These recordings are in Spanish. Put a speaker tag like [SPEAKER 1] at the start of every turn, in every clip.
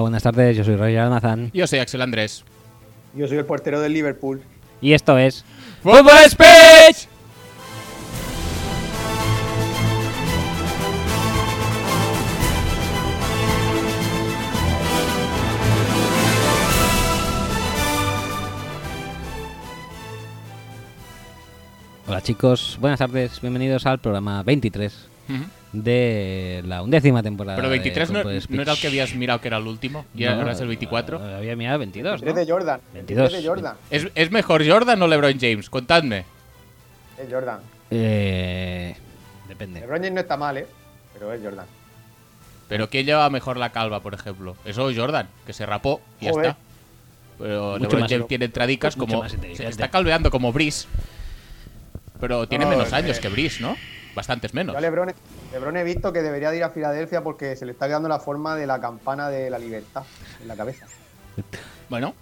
[SPEAKER 1] buenas tardes. Yo soy Roger Almazán.
[SPEAKER 2] Yo soy Axel Andrés.
[SPEAKER 3] Yo soy el portero del Liverpool.
[SPEAKER 1] Y esto es.
[SPEAKER 2] ¡Fútbol Speech!
[SPEAKER 1] Hola chicos, buenas tardes. Bienvenidos al programa 23 de la undécima temporada.
[SPEAKER 2] Pero
[SPEAKER 1] de
[SPEAKER 2] 23 no,
[SPEAKER 1] Fútbol Speech.
[SPEAKER 2] no era el que habías mirado que era el último. Y
[SPEAKER 1] No,
[SPEAKER 2] ahora es el 24.
[SPEAKER 1] eh, Había mirado 22. ¿no?
[SPEAKER 3] 3 de Jordan.
[SPEAKER 1] 22.
[SPEAKER 3] 3 de Jordan.
[SPEAKER 2] ¿Es, es mejor Jordan o LeBron James? Contadme.
[SPEAKER 3] Es Jordan.
[SPEAKER 1] Eh, depende.
[SPEAKER 3] LeBron James no está mal, ¿eh? Pero es Jordan.
[SPEAKER 2] Pero ¿quién lleva mejor la calva, por ejemplo? Eso Jordan, que se rapó y ya
[SPEAKER 3] Joder.
[SPEAKER 2] está. Pero
[SPEAKER 1] Mucho
[SPEAKER 2] LeBron
[SPEAKER 1] más-
[SPEAKER 2] James tiene entradicas
[SPEAKER 1] mucho
[SPEAKER 2] como.
[SPEAKER 1] más inteligente.
[SPEAKER 2] Se está calveando como Brice. Pero tiene
[SPEAKER 3] No,
[SPEAKER 2] menos
[SPEAKER 3] es
[SPEAKER 2] años que
[SPEAKER 3] que-
[SPEAKER 2] Brice, ¿no? Bastantes menos.
[SPEAKER 3] Yo a Lebron, Lebron he visto que debería de ir a Filadelfia porque se le está quedando la forma de la campana de la libertad en la cabeza.
[SPEAKER 2] Bueno,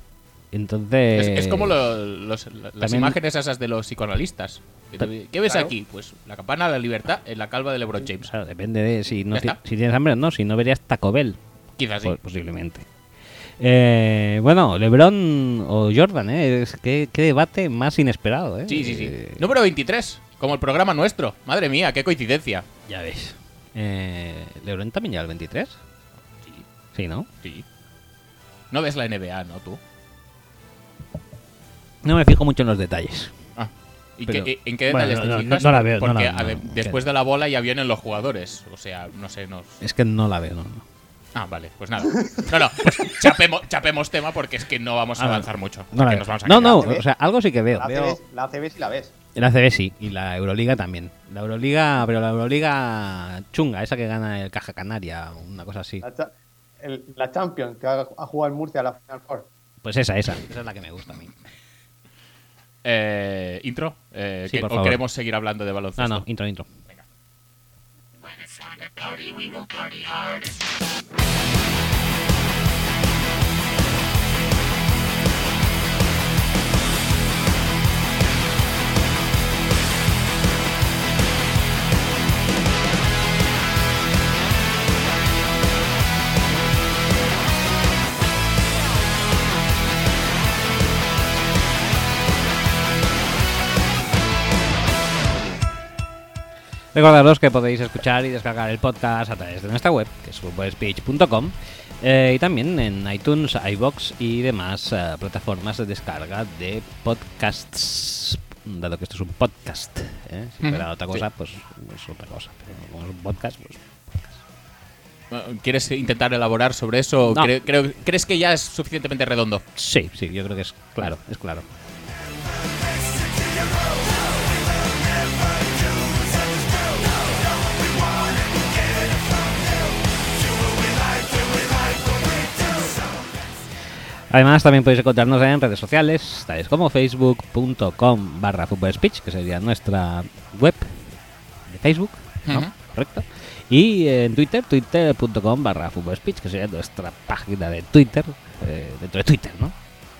[SPEAKER 1] Entonces.
[SPEAKER 2] es, es como lo- los- las
[SPEAKER 1] Eh, también-
[SPEAKER 2] imágenes esas de los psicoanalistas. Que te- ¿Qué ves
[SPEAKER 3] claro.
[SPEAKER 2] aquí? Pues la campana de la libertad en la calva de LeBron James.
[SPEAKER 1] Claro, depende de si, no
[SPEAKER 2] Ya
[SPEAKER 1] ti-
[SPEAKER 2] está.
[SPEAKER 1] si tienes hambre o no. Si no verías Taco Bell,
[SPEAKER 2] Quizás sí.
[SPEAKER 1] po- posiblemente. Eh, bueno, LeBron o Jordan, ¿eh? Es- qué, qué debate más inesperado, ¿eh?
[SPEAKER 2] Sí, sí, sí.
[SPEAKER 1] Eh,
[SPEAKER 2] Número 23, como el programa nuestro. Madre mía, qué coincidencia.
[SPEAKER 1] Ya ves. Eh, ¿LeBron también lleva el 23?
[SPEAKER 2] Sí,
[SPEAKER 1] Sí, ¿no?
[SPEAKER 2] sí. No ves la NBA, ¿no? Tú.
[SPEAKER 1] No me fijo mucho en los detalles.
[SPEAKER 2] Ah. ¿Y
[SPEAKER 1] Pero-
[SPEAKER 2] qué- en qué
[SPEAKER 1] bueno,
[SPEAKER 2] detalles
[SPEAKER 1] no, no,
[SPEAKER 2] te fijas?
[SPEAKER 1] no la veo, no
[SPEAKER 2] Porque
[SPEAKER 1] la- no,
[SPEAKER 2] a ver,
[SPEAKER 1] no.
[SPEAKER 2] después de la bola ya vienen los jugadores. O sea, no sé, nos.
[SPEAKER 1] Es que no la veo, no. no.
[SPEAKER 2] Ah, vale, pues nada. No, no, pues chapemos, chapemos tema porque es que no vamos a
[SPEAKER 1] Ah,
[SPEAKER 2] avanzar mucho.
[SPEAKER 1] No, la
[SPEAKER 2] porque
[SPEAKER 1] veo.
[SPEAKER 2] nos vamos a
[SPEAKER 1] no,
[SPEAKER 2] quedar.
[SPEAKER 1] no,
[SPEAKER 3] quedar.
[SPEAKER 1] o sea, algo sí que veo.
[SPEAKER 3] La
[SPEAKER 1] Veo
[SPEAKER 3] CB, la CB sí la ves.
[SPEAKER 1] la CB sí, y la Euroliga también. La Euroliga, pero la Euroliga chunga, esa que gana el Caja Canaria, una cosa así.
[SPEAKER 3] La, cha- el- la Champions que ha, ha jugado el Murcia a la Final Four.
[SPEAKER 1] Pues esa, esa. Esa es la que me gusta a mí.
[SPEAKER 2] Eh, intro. Eh,
[SPEAKER 1] Sí,
[SPEAKER 2] que-
[SPEAKER 1] por
[SPEAKER 2] o
[SPEAKER 1] favor.
[SPEAKER 2] queremos seguir hablando de baloncesto.
[SPEAKER 1] No, no, intro, intro. Recordaros que podéis escuchar y descargar el podcast a través de nuestra web, que es footballspeech.com, eh, y también en iTunes, iBox y demás eh, plataformas de descarga de podcasts. Dado que esto es un podcast, ¿eh? si fuera
[SPEAKER 2] Ujú,
[SPEAKER 1] otra cosa, pues es otra cosa. Pero como es un podcast, pues.
[SPEAKER 2] Eh, ¿Quieres intentar elaborar sobre eso?
[SPEAKER 1] No.
[SPEAKER 2] Cre- creo- ¿Crees que ya es suficientemente redondo?
[SPEAKER 1] Sí, sí, yo creo que es claro, es claro. Además, también podéis encontrarnos en redes sociales, tales como facebook.com barra Football speech, que sería nuestra web de Facebook, ¿no?
[SPEAKER 2] Ujú.
[SPEAKER 1] Correcto. Y eh, en Twitter, twitter.com barra Football speech, que sería nuestra página de Twitter, eh, dentro de Twitter, ¿no?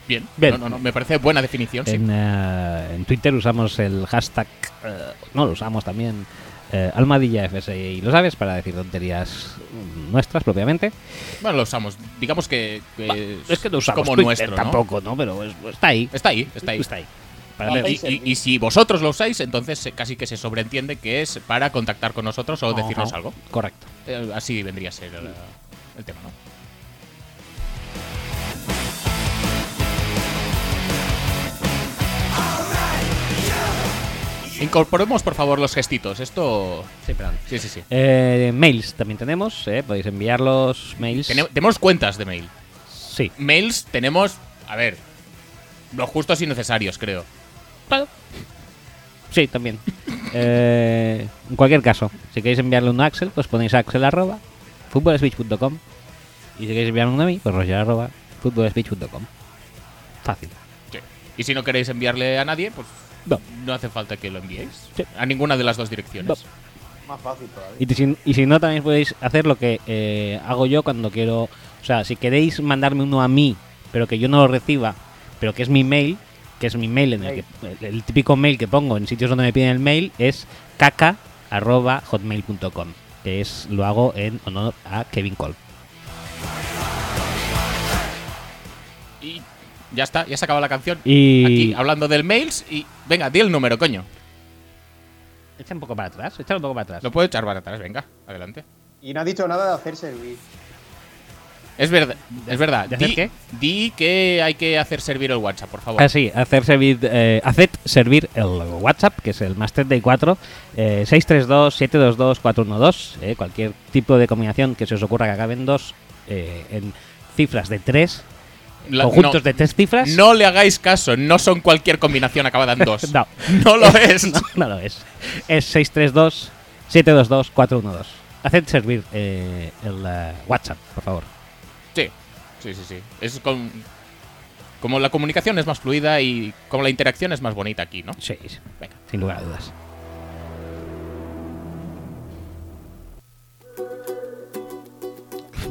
[SPEAKER 2] Bien.
[SPEAKER 1] Bien.
[SPEAKER 2] No, no, no, me parece buena definición. sí.
[SPEAKER 1] En, eh, en Twitter usamos el hashtag, eh, no, lo usamos también eh, Almadilla FSI, lo sabes, para decir tonterías mm, nuestras propiamente.
[SPEAKER 2] Bueno, lo usamos. Digamos que, que es,
[SPEAKER 1] es que no usamos
[SPEAKER 2] como
[SPEAKER 1] Twitter
[SPEAKER 2] nuestro, ¿no?
[SPEAKER 1] tampoco, ¿no? Pero es- está ahí.
[SPEAKER 2] Está ahí, está ahí.
[SPEAKER 1] Para
[SPEAKER 2] Y-
[SPEAKER 1] ver-
[SPEAKER 2] y, y- y si vosotros lo usáis, entonces eh, casi que se sobreentiende que es para contactar con nosotros o decirnos
[SPEAKER 1] Ajá,
[SPEAKER 2] algo.
[SPEAKER 1] Correcto.
[SPEAKER 2] Eh, así vendría a ser el, el tema, ¿no? Incorporemos, por favor, los gestitos. Esto.
[SPEAKER 1] Sí, perdón.
[SPEAKER 2] Sí, sí, sí.
[SPEAKER 1] Eh, mails también tenemos, eh, podéis enviar los mails.
[SPEAKER 2] Tene- tenemos cuentas de mail.
[SPEAKER 1] Sí.
[SPEAKER 2] Mails tenemos. A ver. Los justos y necesarios, creo.
[SPEAKER 1] Sí, también. Eh, en cualquier caso, si queréis enviarle un Axel, pues ponéis Axel arroba futbolspeech.com y si queréis enviarme uno a mí, pues Roger arroba futbolspeech.com. Fácil.
[SPEAKER 2] Sí. Y si no queréis enviarle a nadie, pues
[SPEAKER 1] No.
[SPEAKER 2] no hace falta que lo enviéis.
[SPEAKER 1] Sí.
[SPEAKER 2] A ninguna de las dos direcciones.
[SPEAKER 1] No.
[SPEAKER 3] Más fácil todavía.
[SPEAKER 1] Y si, y si no, también podéis hacer lo que eh, hago yo cuando quiero. O sea, si queréis mandarme uno a mí, pero que yo no lo reciba, pero que es mi mail, que es mi mail en el que. El, el típico mail que pongo en sitios donde me piden el mail es caca.hotmail.com, que es lo hago en honor a Kevin Cole.
[SPEAKER 2] Y ya está, ya se acaba la canción.
[SPEAKER 1] Y-
[SPEAKER 2] Aquí hablando del mails y. Venga, di el número, coño.
[SPEAKER 1] Echa un poco para atrás, echa un poco para atrás.
[SPEAKER 2] Lo puedo echar para atrás, venga, adelante.
[SPEAKER 3] Y no ha dicho nada de hacer servir.
[SPEAKER 2] Es verdad, es verdad.
[SPEAKER 1] ¿De hacer
[SPEAKER 2] di,
[SPEAKER 1] qué?
[SPEAKER 2] di que hay que hacer servir el WhatsApp, por favor.
[SPEAKER 1] Ah, sí, hacer servir, eh, haced servir el WhatsApp, que es el más 34, eh, 632-722-412, eh, cualquier tipo de combinación que se os ocurra que acaben dos eh, en cifras de tres,
[SPEAKER 2] La-
[SPEAKER 1] conjuntos
[SPEAKER 2] no.
[SPEAKER 1] de tres cifras.
[SPEAKER 2] No le hagáis caso, no son cualquier combinación acabada en dos.
[SPEAKER 1] No.
[SPEAKER 2] No lo es.
[SPEAKER 1] No, no lo es. Es 632-722-412. Haced servir eh, el eh, WhatsApp, por favor.
[SPEAKER 2] Sí, sí, sí, sí. Es con... como la comunicación es más fluida y como la interacción es más bonita aquí, ¿no?
[SPEAKER 1] Sí,
[SPEAKER 2] Venga.
[SPEAKER 1] sin lugar a dudas.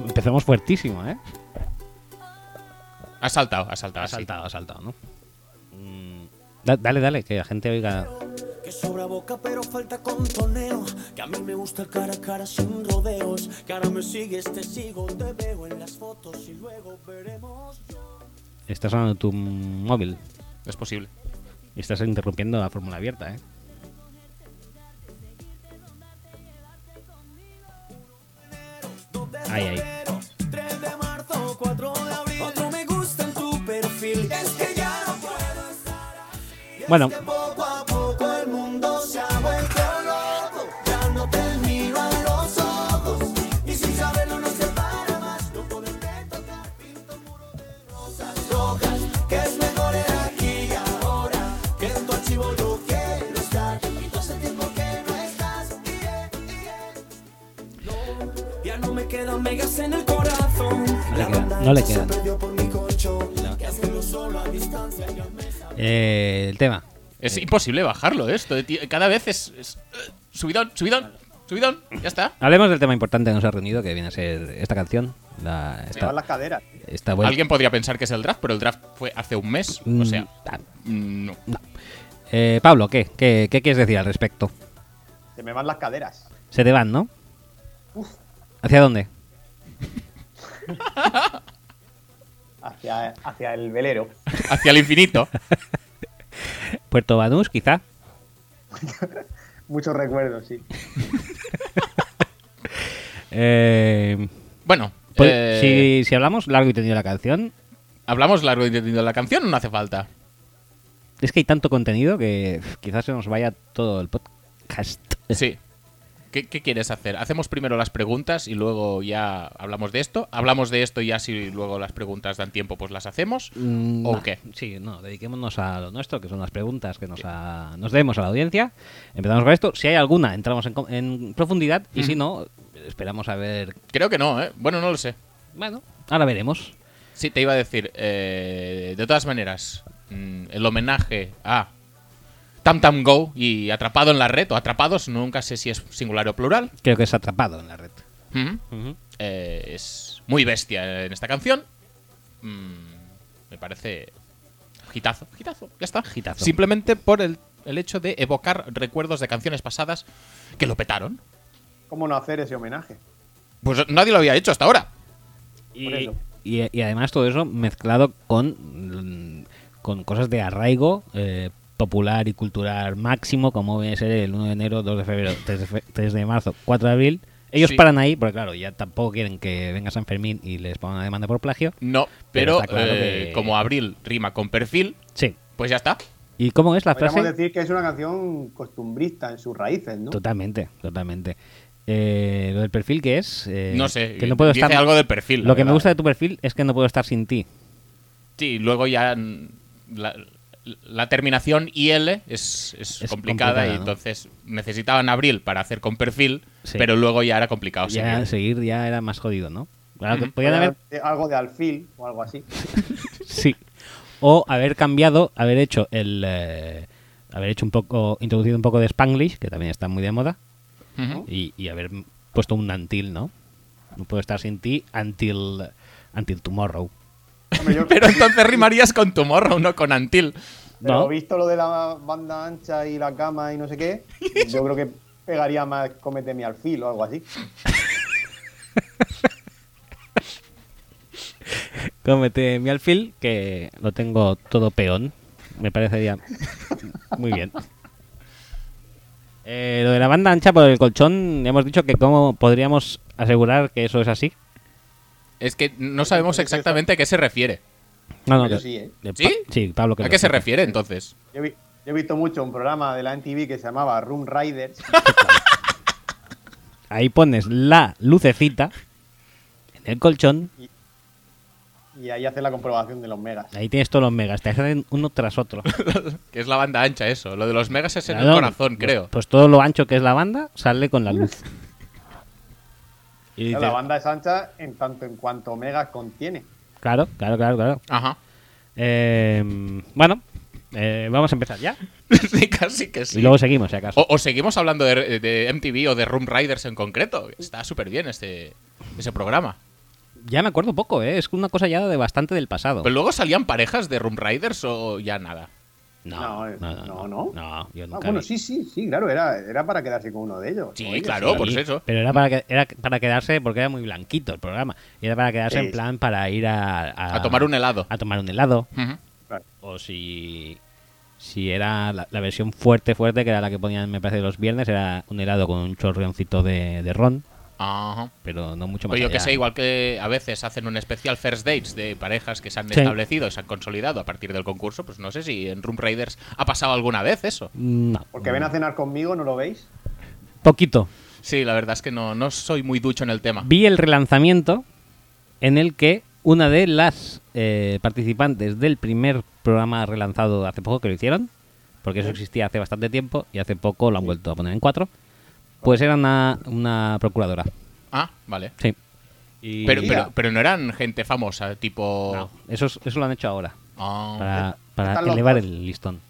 [SPEAKER 1] Empezamos fuertísimo, ¿eh?
[SPEAKER 2] Ha saltado, ha saltado,
[SPEAKER 1] Ha
[SPEAKER 2] ha saltado.
[SPEAKER 1] saltado, ha saltado, ¿no? Mm, da- dale, dale, que la gente oiga.
[SPEAKER 4] Que sobra boca pero falta contoneo Que a mí me gusta el cara a cara sin rodeos Que ahora me sigues, te sigo, te veo en las fotos Y luego veremos
[SPEAKER 1] Está sonando tu móvil
[SPEAKER 2] Es posible.
[SPEAKER 1] y estás interrumpiendo la fórmula abierta, ¿eh? Ay, ay.
[SPEAKER 4] 3 de marzo, 4 de abril Otro me gusta en tu perfil Es que ya no puedo estar
[SPEAKER 1] Bueno,
[SPEAKER 4] Poco a poco el mundo se ha vuelto loco Ya no te miro a los ojos Y sin saberlo no se para más No poderte tocar, pinto un muro de rosas rojas Que es mejor el aquí y ahora Que en tu archivo yo quiero estar Y tú hace tiempo que no estás y, eh, y, eh. No, Ya no me quedan megas en el corazón
[SPEAKER 1] le
[SPEAKER 4] La
[SPEAKER 1] quedan,
[SPEAKER 4] banda
[SPEAKER 1] no le
[SPEAKER 4] que se
[SPEAKER 1] quedan.
[SPEAKER 4] perdió por mi colchón Que hacerlo solo a distancia ya me sabe
[SPEAKER 1] eh, el tema.
[SPEAKER 2] Es imposible bajarlo ¿eh? esto. tío. Cada vez es, es- eh, Subidón, subidón, subidón. Ya está.
[SPEAKER 1] Hablemos del tema importante que nos ha reunido, que viene a ser esta canción. La,
[SPEAKER 3] Me van
[SPEAKER 1] esta,
[SPEAKER 3] las caderas.
[SPEAKER 1] esta web.
[SPEAKER 2] Alguien podría pensar que es el draft, pero el draft fue hace un mes.
[SPEAKER 1] Mm,
[SPEAKER 2] O sea,
[SPEAKER 1] ah,
[SPEAKER 2] mm, no.
[SPEAKER 1] eh, Pablo, ¿qué? ¿qué? qué quieres decir al respecto?
[SPEAKER 3] Se me van las caderas.
[SPEAKER 1] Se te van, ¿no?
[SPEAKER 3] Uf.
[SPEAKER 1] ¿Hacia dónde?
[SPEAKER 3] Hacia, hacia el velero.
[SPEAKER 2] hacia el infinito.
[SPEAKER 1] ¿Puerto Banús, quizá?
[SPEAKER 3] Muchos recuerdos, sí.
[SPEAKER 1] Eh,
[SPEAKER 2] Bueno,
[SPEAKER 1] pues,
[SPEAKER 2] eh,
[SPEAKER 1] si, si hablamos largo y tendido de la canción,
[SPEAKER 2] hablamos largo y tendido de la canción o no hace falta.
[SPEAKER 1] es que hay tanto contenido que pf, quizás se nos vaya todo el podcast.
[SPEAKER 2] Sí. ¿Qué, qué quieres hacer? Hacemos primero las preguntas y luego ya hablamos de esto. Hablamos de esto y ya si luego las preguntas dan tiempo, pues las hacemos.
[SPEAKER 1] Mm,
[SPEAKER 2] ¿O
[SPEAKER 1] nah,
[SPEAKER 2] qué?
[SPEAKER 1] Sí, no, dediquémonos a lo nuestro, que son las preguntas que nos, ha- nos debemos a la audiencia. Empezamos con esto. Si hay alguna, entramos en, com- en profundidad y si no, esperamos a ver.
[SPEAKER 2] Creo que no, ¿eh? Bueno, no lo sé.
[SPEAKER 1] Bueno, ahora veremos.
[SPEAKER 2] Sí, te iba a decir. eh, de todas maneras, mm, el homenaje a Tam Tam Go y Atrapado en la Red o Atrapados, nunca sé si es singular o plural.
[SPEAKER 1] Creo que es atrapado en la red.
[SPEAKER 2] Ujú.
[SPEAKER 1] Ujú.
[SPEAKER 2] Eh, es muy bestia en esta canción. Mm, me parece. Gitazo, gitazo, ya está.
[SPEAKER 1] Hitazo.
[SPEAKER 2] Simplemente por el, el hecho de evocar recuerdos de canciones pasadas que lo petaron.
[SPEAKER 3] ¿Cómo no hacer ese homenaje?
[SPEAKER 2] Pues nadie lo había hecho hasta ahora.
[SPEAKER 1] Y,
[SPEAKER 3] Por eso.
[SPEAKER 1] y- y además todo eso mezclado con, mm, con cosas de arraigo eh, popular y cultural máximo, como viene a ser el 1 de enero, 2 de febrero, 3 de, fe- 3 de marzo, 4 de abril. Ellos
[SPEAKER 2] Sí.
[SPEAKER 1] paran ahí, porque claro, ya tampoco quieren que venga San Fermín y les pongan una demanda por plagio.
[SPEAKER 2] No,
[SPEAKER 1] Pero
[SPEAKER 2] pero,
[SPEAKER 1] está claro
[SPEAKER 2] eh,
[SPEAKER 1] que-
[SPEAKER 2] como abril rima con perfil,
[SPEAKER 1] Sí.
[SPEAKER 2] pues ya está.
[SPEAKER 1] ¿Y cómo es la
[SPEAKER 3] Podríamos
[SPEAKER 1] frase?
[SPEAKER 3] decir que es una canción costumbrista en sus raíces, ¿no?
[SPEAKER 1] Totalmente, totalmente. Eh, lo del perfil que es... Eh,
[SPEAKER 2] No sé,
[SPEAKER 1] que no puedo
[SPEAKER 2] dice
[SPEAKER 1] estar...
[SPEAKER 2] algo del perfil. la
[SPEAKER 1] Lo que me
[SPEAKER 2] verdad.
[SPEAKER 1] gusta de tu perfil es que no puedo estar sin ti.
[SPEAKER 2] Sí, luego ya mm, la, la terminación IL es, es
[SPEAKER 1] Es
[SPEAKER 2] complicada,
[SPEAKER 1] complicada,
[SPEAKER 2] y
[SPEAKER 1] ¿no?
[SPEAKER 2] entonces necesitaban abril para hacer con perfil,
[SPEAKER 1] Sí.
[SPEAKER 2] pero luego ya era complicado.
[SPEAKER 1] ya
[SPEAKER 2] seguir.
[SPEAKER 1] seguir ya era más jodido, ¿no? Claro, que
[SPEAKER 2] Ah, Ujú.
[SPEAKER 1] podían haber
[SPEAKER 3] Eh, Algo de alfil o algo así.
[SPEAKER 1] Sí. O haber cambiado, haber hecho el. eh, haber hecho un poco. introducido un poco de Spanglish, que también está muy de moda,
[SPEAKER 2] Ujú.
[SPEAKER 1] y, y haber puesto un until, ¿no? No puedo estar sin ti until. until tomorrow.
[SPEAKER 3] Hombre, yo-
[SPEAKER 2] Pero entonces rimarías con Tomorrow, no con Antil.
[SPEAKER 3] Pero
[SPEAKER 1] No.
[SPEAKER 3] visto lo de la banda ancha y la cama y no sé qué, yo creo que pegaría más cómete mi alfil o algo así.
[SPEAKER 1] Cómete mi alfil, que lo tengo todo peón. Me parecería muy bien. Eh, lo de la banda ancha por el colchón, hemos dicho que cómo podríamos asegurar que eso es así.
[SPEAKER 2] Es que no sabemos exactamente a qué se refiere.
[SPEAKER 1] No, no,
[SPEAKER 3] Yo
[SPEAKER 1] que-
[SPEAKER 3] sí, ¿eh?
[SPEAKER 1] de Pa-
[SPEAKER 2] ¿Sí?
[SPEAKER 1] sí, Pablo. que
[SPEAKER 2] ¿A
[SPEAKER 1] lo
[SPEAKER 2] qué se
[SPEAKER 1] explique.
[SPEAKER 2] refiere entonces?
[SPEAKER 3] Yo, vi- yo he visto mucho un programa de la NTV que se llamaba Room Riders.
[SPEAKER 1] Ahí pones la lucecita en el colchón,
[SPEAKER 3] Y ahí hace la comprobación de los megas.
[SPEAKER 1] ahí tienes todos los megas, te hacen uno tras otro.
[SPEAKER 2] Que es la banda ancha eso. Lo de los megas es en el
[SPEAKER 1] Claro,
[SPEAKER 2] corazón,
[SPEAKER 1] pues-
[SPEAKER 2] creo.
[SPEAKER 1] Pues todo lo ancho que es la banda sale con la luz. Y
[SPEAKER 3] La
[SPEAKER 1] dices,
[SPEAKER 3] banda es ancha en tanto en cuanto megas contiene.
[SPEAKER 1] Claro, claro, claro, claro.
[SPEAKER 2] Ajá.
[SPEAKER 1] Eh, bueno, eh, vamos a empezar ya.
[SPEAKER 2] Sí, casi que sí. Oh.
[SPEAKER 1] Y luego seguimos, si acaso.
[SPEAKER 2] O, o seguimos hablando de, de MTV o de Room Riders en concreto. Está súper bien este, ese programa.
[SPEAKER 1] Ya me acuerdo poco, ¿eh? Es una cosa ya de bastante del pasado.
[SPEAKER 2] Pero luego salían parejas de Room Riders o ya nada.
[SPEAKER 1] No, no,
[SPEAKER 3] No, eh,
[SPEAKER 1] no.
[SPEAKER 3] no,
[SPEAKER 1] no.
[SPEAKER 3] no.
[SPEAKER 1] No, yo nunca
[SPEAKER 3] Ah, bueno,
[SPEAKER 1] vi.
[SPEAKER 3] sí, sí, sí, claro, era, era para quedarse con uno de ellos.
[SPEAKER 2] Sí,
[SPEAKER 3] Oye,
[SPEAKER 2] claro, por eso.
[SPEAKER 1] Pero era para, que- era para quedarse, porque era muy blanquito el programa. Y era para quedarse en
[SPEAKER 3] Sí.
[SPEAKER 1] plan para ir a, a-
[SPEAKER 2] A tomar un helado.
[SPEAKER 1] a tomar un helado.
[SPEAKER 2] Ujú.
[SPEAKER 3] claro.
[SPEAKER 1] O si, si era la, la versión fuerte, fuerte, que era la que ponían, me parece, los viernes, era un helado con un chorreoncito de, de ron,
[SPEAKER 2] Ajá.
[SPEAKER 1] pero no mucho más.
[SPEAKER 2] Pues yo que
[SPEAKER 1] allá.
[SPEAKER 2] sé, igual que a veces hacen un especial First Dates de parejas que se han
[SPEAKER 1] Sí.
[SPEAKER 2] establecido y se han consolidado a partir del concurso, pues no sé si en Room Raiders ha pasado alguna vez eso.
[SPEAKER 1] Mm, No.
[SPEAKER 3] Porque ven a cenar conmigo, ¿no lo veis?
[SPEAKER 1] Poquito.
[SPEAKER 2] Sí, la verdad es que no, no soy muy ducho en el tema.
[SPEAKER 1] Vi el relanzamiento en el que una de las eh, participantes del primer programa relanzado hace poco que lo hicieron, porque eso existía hace bastante tiempo y hace poco lo han vuelto a poner en cuatro, pues era una, una procuradora.
[SPEAKER 2] Ah, vale.
[SPEAKER 1] Sí. Y-
[SPEAKER 2] Pero,
[SPEAKER 3] Mira.
[SPEAKER 2] pero, pero no eran gente famosa, tipo...
[SPEAKER 1] No, eso, es- eso lo han hecho ahora.
[SPEAKER 2] Ah.
[SPEAKER 1] para, para
[SPEAKER 3] Están los
[SPEAKER 1] elevar
[SPEAKER 3] dos.
[SPEAKER 1] el listón.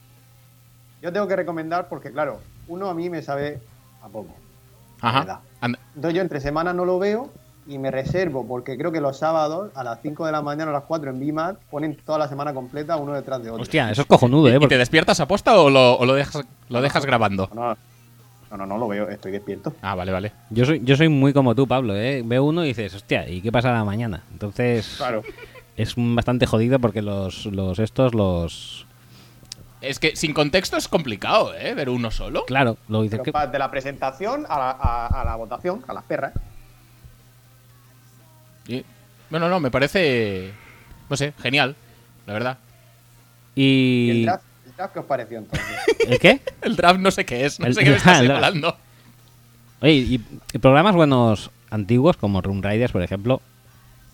[SPEAKER 3] Yo tengo que recomendar porque, claro, uno a mí me sabe a poco.
[SPEAKER 2] Ajá.
[SPEAKER 3] Verdad.
[SPEAKER 2] Anda-
[SPEAKER 3] Entonces yo entre semana no lo veo y me reservo porque creo que los sábados a las 5 de la mañana o a las 4 en VMAT ponen toda la semana completa uno detrás de otro.
[SPEAKER 1] Hostia, eso es cojonudo, ¿eh?
[SPEAKER 2] ¿Y te
[SPEAKER 1] Porque
[SPEAKER 2] despiertas aposta o lo, o lo dejas, lo dejas grabando?
[SPEAKER 3] No, no, no, no lo veo, estoy despierto.
[SPEAKER 2] Ah, vale, vale.
[SPEAKER 1] yo soy, yo soy muy como tú, Pablo, ¿eh? Veo uno y dices, hostia, ¿y qué pasará mañana? Entonces es un bastante jodido porque los, los estos, los...
[SPEAKER 2] Es que sin contexto es complicado, ¿eh? Ver uno solo.
[SPEAKER 1] Claro, lo dices
[SPEAKER 3] Pero
[SPEAKER 1] que...
[SPEAKER 3] pa- de la presentación a la, a- a la votación, a las perras.
[SPEAKER 2] Y- Bueno, no, me parece... No sé, genial, la verdad.
[SPEAKER 3] ¿Y el
[SPEAKER 1] Y...
[SPEAKER 3] draft, el draft qué os pareció entonces?
[SPEAKER 1] ¿El qué?
[SPEAKER 2] El draft no sé qué es, no
[SPEAKER 1] El-
[SPEAKER 2] sé qué me
[SPEAKER 1] Ah,
[SPEAKER 2] estás
[SPEAKER 1] el draft.
[SPEAKER 2] hablando.
[SPEAKER 1] Oye, y, y programas buenos antiguos como Room Riders, por ejemplo.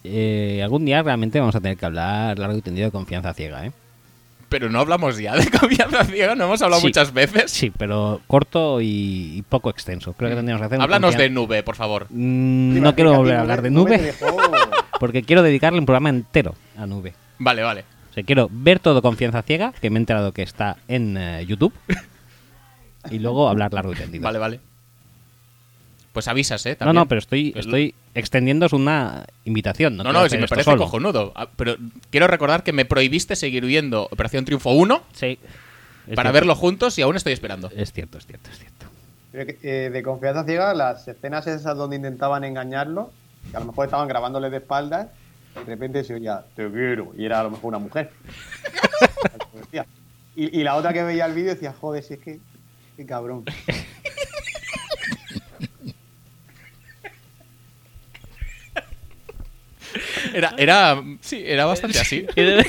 [SPEAKER 1] eh, algún día realmente vamos a tener que hablar largo y tendido de confianza ciega, ¿eh?
[SPEAKER 2] Pero no hablamos ya de confianza ciega, no hemos hablado
[SPEAKER 1] Sí.
[SPEAKER 2] muchas veces.
[SPEAKER 1] Sí, pero corto y, y poco extenso. Creo que tendríamos que hacer un
[SPEAKER 2] Mm. Háblanos
[SPEAKER 1] confian-
[SPEAKER 2] de nube, por favor.
[SPEAKER 1] Mm,
[SPEAKER 3] Imagínate,
[SPEAKER 1] no quiero volver a
[SPEAKER 3] Nube-
[SPEAKER 1] hablar de
[SPEAKER 3] te
[SPEAKER 1] nube
[SPEAKER 3] dejó-
[SPEAKER 1] porque quiero dedicarle un programa entero a nube.
[SPEAKER 2] Vale, vale.
[SPEAKER 1] O sea, quiero ver todo Confianza Ciega, que me he enterado que está en eh, YouTube, y luego hablar largo y tendido.
[SPEAKER 2] Vale, vale. Pues avisas, ¿eh?
[SPEAKER 1] no,
[SPEAKER 2] También.
[SPEAKER 1] no, pero estoy, estoy extendiéndoos una invitación. No,
[SPEAKER 2] No,
[SPEAKER 1] quiero
[SPEAKER 2] no,
[SPEAKER 1] hacer
[SPEAKER 2] si me
[SPEAKER 1] esto
[SPEAKER 2] parece
[SPEAKER 1] solo.
[SPEAKER 2] cojonudo. Ah, Pero quiero recordar que me prohibiste seguir viendo Operación Triunfo 1
[SPEAKER 1] Sí. Es
[SPEAKER 2] para
[SPEAKER 1] cierto.
[SPEAKER 2] verlo juntos y aún estoy esperando.
[SPEAKER 1] Es cierto, es cierto, es cierto.
[SPEAKER 3] Pero que, eh, de confianza ciega, las escenas esas donde intentaban engañarlo, que a lo mejor estaban grabándole de espaldas, y de repente se oía, te quiero, y era a lo mejor una mujer. Hostia. y, y la otra que veía el vídeo decía, joder, si es que, qué cabrón.
[SPEAKER 2] Era, era, sí, era bastante así.
[SPEAKER 3] Dile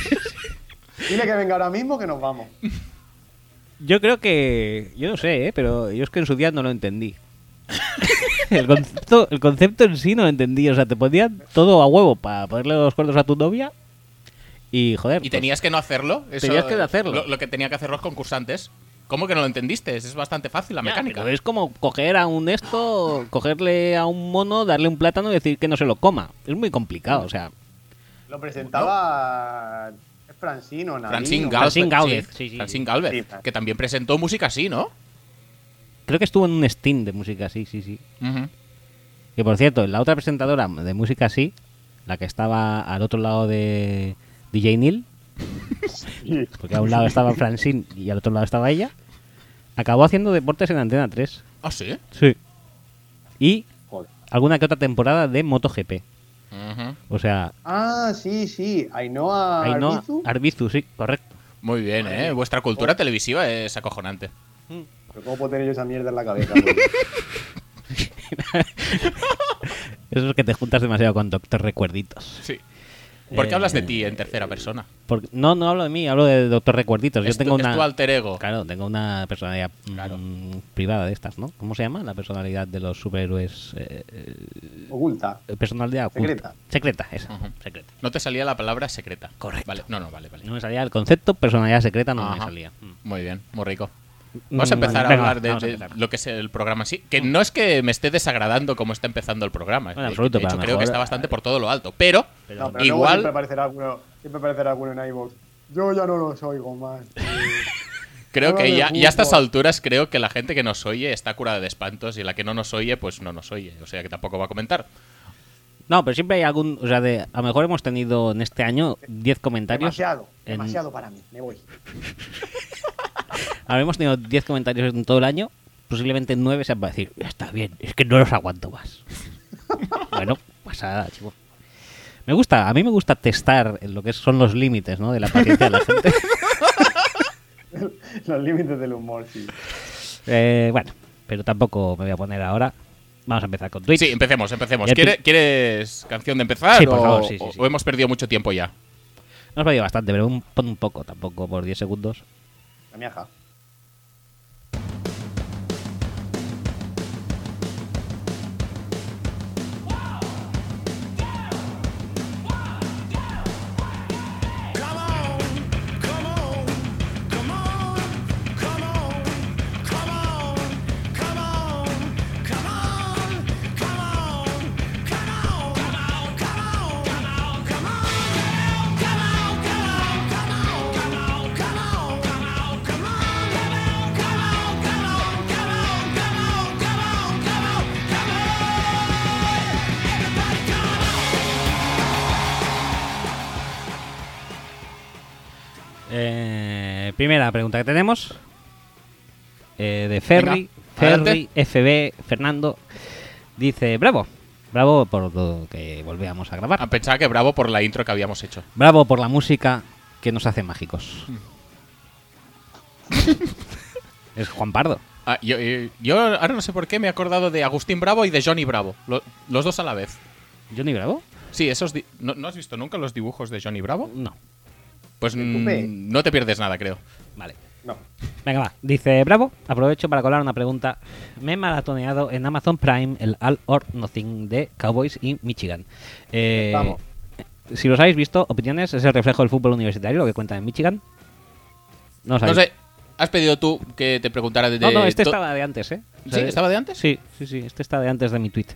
[SPEAKER 3] que venga ahora mismo que nos vamos.
[SPEAKER 1] Yo creo que. Yo no sé, ¿eh? pero yo es que en su día no lo entendí. el, concepto, el concepto en sí no lo entendí. O sea, te ponían todo a huevo para ponerle los cuernos a tu novia. Y joder. pues,
[SPEAKER 2] ¿Y tenías que no hacerlo? Eso-
[SPEAKER 1] Tenías que hacerlo.
[SPEAKER 2] Lo, lo que tenían que hacer los concursantes. ¿Cómo que no lo entendiste? Es bastante fácil la
[SPEAKER 1] ya,
[SPEAKER 2] mecánica.
[SPEAKER 1] pero Es como coger a un esto, cogerle a un mono, darle un plátano y decir que no se lo coma. Es muy complicado, o sea.
[SPEAKER 3] Lo presentaba es Francino, Nadine,
[SPEAKER 2] Francine
[SPEAKER 3] o-
[SPEAKER 2] Gal-
[SPEAKER 1] Francine Galvez,
[SPEAKER 2] sí,
[SPEAKER 1] sí, sí,
[SPEAKER 2] Francine
[SPEAKER 1] sí.
[SPEAKER 2] Galvez,
[SPEAKER 3] Sí, Fran-
[SPEAKER 2] que también presentó música así, ¿no?
[SPEAKER 1] Creo que estuvo en un Steam de música así, sí, sí.
[SPEAKER 2] Ujú.
[SPEAKER 1] Que por cierto, la otra presentadora de música así, la que estaba al otro lado de DJ Neil, porque a un lado estaba Francine y al otro lado estaba ella, acabó haciendo deportes en Antena 3.
[SPEAKER 2] Ah, sí.
[SPEAKER 1] Sí. Y
[SPEAKER 3] Joder.
[SPEAKER 1] alguna que otra temporada de MotoGP.
[SPEAKER 2] Ujú.
[SPEAKER 1] O sea,
[SPEAKER 3] Ah, sí, sí. Ainhoa.
[SPEAKER 1] Ainhoa
[SPEAKER 3] Ah, Arbizu.
[SPEAKER 1] Arbizu, sí, correcto.
[SPEAKER 2] Muy bien, ¿eh? Vuestra cultura televisiva es acojonante.
[SPEAKER 3] Pero ¿Cómo puedo tener yo esa mierda en la cabeza?
[SPEAKER 1] Eso es que te juntas demasiado con Doctor Recuerditos.
[SPEAKER 2] Sí. ¿Por qué
[SPEAKER 1] Eh,
[SPEAKER 2] hablas de ti en tercera persona?
[SPEAKER 1] Porque, no, no hablo de mí, hablo de Doctor Recuerditos. Yo
[SPEAKER 2] Es tu-
[SPEAKER 1] tengo
[SPEAKER 2] es
[SPEAKER 1] una.
[SPEAKER 2] tu alter ego.
[SPEAKER 1] Claro, tengo una personalidad mm,
[SPEAKER 2] Claro.
[SPEAKER 1] privada de estas, ¿no? ¿Cómo se llama? La personalidad de los superhéroes. eh,
[SPEAKER 3] Oculta.
[SPEAKER 1] eh, personalidad oculta.
[SPEAKER 3] Secreta.
[SPEAKER 1] Secreta, esa.
[SPEAKER 2] Ujú.
[SPEAKER 1] Secreta.
[SPEAKER 2] No te salía la palabra secreta.
[SPEAKER 1] Correcto.
[SPEAKER 2] Vale, no, no, vale, vale.
[SPEAKER 1] No me salía el concepto, personalidad secreta no me
[SPEAKER 2] Ajá.
[SPEAKER 1] salía. Mm.
[SPEAKER 2] Muy bien, muy rico. Vamos a
[SPEAKER 1] Mm,
[SPEAKER 2] empezar a
[SPEAKER 1] venga,
[SPEAKER 2] hablar de,
[SPEAKER 1] vamos a
[SPEAKER 2] de
[SPEAKER 1] empezar.
[SPEAKER 2] lo que es el programa en sí. Que no es que me esté desagradando como está empezando el programa. eh,
[SPEAKER 1] No, en
[SPEAKER 2] De-
[SPEAKER 1] absoluto,
[SPEAKER 2] de hecho,
[SPEAKER 1] para
[SPEAKER 2] creo
[SPEAKER 1] mejor,
[SPEAKER 2] que está bastante por todo lo alto. Pero,
[SPEAKER 3] No, pero luego
[SPEAKER 2] igual,
[SPEAKER 3] siempre aparecerá alguno, siempre aparecerá alguno en iVoox. Yo ya no los oigo más.
[SPEAKER 2] creo
[SPEAKER 3] habla
[SPEAKER 2] que
[SPEAKER 3] de
[SPEAKER 2] ya, ya a estas
[SPEAKER 3] fútbol.
[SPEAKER 2] alturas creo que la gente que nos oye está curada de espantos y la que no nos oye, pues no nos oye. O sea que tampoco va a comentar.
[SPEAKER 1] No, pero siempre hay algún. O sea, de, a lo mejor hemos tenido en este año 10 comentarios.
[SPEAKER 3] Demasiado,
[SPEAKER 1] en-
[SPEAKER 3] demasiado para mí. Me voy.
[SPEAKER 1] Habremos tenido 10 comentarios en todo el año. Posiblemente 9 sean para decir, ya está bien, es que no los aguanto más. bueno, pasa nada, chico. Me gusta, a mí me gusta testar en lo que son los límites, ¿no? De la paciencia de la gente.
[SPEAKER 3] Los límites del humor, sí.
[SPEAKER 1] Eh, bueno, pero tampoco me voy a poner ahora. Vamos a empezar con Twitch.
[SPEAKER 2] Sí, empecemos, empecemos.
[SPEAKER 1] Y el
[SPEAKER 2] ¿Quiere-
[SPEAKER 1] pri-
[SPEAKER 2] ¿Quieres canción de empezar?
[SPEAKER 1] Sí, por
[SPEAKER 2] o-
[SPEAKER 1] favor, sí, sí,
[SPEAKER 2] o-
[SPEAKER 1] sí.
[SPEAKER 2] o hemos perdido mucho tiempo ya?
[SPEAKER 1] Nos va a bastante, pero un, pon un poco, tampoco por 10 segundos.
[SPEAKER 3] La miaja.
[SPEAKER 4] Come on, come on, come on, come on, come on, come on, come on, come on, come on, come on, come on, come on, come on, come on, come on, come on, come on, come on, come on, come on, come on, come on, come on, come on, come on, come on, everybody come on.
[SPEAKER 1] Eh, primera pregunta que tenemos. eh, de Ferry,
[SPEAKER 2] Venga,
[SPEAKER 1] Ferry, FB, Fernando. Dice, bravo. Bravo por lo que volvíamos a grabar.
[SPEAKER 2] A pensar que bravo por la intro que habíamos hecho.
[SPEAKER 1] Bravo por la música que nos hace mágicos. es Juan Pardo.
[SPEAKER 2] Ah, yo, yo- yo ahora no sé por qué me he acordado de Agustín Bravo y de Johnny Bravo. Lo- los dos a la vez.
[SPEAKER 1] ¿Johnny Bravo?
[SPEAKER 2] Sí, esos. di- ¿no, no has visto nunca los dibujos de Johnny Bravo?
[SPEAKER 1] No.
[SPEAKER 2] Pues
[SPEAKER 3] ¿El tupé?
[SPEAKER 2] mm, no te pierdes nada, creo.
[SPEAKER 1] Vale.
[SPEAKER 3] No.
[SPEAKER 1] Venga, va. Dice, bravo, aprovecho para colar una pregunta. Me he maratoneado en Amazon Prime el All or Nothing de Cowboys y Michigan. Eh,
[SPEAKER 3] Vamos.
[SPEAKER 1] Si los habéis visto, opiniones, es el reflejo del fútbol universitario, lo que cuenta en Michigan. No, os
[SPEAKER 2] No
[SPEAKER 1] habéis-
[SPEAKER 2] sé, has pedido tú que te preguntara de.
[SPEAKER 1] no, no, este
[SPEAKER 2] to-
[SPEAKER 1] estaba de antes, ¿eh?
[SPEAKER 2] ¿Sí? ¿Estaba de antes?
[SPEAKER 1] Sí, sí, sí, este está de antes de mi tweet.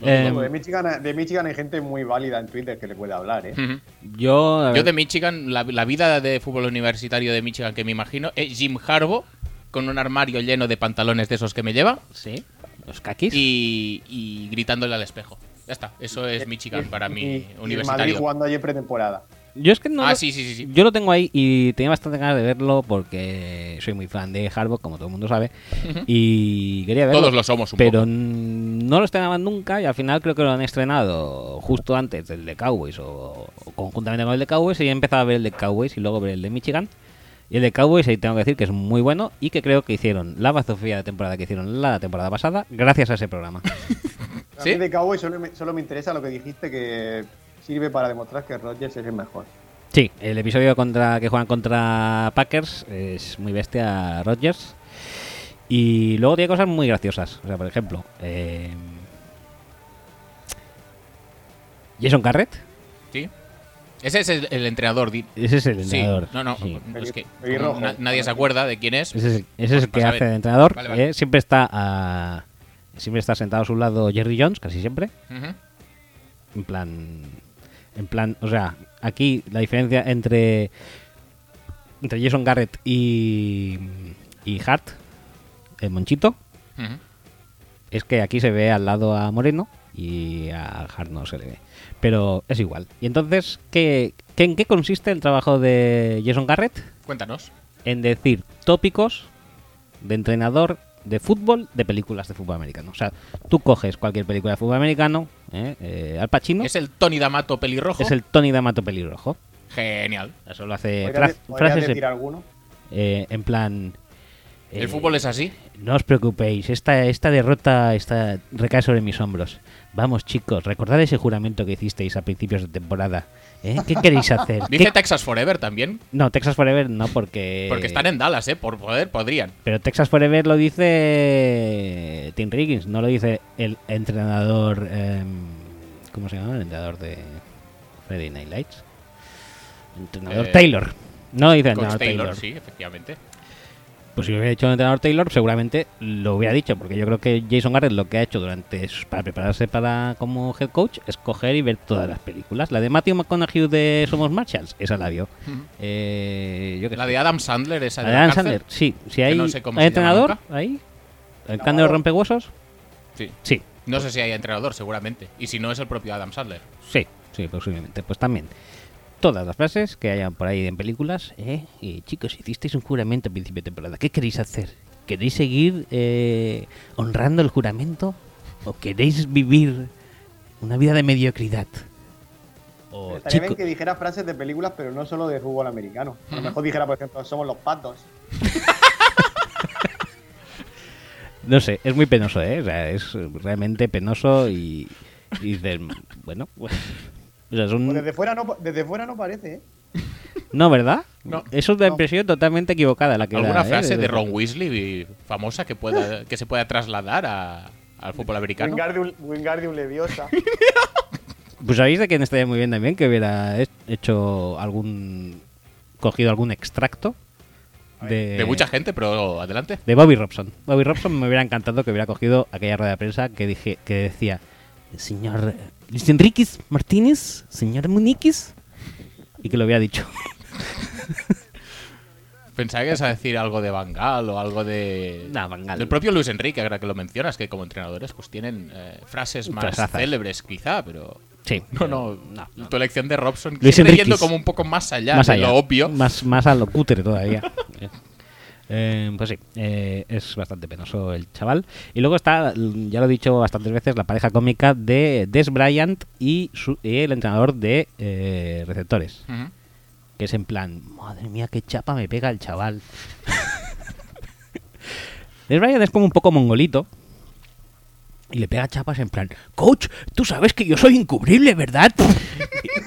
[SPEAKER 2] Bueno,
[SPEAKER 1] Em,
[SPEAKER 3] de, Michigan, de Michigan hay gente muy válida en Twitter que le puede hablar, ¿eh?
[SPEAKER 2] Ujú.
[SPEAKER 1] yo, la
[SPEAKER 2] Yo
[SPEAKER 1] verdad-
[SPEAKER 2] de Michigan, la, la vida de fútbol universitario de Michigan que me imagino es Jim Harbaugh con un armario lleno de pantalones de esos que me lleva
[SPEAKER 1] Sí, los caquis.
[SPEAKER 2] y, y gritándole al espejo. Ya está, eso es Michigan para
[SPEAKER 3] Eh, Y- y
[SPEAKER 2] mí
[SPEAKER 3] el Madrid
[SPEAKER 2] universitario.
[SPEAKER 3] jugando ayer pretemporada.
[SPEAKER 1] Yo es que no.
[SPEAKER 2] Ah,
[SPEAKER 1] lo-
[SPEAKER 2] sí, sí, sí, sí.
[SPEAKER 1] Yo lo tengo ahí y tenía bastante ganas de verlo porque soy muy fan de Harbaugh, como todo el mundo sabe. Y quería verlo.
[SPEAKER 2] Todos lo somos un
[SPEAKER 1] pero
[SPEAKER 2] poco.
[SPEAKER 1] n- no lo estrenaban nunca y al final creo que lo han estrenado justo antes del de Cowboys o, o conjuntamente con el de Cowboys. Y he empezado a ver el de Cowboys y luego ver el de Michigan. Y el de Cowboys, ahí tengo que decir que es muy bueno y que creo que hicieron la bazofía de temporada que hicieron la temporada pasada gracias a ese programa.
[SPEAKER 3] A
[SPEAKER 2] ¿Sí?
[SPEAKER 3] mí de Cowboy solo me, solo me interesa lo que dijiste que sirve para demostrar que Rodgers es el mejor.
[SPEAKER 1] Sí, el episodio contra que juegan contra Packers es muy bestia Rodgers. Y luego tiene cosas muy graciosas. O sea, por ejemplo, eh, Jason Carrett.
[SPEAKER 2] Sí. Ese es el, el entrenador. di-
[SPEAKER 1] Ese es el
[SPEAKER 2] Sí,
[SPEAKER 1] entrenador.
[SPEAKER 2] no, no,
[SPEAKER 1] sí.
[SPEAKER 2] es que
[SPEAKER 3] Pelirrojo.
[SPEAKER 2] na- nadie se acuerda de quién es.
[SPEAKER 1] Ese es el, ese es el
[SPEAKER 2] Pues
[SPEAKER 1] que
[SPEAKER 2] a ver.
[SPEAKER 1] hace de entrenador.
[SPEAKER 2] Vale, vale.
[SPEAKER 1] eh, siempre está a- siempre está sentado a su lado Jerry Jones, casi siempre.
[SPEAKER 2] Ujú.
[SPEAKER 1] En plan. En plan. O sea, aquí la diferencia entre. Entre Jason Garrett y. Y Hart. El Monchito.
[SPEAKER 2] Ujú.
[SPEAKER 1] Es que aquí se ve al lado a Moreno. Y a Hart no se le ve. Pero es igual. Y entonces, ¿qué, qué- en qué consiste el trabajo de Jason Garrett?
[SPEAKER 2] Cuéntanos.
[SPEAKER 1] En decir tópicos de entrenador de fútbol de películas de fútbol americano. O sea, tú coges cualquier película de fútbol americano, ¿eh? Eh, Al Pacino,
[SPEAKER 2] Es el Tony D'Amato pelirrojo.
[SPEAKER 1] es el Tony D'Amato pelirrojo.
[SPEAKER 2] Genial.
[SPEAKER 1] Eso lo
[SPEAKER 2] Eh,
[SPEAKER 1] hace
[SPEAKER 3] ¿Podrías
[SPEAKER 1] fra-
[SPEAKER 3] de- podrías
[SPEAKER 1] frases
[SPEAKER 3] decir
[SPEAKER 1] en-
[SPEAKER 3] alguno?
[SPEAKER 1] eh, en plan... eh,
[SPEAKER 2] El fútbol es así.
[SPEAKER 1] No os preocupéis, esta, esta derrota está, recae sobre mis hombros. Vamos chicos, recordad ese juramento que hicisteis a principios de temporada. ¿eh? ¿Qué queréis hacer?
[SPEAKER 2] Dice
[SPEAKER 1] ¿Qué-
[SPEAKER 2] Texas Forever también.
[SPEAKER 1] No, Texas Forever no, porque...
[SPEAKER 2] Porque están en Dallas, ¿eh? Por poder, podrían.
[SPEAKER 1] Pero Texas Forever lo dice Tim Riggins, no lo dice el entrenador... em, ¿Cómo se llama? El entrenador de Friday Night Lights. Entrenador
[SPEAKER 2] Eh,
[SPEAKER 1] Taylor. No lo dice el
[SPEAKER 2] Coach
[SPEAKER 1] entrenador
[SPEAKER 2] Taylor,
[SPEAKER 1] Taylor.
[SPEAKER 2] sí, efectivamente.
[SPEAKER 1] Pues si lo hubiera hecho el entrenador Taylor, seguramente lo hubiera dicho, porque yo creo que Jason Garrett lo que ha hecho durante sus- para prepararse para como head coach es coger y ver todas las películas. La de Matthew McConaughey de Somos Marshalls, esa la vio. Eh, yo qué
[SPEAKER 2] La
[SPEAKER 1] sé.
[SPEAKER 2] de Adam Sandler, esa
[SPEAKER 1] La
[SPEAKER 2] de
[SPEAKER 1] de
[SPEAKER 2] la
[SPEAKER 1] Adam
[SPEAKER 2] cárcel.
[SPEAKER 1] Sandler, sí. Si hay,
[SPEAKER 2] no sé cómo
[SPEAKER 1] ¿hay
[SPEAKER 2] se llama
[SPEAKER 1] entrenador
[SPEAKER 2] nunca.
[SPEAKER 1] ahí, el
[SPEAKER 3] No.
[SPEAKER 1] cándido rompehuesos,
[SPEAKER 2] Sí.
[SPEAKER 1] sí.
[SPEAKER 2] No sé si hay entrenador, seguramente. Y si no, es el propio Adam Sandler.
[SPEAKER 1] Sí, sí, posiblemente. Pues también. Todas las frases que hayan por ahí en películas. ¿eh? Y chicos, hicisteis un juramento a principio de temporada. ¿Qué queréis hacer? ¿Queréis seguir eh, honrando el juramento? ¿O queréis vivir una vida de mediocridad? O,
[SPEAKER 3] Estaría
[SPEAKER 1] chico-
[SPEAKER 3] bien que dijera frases de películas, pero no solo de fútbol americano. A lo mejor dijera, por ejemplo, somos los patos.
[SPEAKER 1] No sé, es muy penoso, ¿eh? O sea, es realmente penoso y, y dices, bueno, pues, o sea, es un-
[SPEAKER 3] Pues desde fuera no, desde fuera no parece, ¿eh?
[SPEAKER 1] No, ¿verdad?
[SPEAKER 2] No.
[SPEAKER 1] Eso es una
[SPEAKER 3] No.
[SPEAKER 1] impresión totalmente equivocada la que
[SPEAKER 2] ¿Alguna
[SPEAKER 1] da, ¿eh?
[SPEAKER 2] frase de
[SPEAKER 1] Desde-
[SPEAKER 2] Ron Weasley famosa que, pueda, que se pueda trasladar a- al fútbol americano?
[SPEAKER 3] Wingardium, Wingardium Leviosa.
[SPEAKER 1] Pues sabéis de quién estaría muy bien también que hubiera he- hecho algún. cogido algún extracto de.
[SPEAKER 2] De mucha gente, pero adelante.
[SPEAKER 1] De Bobby Robson. Bobby Robson me hubiera encantado que hubiera cogido aquella rueda de prensa que dije que decía. Señor eh, Luis Enríquez Martínez, señor Muniquis. Y que lo hubiera dicho.
[SPEAKER 2] Pensaba que ibas a decir algo de Bangal o algo de.
[SPEAKER 1] Nah, Van Gaal.
[SPEAKER 2] Del propio Luis Enrique, ahora que lo mencionas, que como entrenadores pues tienen eh, frases más
[SPEAKER 1] Frasazas.
[SPEAKER 2] célebres, quizá, pero.
[SPEAKER 1] Sí.
[SPEAKER 2] No, no,
[SPEAKER 1] No, no.
[SPEAKER 2] Tu elección de Robson
[SPEAKER 1] Luis
[SPEAKER 2] siempre
[SPEAKER 1] Enriquez.
[SPEAKER 2] yendo como un poco más allá
[SPEAKER 1] más
[SPEAKER 2] de
[SPEAKER 1] allá.
[SPEAKER 2] lo obvio.
[SPEAKER 1] Más, más a lo cutre todavía. Eh, pues sí, eh, es bastante penoso el chaval. Y luego está, l- ya lo he dicho bastantes veces, la pareja cómica de Des Bryant y, su- y el entrenador de eh, receptores.
[SPEAKER 2] Ujú.
[SPEAKER 1] Que es en plan, madre mía, qué chapa me pega el chaval. Des Bryant es como un poco mongolito. Y le pega chapas en plan, coach, tú sabes que yo soy incubrible, ¿verdad?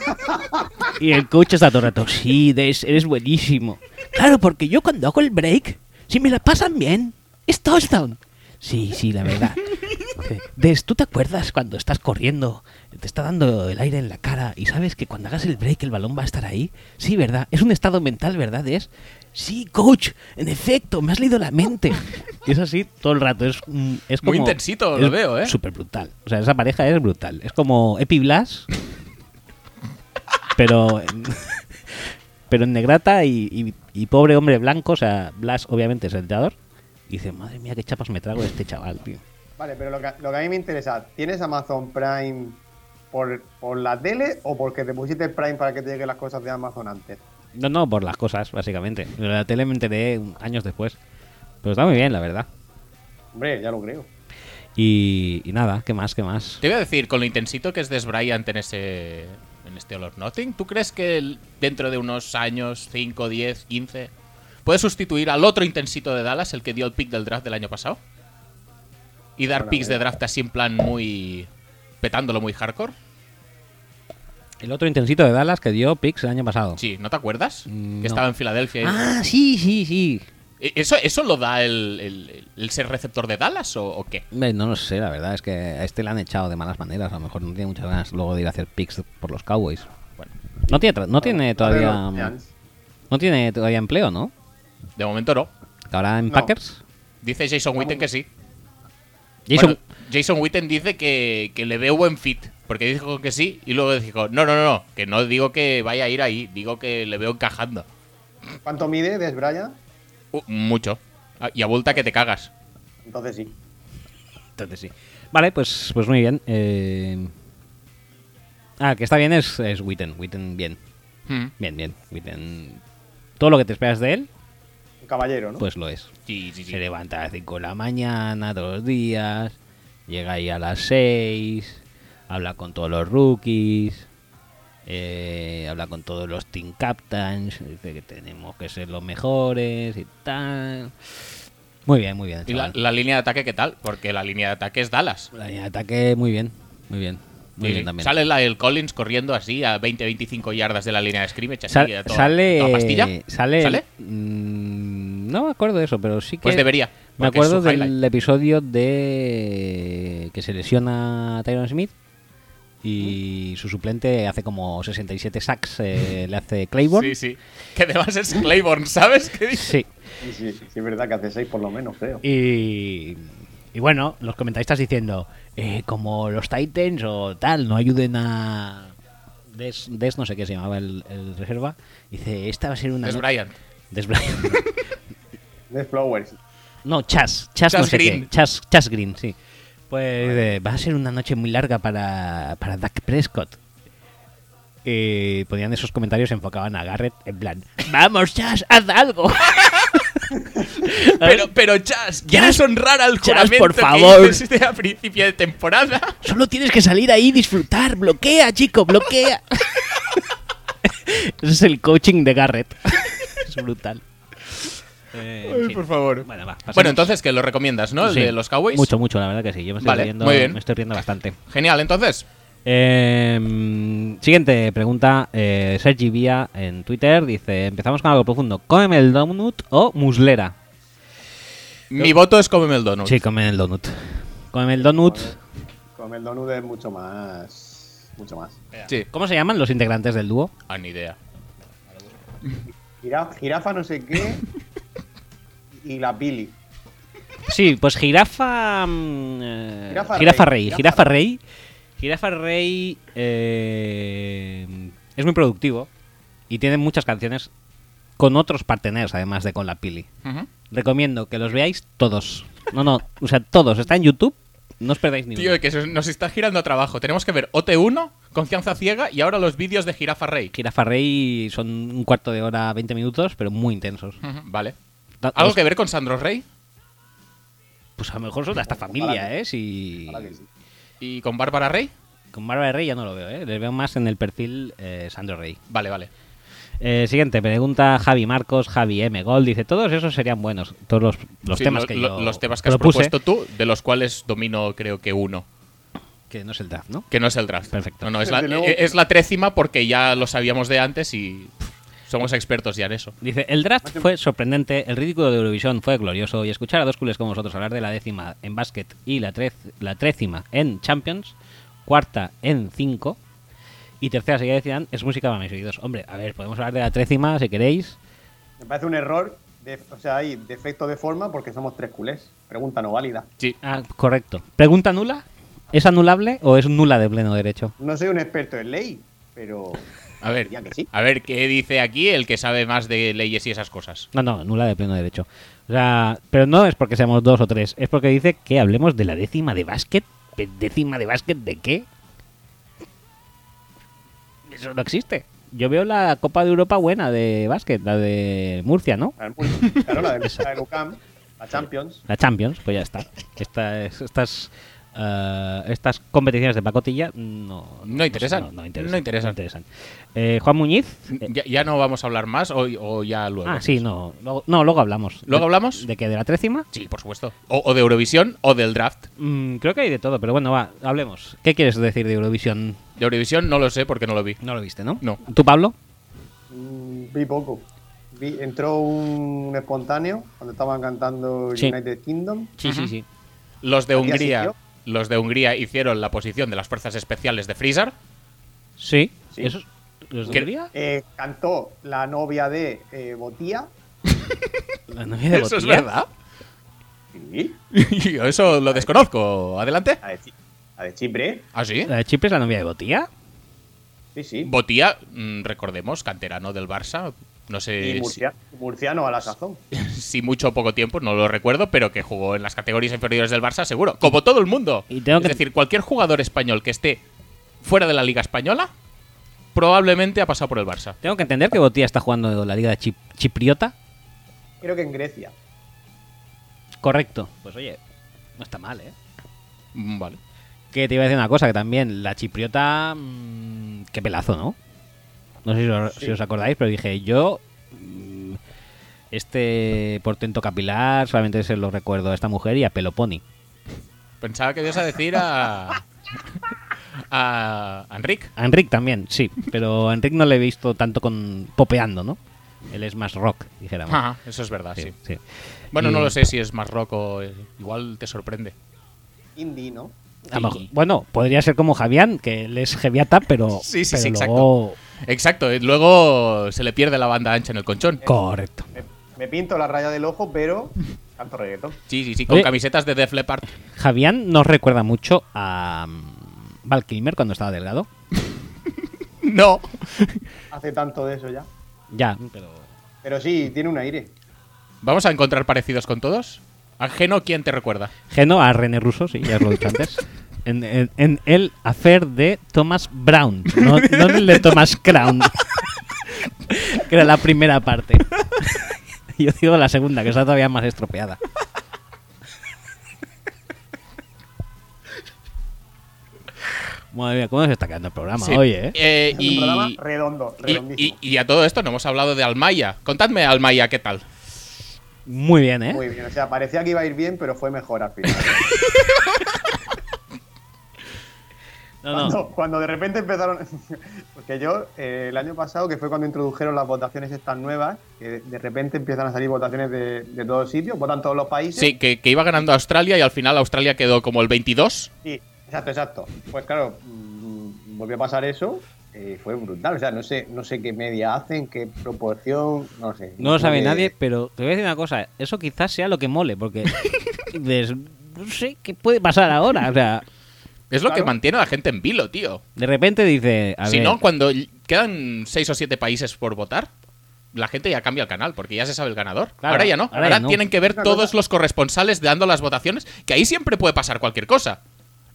[SPEAKER 1] y el coach está todo el rato, sí, Des, eres buenísimo. Claro, porque yo cuando hago el break, si me la pasan bien, es touchdown. Sí, sí, la verdad. Dice, Des, ¿tú te acuerdas cuando estás corriendo, te está dando el aire en la cara y sabes que cuando hagas el break el balón va a estar ahí? Sí, ¿verdad? Es un estado mental, ¿verdad, Des? Sí, coach, en efecto, me has leído la mente. Y es así todo el rato, es, mm, es
[SPEAKER 2] Muy
[SPEAKER 1] como-
[SPEAKER 2] intensito, lo
[SPEAKER 1] es
[SPEAKER 2] veo, ¿eh?
[SPEAKER 1] Súper brutal. O sea, esa pareja es brutal. Es como Epi Blas, pero en, pero en negrata y, y- y pobre hombre blanco. O sea, Blas obviamente es el entrenador. Y dice, madre mía, qué chapas me trago de este chaval, tío.
[SPEAKER 3] Vale, pero lo que, lo que a mí me interesa, ¿tienes Amazon Prime por, por la tele o porque te pusiste Prime para que te lleguen las cosas de Amazon antes?
[SPEAKER 1] No, no, por las cosas, básicamente. Lo de la tele me enteré años después. Pero está muy bien, la verdad.
[SPEAKER 3] Hombre, ya lo creo.
[SPEAKER 1] Y, y nada, ¿qué más? ¿Qué más?
[SPEAKER 2] Te voy a decir, con lo intensito que es Des Bryant en ese. en este All or Nothing, ¿tú crees que el- dentro de unos años, 5, 10, 15, puede sustituir al otro intensito de Dallas, el que dio el pick del draft del año pasado? Y dar
[SPEAKER 3] Bueno,
[SPEAKER 2] picks de
[SPEAKER 3] eh.
[SPEAKER 2] draft así en plan muy. petándolo muy hardcore?
[SPEAKER 1] El otro intensito de Dallas que dio Pix el año pasado.
[SPEAKER 2] Sí, eh. ¿no te acuerdas?
[SPEAKER 1] Mm, no.
[SPEAKER 2] que estaba en Filadelfia. y-
[SPEAKER 1] Ah, sí, sí, sí.
[SPEAKER 2] ¿E- ¿Eso, ¿Eso lo da el, el- el ser receptor de Dallas o, o qué?
[SPEAKER 1] Hombre, No lo sé, la verdad es que a este le han echado de malas maneras. A lo mejor no tiene muchas ganas luego de ir a hacer picks por los Cowboys.
[SPEAKER 2] Bueno,
[SPEAKER 1] No tiene, tra- no tiene todavía
[SPEAKER 3] Los Giants.
[SPEAKER 1] no tiene todavía empleo, ¿no?
[SPEAKER 2] de momento no.
[SPEAKER 1] Ahora en
[SPEAKER 3] No.
[SPEAKER 1] Packers.
[SPEAKER 2] Dice Jason Witten que sí.
[SPEAKER 1] Jason,
[SPEAKER 2] Bueno, Jason Witten dice que, que le veo buen fit. Porque dijo que sí y luego dijo, no, no, no, no, que no digo que vaya a ir ahí, digo que le veo encajando.
[SPEAKER 3] ¿Cuánto mide Des Bryant?
[SPEAKER 2] Uh, mucho. Ah, Y a vuelta que te cagas.
[SPEAKER 3] Entonces sí.
[SPEAKER 1] entonces sí. Vale, pues, pues muy bien. eh. Ah, el que está bien es, es Witten. Witten, bien.
[SPEAKER 2] Hmm.
[SPEAKER 1] Bien, bien. Witten. Todo lo que te esperas de él,
[SPEAKER 3] Un caballero, ¿no?
[SPEAKER 1] Pues lo es.
[SPEAKER 2] Sí, sí, sí.
[SPEAKER 1] Se levanta a las 5 de la mañana, todos los días, llega ahí a las 6, habla con todos los rookies, eh, habla con todos los team captains, dice que tenemos que ser los mejores y tal. Muy bien, muy bien.
[SPEAKER 2] ¿Y la,
[SPEAKER 1] chaval.
[SPEAKER 2] la línea de ataque qué tal? Porque la línea de ataque es Dallas.
[SPEAKER 1] La línea de ataque, muy bien, muy bien. Muy
[SPEAKER 2] Sí,
[SPEAKER 1] bien también.
[SPEAKER 2] Sale la del Collins corriendo así a 20-25 yardas de la línea de scrimmage. así,
[SPEAKER 1] Sal-
[SPEAKER 2] a toda-
[SPEAKER 1] sale,
[SPEAKER 2] a toda pastilla.
[SPEAKER 1] sale,
[SPEAKER 2] ¿Sale?
[SPEAKER 1] mm, no me acuerdo de eso, pero sí que.
[SPEAKER 2] Pues debería,
[SPEAKER 1] Me
[SPEAKER 2] porque es
[SPEAKER 1] acuerdo
[SPEAKER 2] su
[SPEAKER 1] del
[SPEAKER 2] highlight.
[SPEAKER 1] episodio de que se lesiona a Tyron Smith y su suplente hace como 67 sacks, eh, le hace Claiborne.
[SPEAKER 2] Sí, sí. Que además es Claiborne, ¿sabes? ¿Qué dice?
[SPEAKER 1] Sí.
[SPEAKER 3] Sí, sí, sí, es verdad que hace seis por lo menos, creo.
[SPEAKER 1] Y, y bueno, los comentaristas diciendo, eh, como los Titans o tal, no ayuden a Des, Des, no sé qué se llamaba el, el reserva. Dice, esta va a ser una...
[SPEAKER 2] Es
[SPEAKER 1] no-
[SPEAKER 2] Bryant.
[SPEAKER 1] Des Bryant.
[SPEAKER 3] De Flowers.
[SPEAKER 1] No, Chas, Chas,
[SPEAKER 2] Chas
[SPEAKER 1] no sé
[SPEAKER 2] Green.
[SPEAKER 1] qué. Chas, Chas Green, sí. Pues eh, va a ser una noche muy larga para, para Dak Prescott. Eh, ponían esos comentarios, enfocaban a Garrett en plan, vamos Chas, haz algo.
[SPEAKER 2] Pero, pero Chas, ¿quieres
[SPEAKER 1] Chas,
[SPEAKER 2] honrar al
[SPEAKER 1] Chas,
[SPEAKER 2] juramento
[SPEAKER 1] por
[SPEAKER 2] que
[SPEAKER 1] favor.
[SPEAKER 2] hiciste a principio de temporada?
[SPEAKER 1] Solo tienes que salir ahí y disfrutar, bloquea chico, bloquea. Ese es el coaching de Garrett. es brutal. Eh, en fin.
[SPEAKER 2] favor.
[SPEAKER 1] Bueno, va,
[SPEAKER 2] Bueno,
[SPEAKER 1] pasemos.
[SPEAKER 2] entonces que lo recomiendas, ¿no? El
[SPEAKER 1] Sí.
[SPEAKER 2] de los Cowboys.
[SPEAKER 1] Mucho, mucho, la verdad que sí. Yo me estoy
[SPEAKER 2] Vale,
[SPEAKER 1] riendo-
[SPEAKER 2] muy bien.
[SPEAKER 1] me estoy riendo bastante.
[SPEAKER 2] Genial, entonces.
[SPEAKER 1] Eh, siguiente pregunta. eh, Sergi Vía en Twitter dice: Empezamos con algo profundo. ¿Cómeme el donut o muslera?
[SPEAKER 2] Mi voto es cómeme el donut.
[SPEAKER 1] Sí, cómeme el donut. Cómeme el donut.
[SPEAKER 3] Con el donut es mucho más. Mucho más.
[SPEAKER 2] Sí.
[SPEAKER 1] ¿Cómo se llaman los integrantes del dúo?
[SPEAKER 2] Ah, ni idea.
[SPEAKER 3] Jira- jirafa no sé qué. y la Pili.
[SPEAKER 1] Sí, pues jirafa. mm, eh,
[SPEAKER 3] Jirafa
[SPEAKER 1] rey. Jirafa
[SPEAKER 3] Rey, Jirafa
[SPEAKER 1] rey. Jirafa rey. eh, es muy productivo y tiene muchas canciones con otros partenaires, además de con la pili.
[SPEAKER 2] Ujú.
[SPEAKER 1] Recomiendo que los veáis todos. No, no, o sea, todos. Está en YouTube. No os perdáis ni uno.
[SPEAKER 2] Tío, que se- nos está girando a trabajo. Tenemos que ver OT1, Confianza Ciega y ahora los vídeos de Jirafa Rey.
[SPEAKER 1] Jirafa Rey son un cuarto de hora, 20 minutos, pero muy intensos.
[SPEAKER 2] Ujú, Vale.
[SPEAKER 1] Ta-
[SPEAKER 2] ¿Algo
[SPEAKER 1] los-
[SPEAKER 2] que ver con Sandro Rey?
[SPEAKER 1] Pues a lo mejor son de esta
[SPEAKER 3] Ojalá
[SPEAKER 1] familia,
[SPEAKER 3] que-
[SPEAKER 1] ¿eh? Si...
[SPEAKER 3] Ojalá que sí.
[SPEAKER 2] ¿Y con Bárbara Rey?
[SPEAKER 1] Con Bárbara Rey ya no lo veo, ¿eh? Les veo más en el perfil eh, Sandro Rey.
[SPEAKER 2] Vale, vale.
[SPEAKER 1] Eh, siguiente, pregunta Javi Marcos, Javi M. Gol. Dice, todos esos serían buenos. Todos los, los
[SPEAKER 2] Sí,
[SPEAKER 1] temas
[SPEAKER 2] lo-
[SPEAKER 1] que
[SPEAKER 2] lo-
[SPEAKER 1] yo
[SPEAKER 2] los temas que has
[SPEAKER 1] propuse,
[SPEAKER 2] propuesto tú, de los cuales domino creo que uno.
[SPEAKER 1] Que no es el draft, ¿no?
[SPEAKER 2] Que no es el draft.
[SPEAKER 1] Perfecto.
[SPEAKER 2] No, no, es la,
[SPEAKER 3] Desde luego.
[SPEAKER 2] eh, es la trécima porque ya lo sabíamos de antes y pff, somos expertos ya en eso.
[SPEAKER 1] Dice, el draft fue sorprendente, el ridículo de Eurovisión fue glorioso y escuchar a dos culés como vosotros hablar de la décima en básquet y la, trez, la trécima en Champions, cuarta en cinco y tercera seguida de Zidane es música para mis oídos. Hombre, a ver, podemos hablar de la trécima si queréis.
[SPEAKER 3] Me parece un error. de- o sea, hay defecto de forma porque somos tres culés. Pregunta no válida.
[SPEAKER 2] Sí.
[SPEAKER 1] Ah, correcto. Pregunta nula, ¿es anulable o es nula de pleno derecho?
[SPEAKER 3] No soy un experto en ley, pero.
[SPEAKER 2] A ver,
[SPEAKER 3] Diría que sí.
[SPEAKER 2] a ver qué dice aquí el que sabe más de leyes y esas cosas.
[SPEAKER 1] No, no, nula de pleno derecho. O sea, pero no es porque seamos dos o tres, es porque dice que hablemos de la décima de básquet. ¿Pe- ¿Décima de básquet de qué? Eso no existe. Yo veo la Copa de Europa buena de básquet, la de Murcia, ¿no?
[SPEAKER 3] Claro, la de la de Lucam, la Champions.
[SPEAKER 1] La Champions, pues ya está. Esta es- estas, eh, estas competiciones de pacotilla no,
[SPEAKER 2] No interesan.
[SPEAKER 1] No, interesan.
[SPEAKER 2] No interesan.
[SPEAKER 1] Eh, Juan Muñiz. eh,
[SPEAKER 2] Ya, ya no vamos a hablar más o, o ya luego.
[SPEAKER 1] ah, sí, no. Luego, no, luego hablamos.
[SPEAKER 2] ¿Luego
[SPEAKER 1] De-
[SPEAKER 2] hablamos?
[SPEAKER 1] ¿De qué? ¿De la trécima?
[SPEAKER 2] Sí, por supuesto. O, o de Eurovisión o del draft.
[SPEAKER 1] Mm, creo que hay de todo, pero bueno, va, hablemos. ¿Qué quieres decir de Eurovisión?
[SPEAKER 2] De Eurovisión no lo sé porque no lo vi.
[SPEAKER 1] No lo viste, ¿no?
[SPEAKER 2] No.
[SPEAKER 1] ¿Tú, Pablo?
[SPEAKER 3] Mm, vi poco. Vi- entró un espontáneo cuando estaban cantando
[SPEAKER 1] Sí.
[SPEAKER 3] United Kingdom.
[SPEAKER 1] Sí, sí, sí.
[SPEAKER 2] Los de
[SPEAKER 3] ¿Había
[SPEAKER 2] Hungría,
[SPEAKER 3] sitio?
[SPEAKER 2] los de Hungría hicieron la posición de las fuerzas especiales de Freezer.
[SPEAKER 1] Sí.
[SPEAKER 3] Sí.
[SPEAKER 1] ¿Eso? ¿Los
[SPEAKER 2] ¿Qué-
[SPEAKER 1] de Hungría?
[SPEAKER 3] Eh, cantó la novia de eh, Botía.
[SPEAKER 1] La novia de
[SPEAKER 2] ¿Eso es
[SPEAKER 1] Botía.
[SPEAKER 2] verdad?
[SPEAKER 3] Sí,
[SPEAKER 2] Yo eso lo desconozco. Adelante.
[SPEAKER 3] la de, Chi- la de Chipre.
[SPEAKER 2] ¿Ah, sí?
[SPEAKER 1] ¿La de Chipre es la novia de Botía?
[SPEAKER 3] Sí, sí.
[SPEAKER 2] Botía, mm, recordemos, canterano del Barça. No sé
[SPEAKER 3] y
[SPEAKER 2] si,
[SPEAKER 3] Murcia- murciano a la sazón.
[SPEAKER 2] si mucho o poco tiempo, no lo recuerdo, pero que jugó en las categorías inferiores del Barça, seguro. Como todo el mundo.
[SPEAKER 1] Y tengo
[SPEAKER 2] es
[SPEAKER 1] que-
[SPEAKER 2] decir, cualquier jugador español que esté fuera de la Liga Española probablemente ha pasado por el Barça.
[SPEAKER 1] Tengo que entender que Botía está jugando la liga de Chip- chipriota.
[SPEAKER 3] creo que en Grecia.
[SPEAKER 1] Correcto. Pues oye, no está mal, ¿eh?
[SPEAKER 2] Mm, Vale.
[SPEAKER 1] Que te iba a decir una cosa, que también la chipriota... mm, qué pelazo, ¿no? No sé si os, si os acordáis, pero dije, yo... mm, Este portento capilar solamente se lo recuerdo a esta mujer y a Peloponi.
[SPEAKER 2] Pensaba que ibas a decir a. a. a Enric.
[SPEAKER 1] A Enric también, sí, pero a Enric no le he visto tanto con popeando, ¿no? Él es más rock, dijéramos.
[SPEAKER 2] Ajá, eso es verdad, Ah, sí.
[SPEAKER 1] Sí, sí.
[SPEAKER 2] Bueno,
[SPEAKER 1] Y-
[SPEAKER 2] no lo sé si es más rock o. eh, Igual te sorprende.
[SPEAKER 3] Indie, ¿no?
[SPEAKER 1] a lo mejor- bueno, podría ser como Javián, que él es Javiata, pero,
[SPEAKER 2] Sí, sí,
[SPEAKER 1] pero
[SPEAKER 2] sí, exacto.
[SPEAKER 1] luego-
[SPEAKER 2] Exacto, y luego se le pierde la banda ancha en el conchón.
[SPEAKER 1] Correcto.
[SPEAKER 3] Me, me pinto la raya del ojo, pero canto reggaetón.
[SPEAKER 2] Sí, sí, sí, con
[SPEAKER 1] Oye.
[SPEAKER 2] camisetas de Def Leppard.
[SPEAKER 1] Javián nos recuerda mucho a mm, Val Kilmer cuando estaba delgado.
[SPEAKER 2] No.
[SPEAKER 3] Hace tanto de eso ya.
[SPEAKER 1] Ya, pero...
[SPEAKER 3] Pero sí, tiene un aire.
[SPEAKER 2] ¿Vamos a encontrar parecidos con todos? Angeno, ¿quién te recuerda?
[SPEAKER 1] Geno a René Russo, sí, ya os lo he dicho antes. En, en- en el hacer de Thomas Brown, no, no en el de Thomas Crown, que era la primera parte. Yo digo la segunda, que está todavía más estropeada. Madre mía, ¿cómo se está quedando el programa?
[SPEAKER 2] Sí.
[SPEAKER 1] Oye, ¿eh?
[SPEAKER 2] Eh,
[SPEAKER 3] Es un
[SPEAKER 2] y,
[SPEAKER 3] programa redondo,
[SPEAKER 2] y,
[SPEAKER 3] redondísimo.
[SPEAKER 2] y- y a todo esto no hemos hablado de Almaya. Contadme, Almaya, ¿qué tal?
[SPEAKER 1] Muy bien, ¿eh?
[SPEAKER 3] Muy bien, o sea, parecía que iba a ir bien, pero fue mejor al final.
[SPEAKER 1] No, no.
[SPEAKER 3] Cuando, cuando de repente empezaron. Porque yo, eh, el año pasado, que fue cuando introdujeron las votaciones estas nuevas, que de repente empiezan a salir votaciones de, de todos sitios, votan todos los países.
[SPEAKER 2] Sí, que, que iba ganando Australia y al final Australia quedó como el 22.
[SPEAKER 3] Sí, exacto, exacto. Pues claro, mm, volvió a pasar eso. eh, fue brutal, o sea, no sé, no sé qué media hacen, qué proporción, no sé.
[SPEAKER 1] No lo sabe
[SPEAKER 3] Eh,
[SPEAKER 1] nadie, pero te voy a decir una cosa. Eso quizás sea lo que mole, porque dices, no sé qué puede pasar ahora. O sea,
[SPEAKER 2] Es lo que
[SPEAKER 3] Claro.
[SPEAKER 2] mantiene a la gente en vilo, tío.
[SPEAKER 1] de repente dice, a
[SPEAKER 2] si
[SPEAKER 1] ver,
[SPEAKER 2] no, cuando l- quedan seis o siete países por votar, la gente ya cambia el canal, porque ya se sabe el ganador.
[SPEAKER 1] Claro,
[SPEAKER 2] ahora ya no.
[SPEAKER 1] ahora
[SPEAKER 2] Ahora,
[SPEAKER 1] ya no.
[SPEAKER 2] tienen que ver
[SPEAKER 3] Una
[SPEAKER 2] todos
[SPEAKER 3] cosa-
[SPEAKER 2] los corresponsales dando las votaciones, que ahí siempre puede pasar cualquier cosa.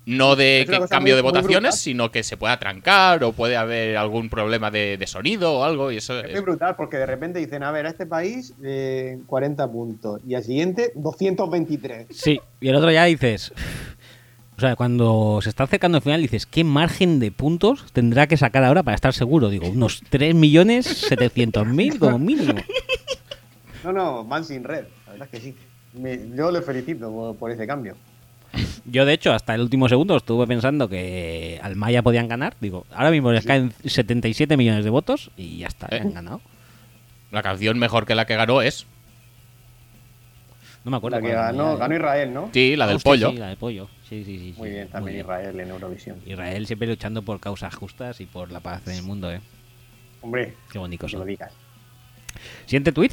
[SPEAKER 2] No de
[SPEAKER 3] Es una
[SPEAKER 2] que
[SPEAKER 3] cosa
[SPEAKER 2] cambio
[SPEAKER 3] muy-
[SPEAKER 2] de
[SPEAKER 3] muy
[SPEAKER 2] votaciones,
[SPEAKER 3] brutal.
[SPEAKER 2] sino que se pueda trancar o puede haber algún problema de, de sonido o algo. Y eso
[SPEAKER 3] Es
[SPEAKER 2] es-
[SPEAKER 3] muy brutal porque de repente dicen, a ver, a este país eh, 40 puntos y al siguiente 223.
[SPEAKER 1] sí. Y el otro ya dices, o sea, cuando se está acercando al final dices, ¿qué margen de puntos tendrá que sacar ahora para estar seguro? Digo, unos 3.700.000 como mínimo.
[SPEAKER 3] No, no, van sin red, la verdad es que sí. Me- yo le felicito por, por ese cambio.
[SPEAKER 1] Yo, de hecho, hasta el último segundo estuve pensando que al Maya podían ganar. Digo, ahora mismo les caen 77 millones de votos y ya está, ya
[SPEAKER 2] ¿Eh?
[SPEAKER 1] han ganado.
[SPEAKER 2] La canción mejor que la que ganó es.
[SPEAKER 1] No me acuerdo.
[SPEAKER 3] La
[SPEAKER 1] cuál
[SPEAKER 3] que
[SPEAKER 1] era,
[SPEAKER 3] ganó,
[SPEAKER 1] ya,
[SPEAKER 3] ganó
[SPEAKER 1] ya.
[SPEAKER 3] Israel, ¿no?
[SPEAKER 2] Sí, la del
[SPEAKER 1] Hostia,
[SPEAKER 2] pollo.
[SPEAKER 1] eh. Sí, la del pollo. Sí, sí, sí.
[SPEAKER 3] Muy
[SPEAKER 1] sí,
[SPEAKER 3] bien, también
[SPEAKER 1] bien.
[SPEAKER 3] Israel en Eurovisión.
[SPEAKER 1] Israel siempre luchando por causas justas y por la paz en el mundo, ¿eh?
[SPEAKER 3] Hombre,
[SPEAKER 1] Qué bonito
[SPEAKER 3] que lo
[SPEAKER 1] son.
[SPEAKER 3] digas.
[SPEAKER 1] Siguiente tweet.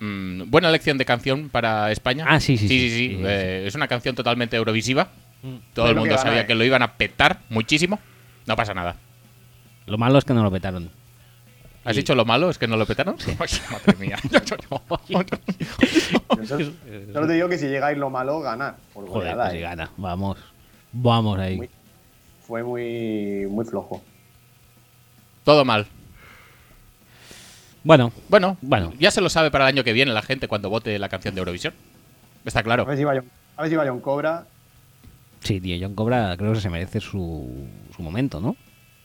[SPEAKER 2] Mm, buena elección de canción para España.
[SPEAKER 1] Ah, sí, sí,
[SPEAKER 2] Sí,
[SPEAKER 1] sí,
[SPEAKER 2] sí,
[SPEAKER 1] sí,
[SPEAKER 2] sí.
[SPEAKER 1] sí,
[SPEAKER 2] Eh, Es una canción totalmente eurovisiva. Todo
[SPEAKER 3] Es
[SPEAKER 2] el
[SPEAKER 3] lo que
[SPEAKER 2] mundo
[SPEAKER 3] gana,
[SPEAKER 2] sabía
[SPEAKER 3] eh.
[SPEAKER 2] que lo iban a petar muchísimo. No pasa nada.
[SPEAKER 1] Lo malo es que no lo petaron.
[SPEAKER 2] ¿Has
[SPEAKER 1] Y-
[SPEAKER 2] dicho lo malo? ¿Es que no lo petaron? Ay, madre mía.
[SPEAKER 3] Yo solo, solo te digo que si llegáis lo malo, ganar. Por
[SPEAKER 1] Joder,
[SPEAKER 3] goleada,
[SPEAKER 1] pues si
[SPEAKER 3] eh.
[SPEAKER 1] gana. Vamos. Vamos ahí.
[SPEAKER 3] Muy- Fue muy, muy flojo.
[SPEAKER 2] Todo mal.
[SPEAKER 1] Bueno,
[SPEAKER 2] Bueno,
[SPEAKER 1] Bueno.
[SPEAKER 2] ya se lo sabe para el año que viene la gente cuando vote la canción de Eurovisión. Está
[SPEAKER 3] A
[SPEAKER 2] claro.
[SPEAKER 3] ver si va John, a ver si va John Cobra.
[SPEAKER 1] sí, tío, John Cobra creo que se merece su, su momento, ¿no?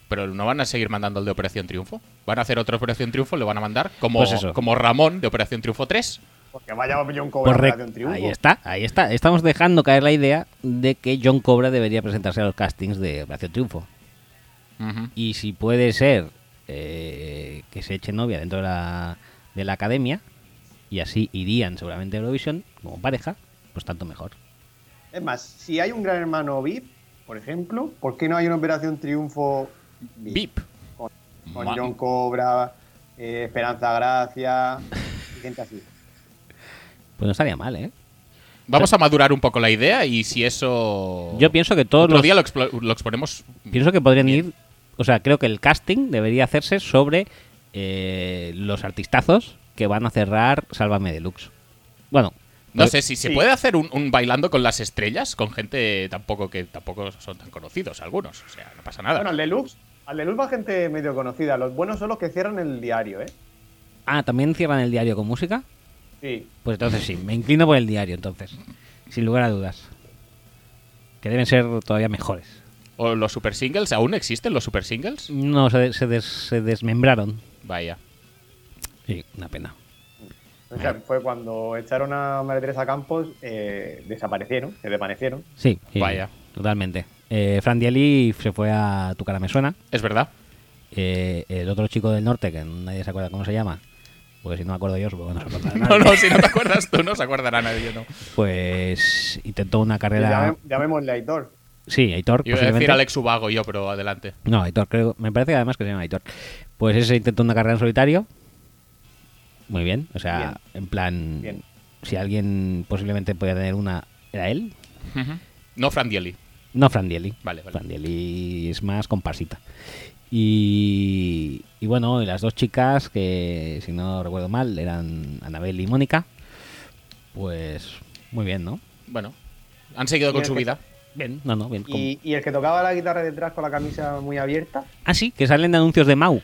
[SPEAKER 2] Pero no van a seguir mandando el de Operación Triunfo. Van a hacer otra Operación Triunfo, le van a mandar como,
[SPEAKER 1] Pues eso.
[SPEAKER 2] como Ramón de Operación Triunfo 3.
[SPEAKER 3] Porque vaya John Cobra
[SPEAKER 1] Correcto.
[SPEAKER 3] para un triunfo.
[SPEAKER 1] Pues Ahí está, ahí está. Estamos dejando caer la idea de que John Cobra debería presentarse a los castings de Operación Triunfo.
[SPEAKER 2] Ujú.
[SPEAKER 1] Y si puede ser eh, que se eche novia dentro de la, de la academia, y así irían seguramente a Eurovisión como pareja, pues tanto mejor.
[SPEAKER 3] Es más, si hay un gran hermano VIP, por ejemplo, ¿por qué no hay una operación triunfo VIP?
[SPEAKER 2] VIP.
[SPEAKER 3] Con, con
[SPEAKER 2] Ma-
[SPEAKER 3] John Cobra, eh, Esperanza Gracia, y gente así.
[SPEAKER 1] Pues no estaría mal, ¿eh?
[SPEAKER 2] Vamos a madurar un poco la idea y si eso.
[SPEAKER 3] Oh.
[SPEAKER 1] Yo pienso que todos
[SPEAKER 2] Otro
[SPEAKER 1] los.
[SPEAKER 2] día lo, explo- lo exponemos.
[SPEAKER 1] Pienso que podrían ir. O sea, creo que el casting debería hacerse sobre eh, los artistazos que van a cerrar Sálvame Deluxe. Bueno,
[SPEAKER 2] No
[SPEAKER 1] pues-
[SPEAKER 2] sé si se
[SPEAKER 3] Sí.
[SPEAKER 2] puede hacer un, un bailando con las estrellas con gente tampoco que tampoco son tan conocidos algunos. O sea, no pasa nada.
[SPEAKER 3] Bueno, al Deluxe, al Deluxe va gente medio conocida. Los buenos son los que cierran el diario, ¿eh?
[SPEAKER 1] Ah, ¿también cierran el diario con música?
[SPEAKER 3] Sí.
[SPEAKER 1] Pues entonces sí, me inclino por el diario, entonces. Sin lugar a dudas. Que deben ser todavía mejores.
[SPEAKER 2] ¿O los super singles? ¿Aún existen los super singles?
[SPEAKER 1] No, se, de- se des- se desmembraron.
[SPEAKER 2] Vaya.
[SPEAKER 1] Sí, una pena.
[SPEAKER 3] O sea, fue cuando echaron a María Teresa Campos, eh, desaparecieron, se desvanecieron.
[SPEAKER 1] Sí, sí,
[SPEAKER 2] Vaya.
[SPEAKER 1] Totalmente. Eh, Fran Dieli se fue a Tu cara me suena.
[SPEAKER 2] Es verdad.
[SPEAKER 1] Eh, el otro chico del norte, que nadie se acuerda cómo se llama, porque si no me acuerdo yo, supongo que no se
[SPEAKER 3] Ah,
[SPEAKER 1] acuerda nadie,
[SPEAKER 2] No, no, si no te acuerdas tú, no se acuerdará nadie, no.
[SPEAKER 1] pues intentó una carrera...
[SPEAKER 3] Llamé- llamémosle a Aitor.
[SPEAKER 1] Sí, Aitor,
[SPEAKER 2] Iba a decir
[SPEAKER 1] posiblemente.
[SPEAKER 2] Alex Ubago yo, pero adelante.
[SPEAKER 1] No, Aitor, creo. Me parece que además que se llama Aitor. Pues ese intentó una carrera en solitario. Muy bien. O sea,
[SPEAKER 3] Bien.
[SPEAKER 1] en plan.
[SPEAKER 3] Bien.
[SPEAKER 1] Si alguien posiblemente podía tener una. ¿Era él?
[SPEAKER 2] No Fran Dieli.
[SPEAKER 1] No, Frandielli.
[SPEAKER 2] Vale, vale.
[SPEAKER 1] Frandielli es más comparsita. Y, y bueno, y las dos chicas que, si no recuerdo mal, eran Anabel y Mónica. Pues muy bien, ¿no?
[SPEAKER 2] Bueno, han seguido con
[SPEAKER 3] Y
[SPEAKER 2] su
[SPEAKER 3] el que-
[SPEAKER 2] vida.
[SPEAKER 1] Bien, no, no, bien.
[SPEAKER 3] Y, y el que tocaba la guitarra detrás con la camisa muy abierta,
[SPEAKER 1] Ah, sí, que salen de anuncios de Mau.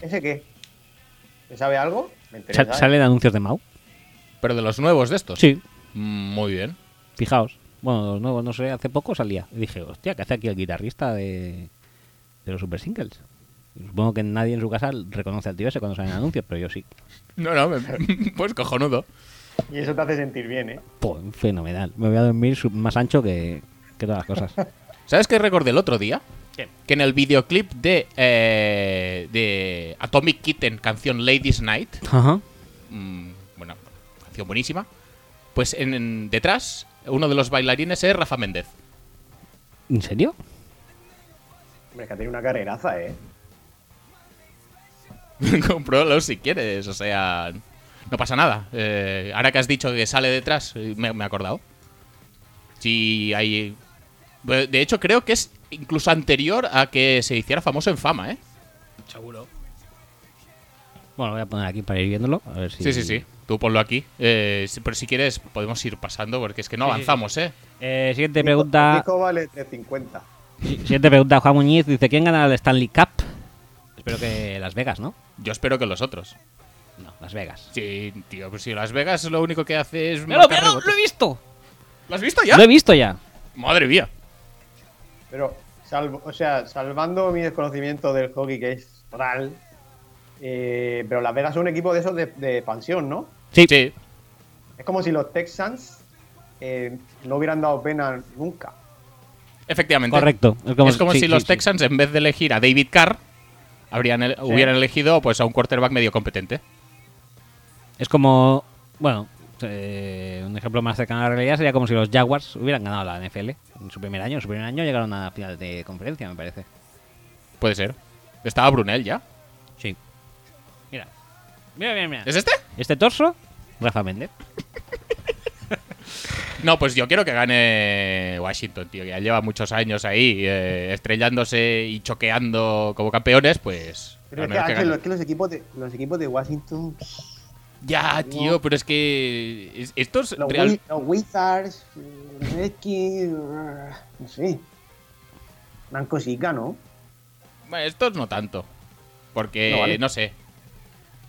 [SPEAKER 3] ¿ese qué? ¿Se sabe algo? Me
[SPEAKER 1] Sa-
[SPEAKER 3] interesa. ¿eh?
[SPEAKER 1] salen anuncios de Mau.
[SPEAKER 2] Pero de los nuevos de estos.
[SPEAKER 1] Sí,
[SPEAKER 2] Mm, Muy bien.
[SPEAKER 1] Fijaos. Bueno, los nuevos, no sé, hace poco salía. Y dije, hostia, ¿qué hace aquí el guitarrista de, de los Super Singles? Y Supongo que nadie en su casa reconoce al tío ese cuando salen anuncios, pero yo sí.
[SPEAKER 2] No, no, me- pues cojonudo.
[SPEAKER 3] Y eso te hace sentir bien, ¿eh?
[SPEAKER 1] Po, fenomenal. Me voy a dormir su- más ancho que, que todas las cosas.
[SPEAKER 2] ¿Sabes qué recordé el otro día?
[SPEAKER 1] ¿Qué?
[SPEAKER 2] Que en el videoclip de, eh, de Atomic Kitten, canción Ladies Night,
[SPEAKER 1] Ajá.
[SPEAKER 2] mm, bueno, canción buenísima, pues en, en- detrás uno de los bailarines es Rafa Méndez.
[SPEAKER 1] ¿En serio?
[SPEAKER 3] Hombre, es que ha tenido una carreraza, ¿eh?
[SPEAKER 2] Compruébalo si quieres, o sea, no pasa nada. Eh, ahora que has dicho que sale detrás, eh, me, me he acordado. Sí, hay... De hecho, creo que es incluso anterior a que se hiciera famoso en fama, ¿eh?
[SPEAKER 1] Bueno, lo voy a poner aquí para ir viéndolo. A ver si...
[SPEAKER 2] Sí, sí, sí. Tú ponlo aquí. Eh, si- pero si quieres, podemos ir pasando porque es que no avanzamos, ¿eh?
[SPEAKER 1] Eh, siguiente
[SPEAKER 3] El
[SPEAKER 1] pregunta.
[SPEAKER 3] disco vale 350.
[SPEAKER 1] Siguiente pregunta, Juan Muñiz. Dice, ¿quién ganará el Stanley Cup? Espero que Las Vegas, ¿no?
[SPEAKER 2] Yo espero que los otros.
[SPEAKER 1] No, Las Vegas.
[SPEAKER 2] Sí, tío, pues si Las Vegas lo único que hace es.
[SPEAKER 1] ¡Me lo,
[SPEAKER 2] marcar
[SPEAKER 1] me lo-
[SPEAKER 2] rebotes.
[SPEAKER 1] lo he visto!
[SPEAKER 2] ¿Lo has visto ya?
[SPEAKER 1] Lo he visto ya.
[SPEAKER 2] Madre mía.
[SPEAKER 3] Pero, salvo, o sea, salvando mi desconocimiento del hockey, que es total, eh, pero Las Vegas es un equipo de esos de, de expansión, ¿no?
[SPEAKER 1] Sí.
[SPEAKER 2] Sí,
[SPEAKER 3] Es como si los Texans eh, no hubieran dado pena nunca.
[SPEAKER 2] efectivamente.
[SPEAKER 1] Correcto. Es
[SPEAKER 2] es como
[SPEAKER 1] sí,
[SPEAKER 2] si
[SPEAKER 1] sí,
[SPEAKER 2] los
[SPEAKER 1] sí.
[SPEAKER 2] Texans, en vez de elegir a David Carr, habrían el- hubieran elegido pues a un quarterback medio competente.
[SPEAKER 1] Es como, bueno, eh, un ejemplo más cercano a la realidad sería como si los Jaguars hubieran ganado la NFL en su primer año. En su primer año llegaron a la final de conferencia, me parece.
[SPEAKER 2] Puede ser. Estaba Brunel ya.
[SPEAKER 1] Sí. Mira. Mira, mira, mira.
[SPEAKER 2] ¿Es este?
[SPEAKER 1] Este torso, Rafa Méndez.
[SPEAKER 2] No, pues yo quiero que gane Washington, tío, que ya lleva muchos años ahí eh, estrellándose y choqueando como campeones, pues...
[SPEAKER 3] Pero
[SPEAKER 2] al
[SPEAKER 3] es que,
[SPEAKER 2] menos que
[SPEAKER 3] Ángel,
[SPEAKER 2] gane.
[SPEAKER 3] es que los, equipos de, los equipos de Washington,
[SPEAKER 2] Ya, tío, pero es que es- estos
[SPEAKER 3] los,
[SPEAKER 2] real-
[SPEAKER 3] Wi- los Wizards, los Redskins, uh, no sé, una cosita, ¿no?
[SPEAKER 2] bueno, estos no tanto, porque no,
[SPEAKER 3] No, vale.
[SPEAKER 2] sé.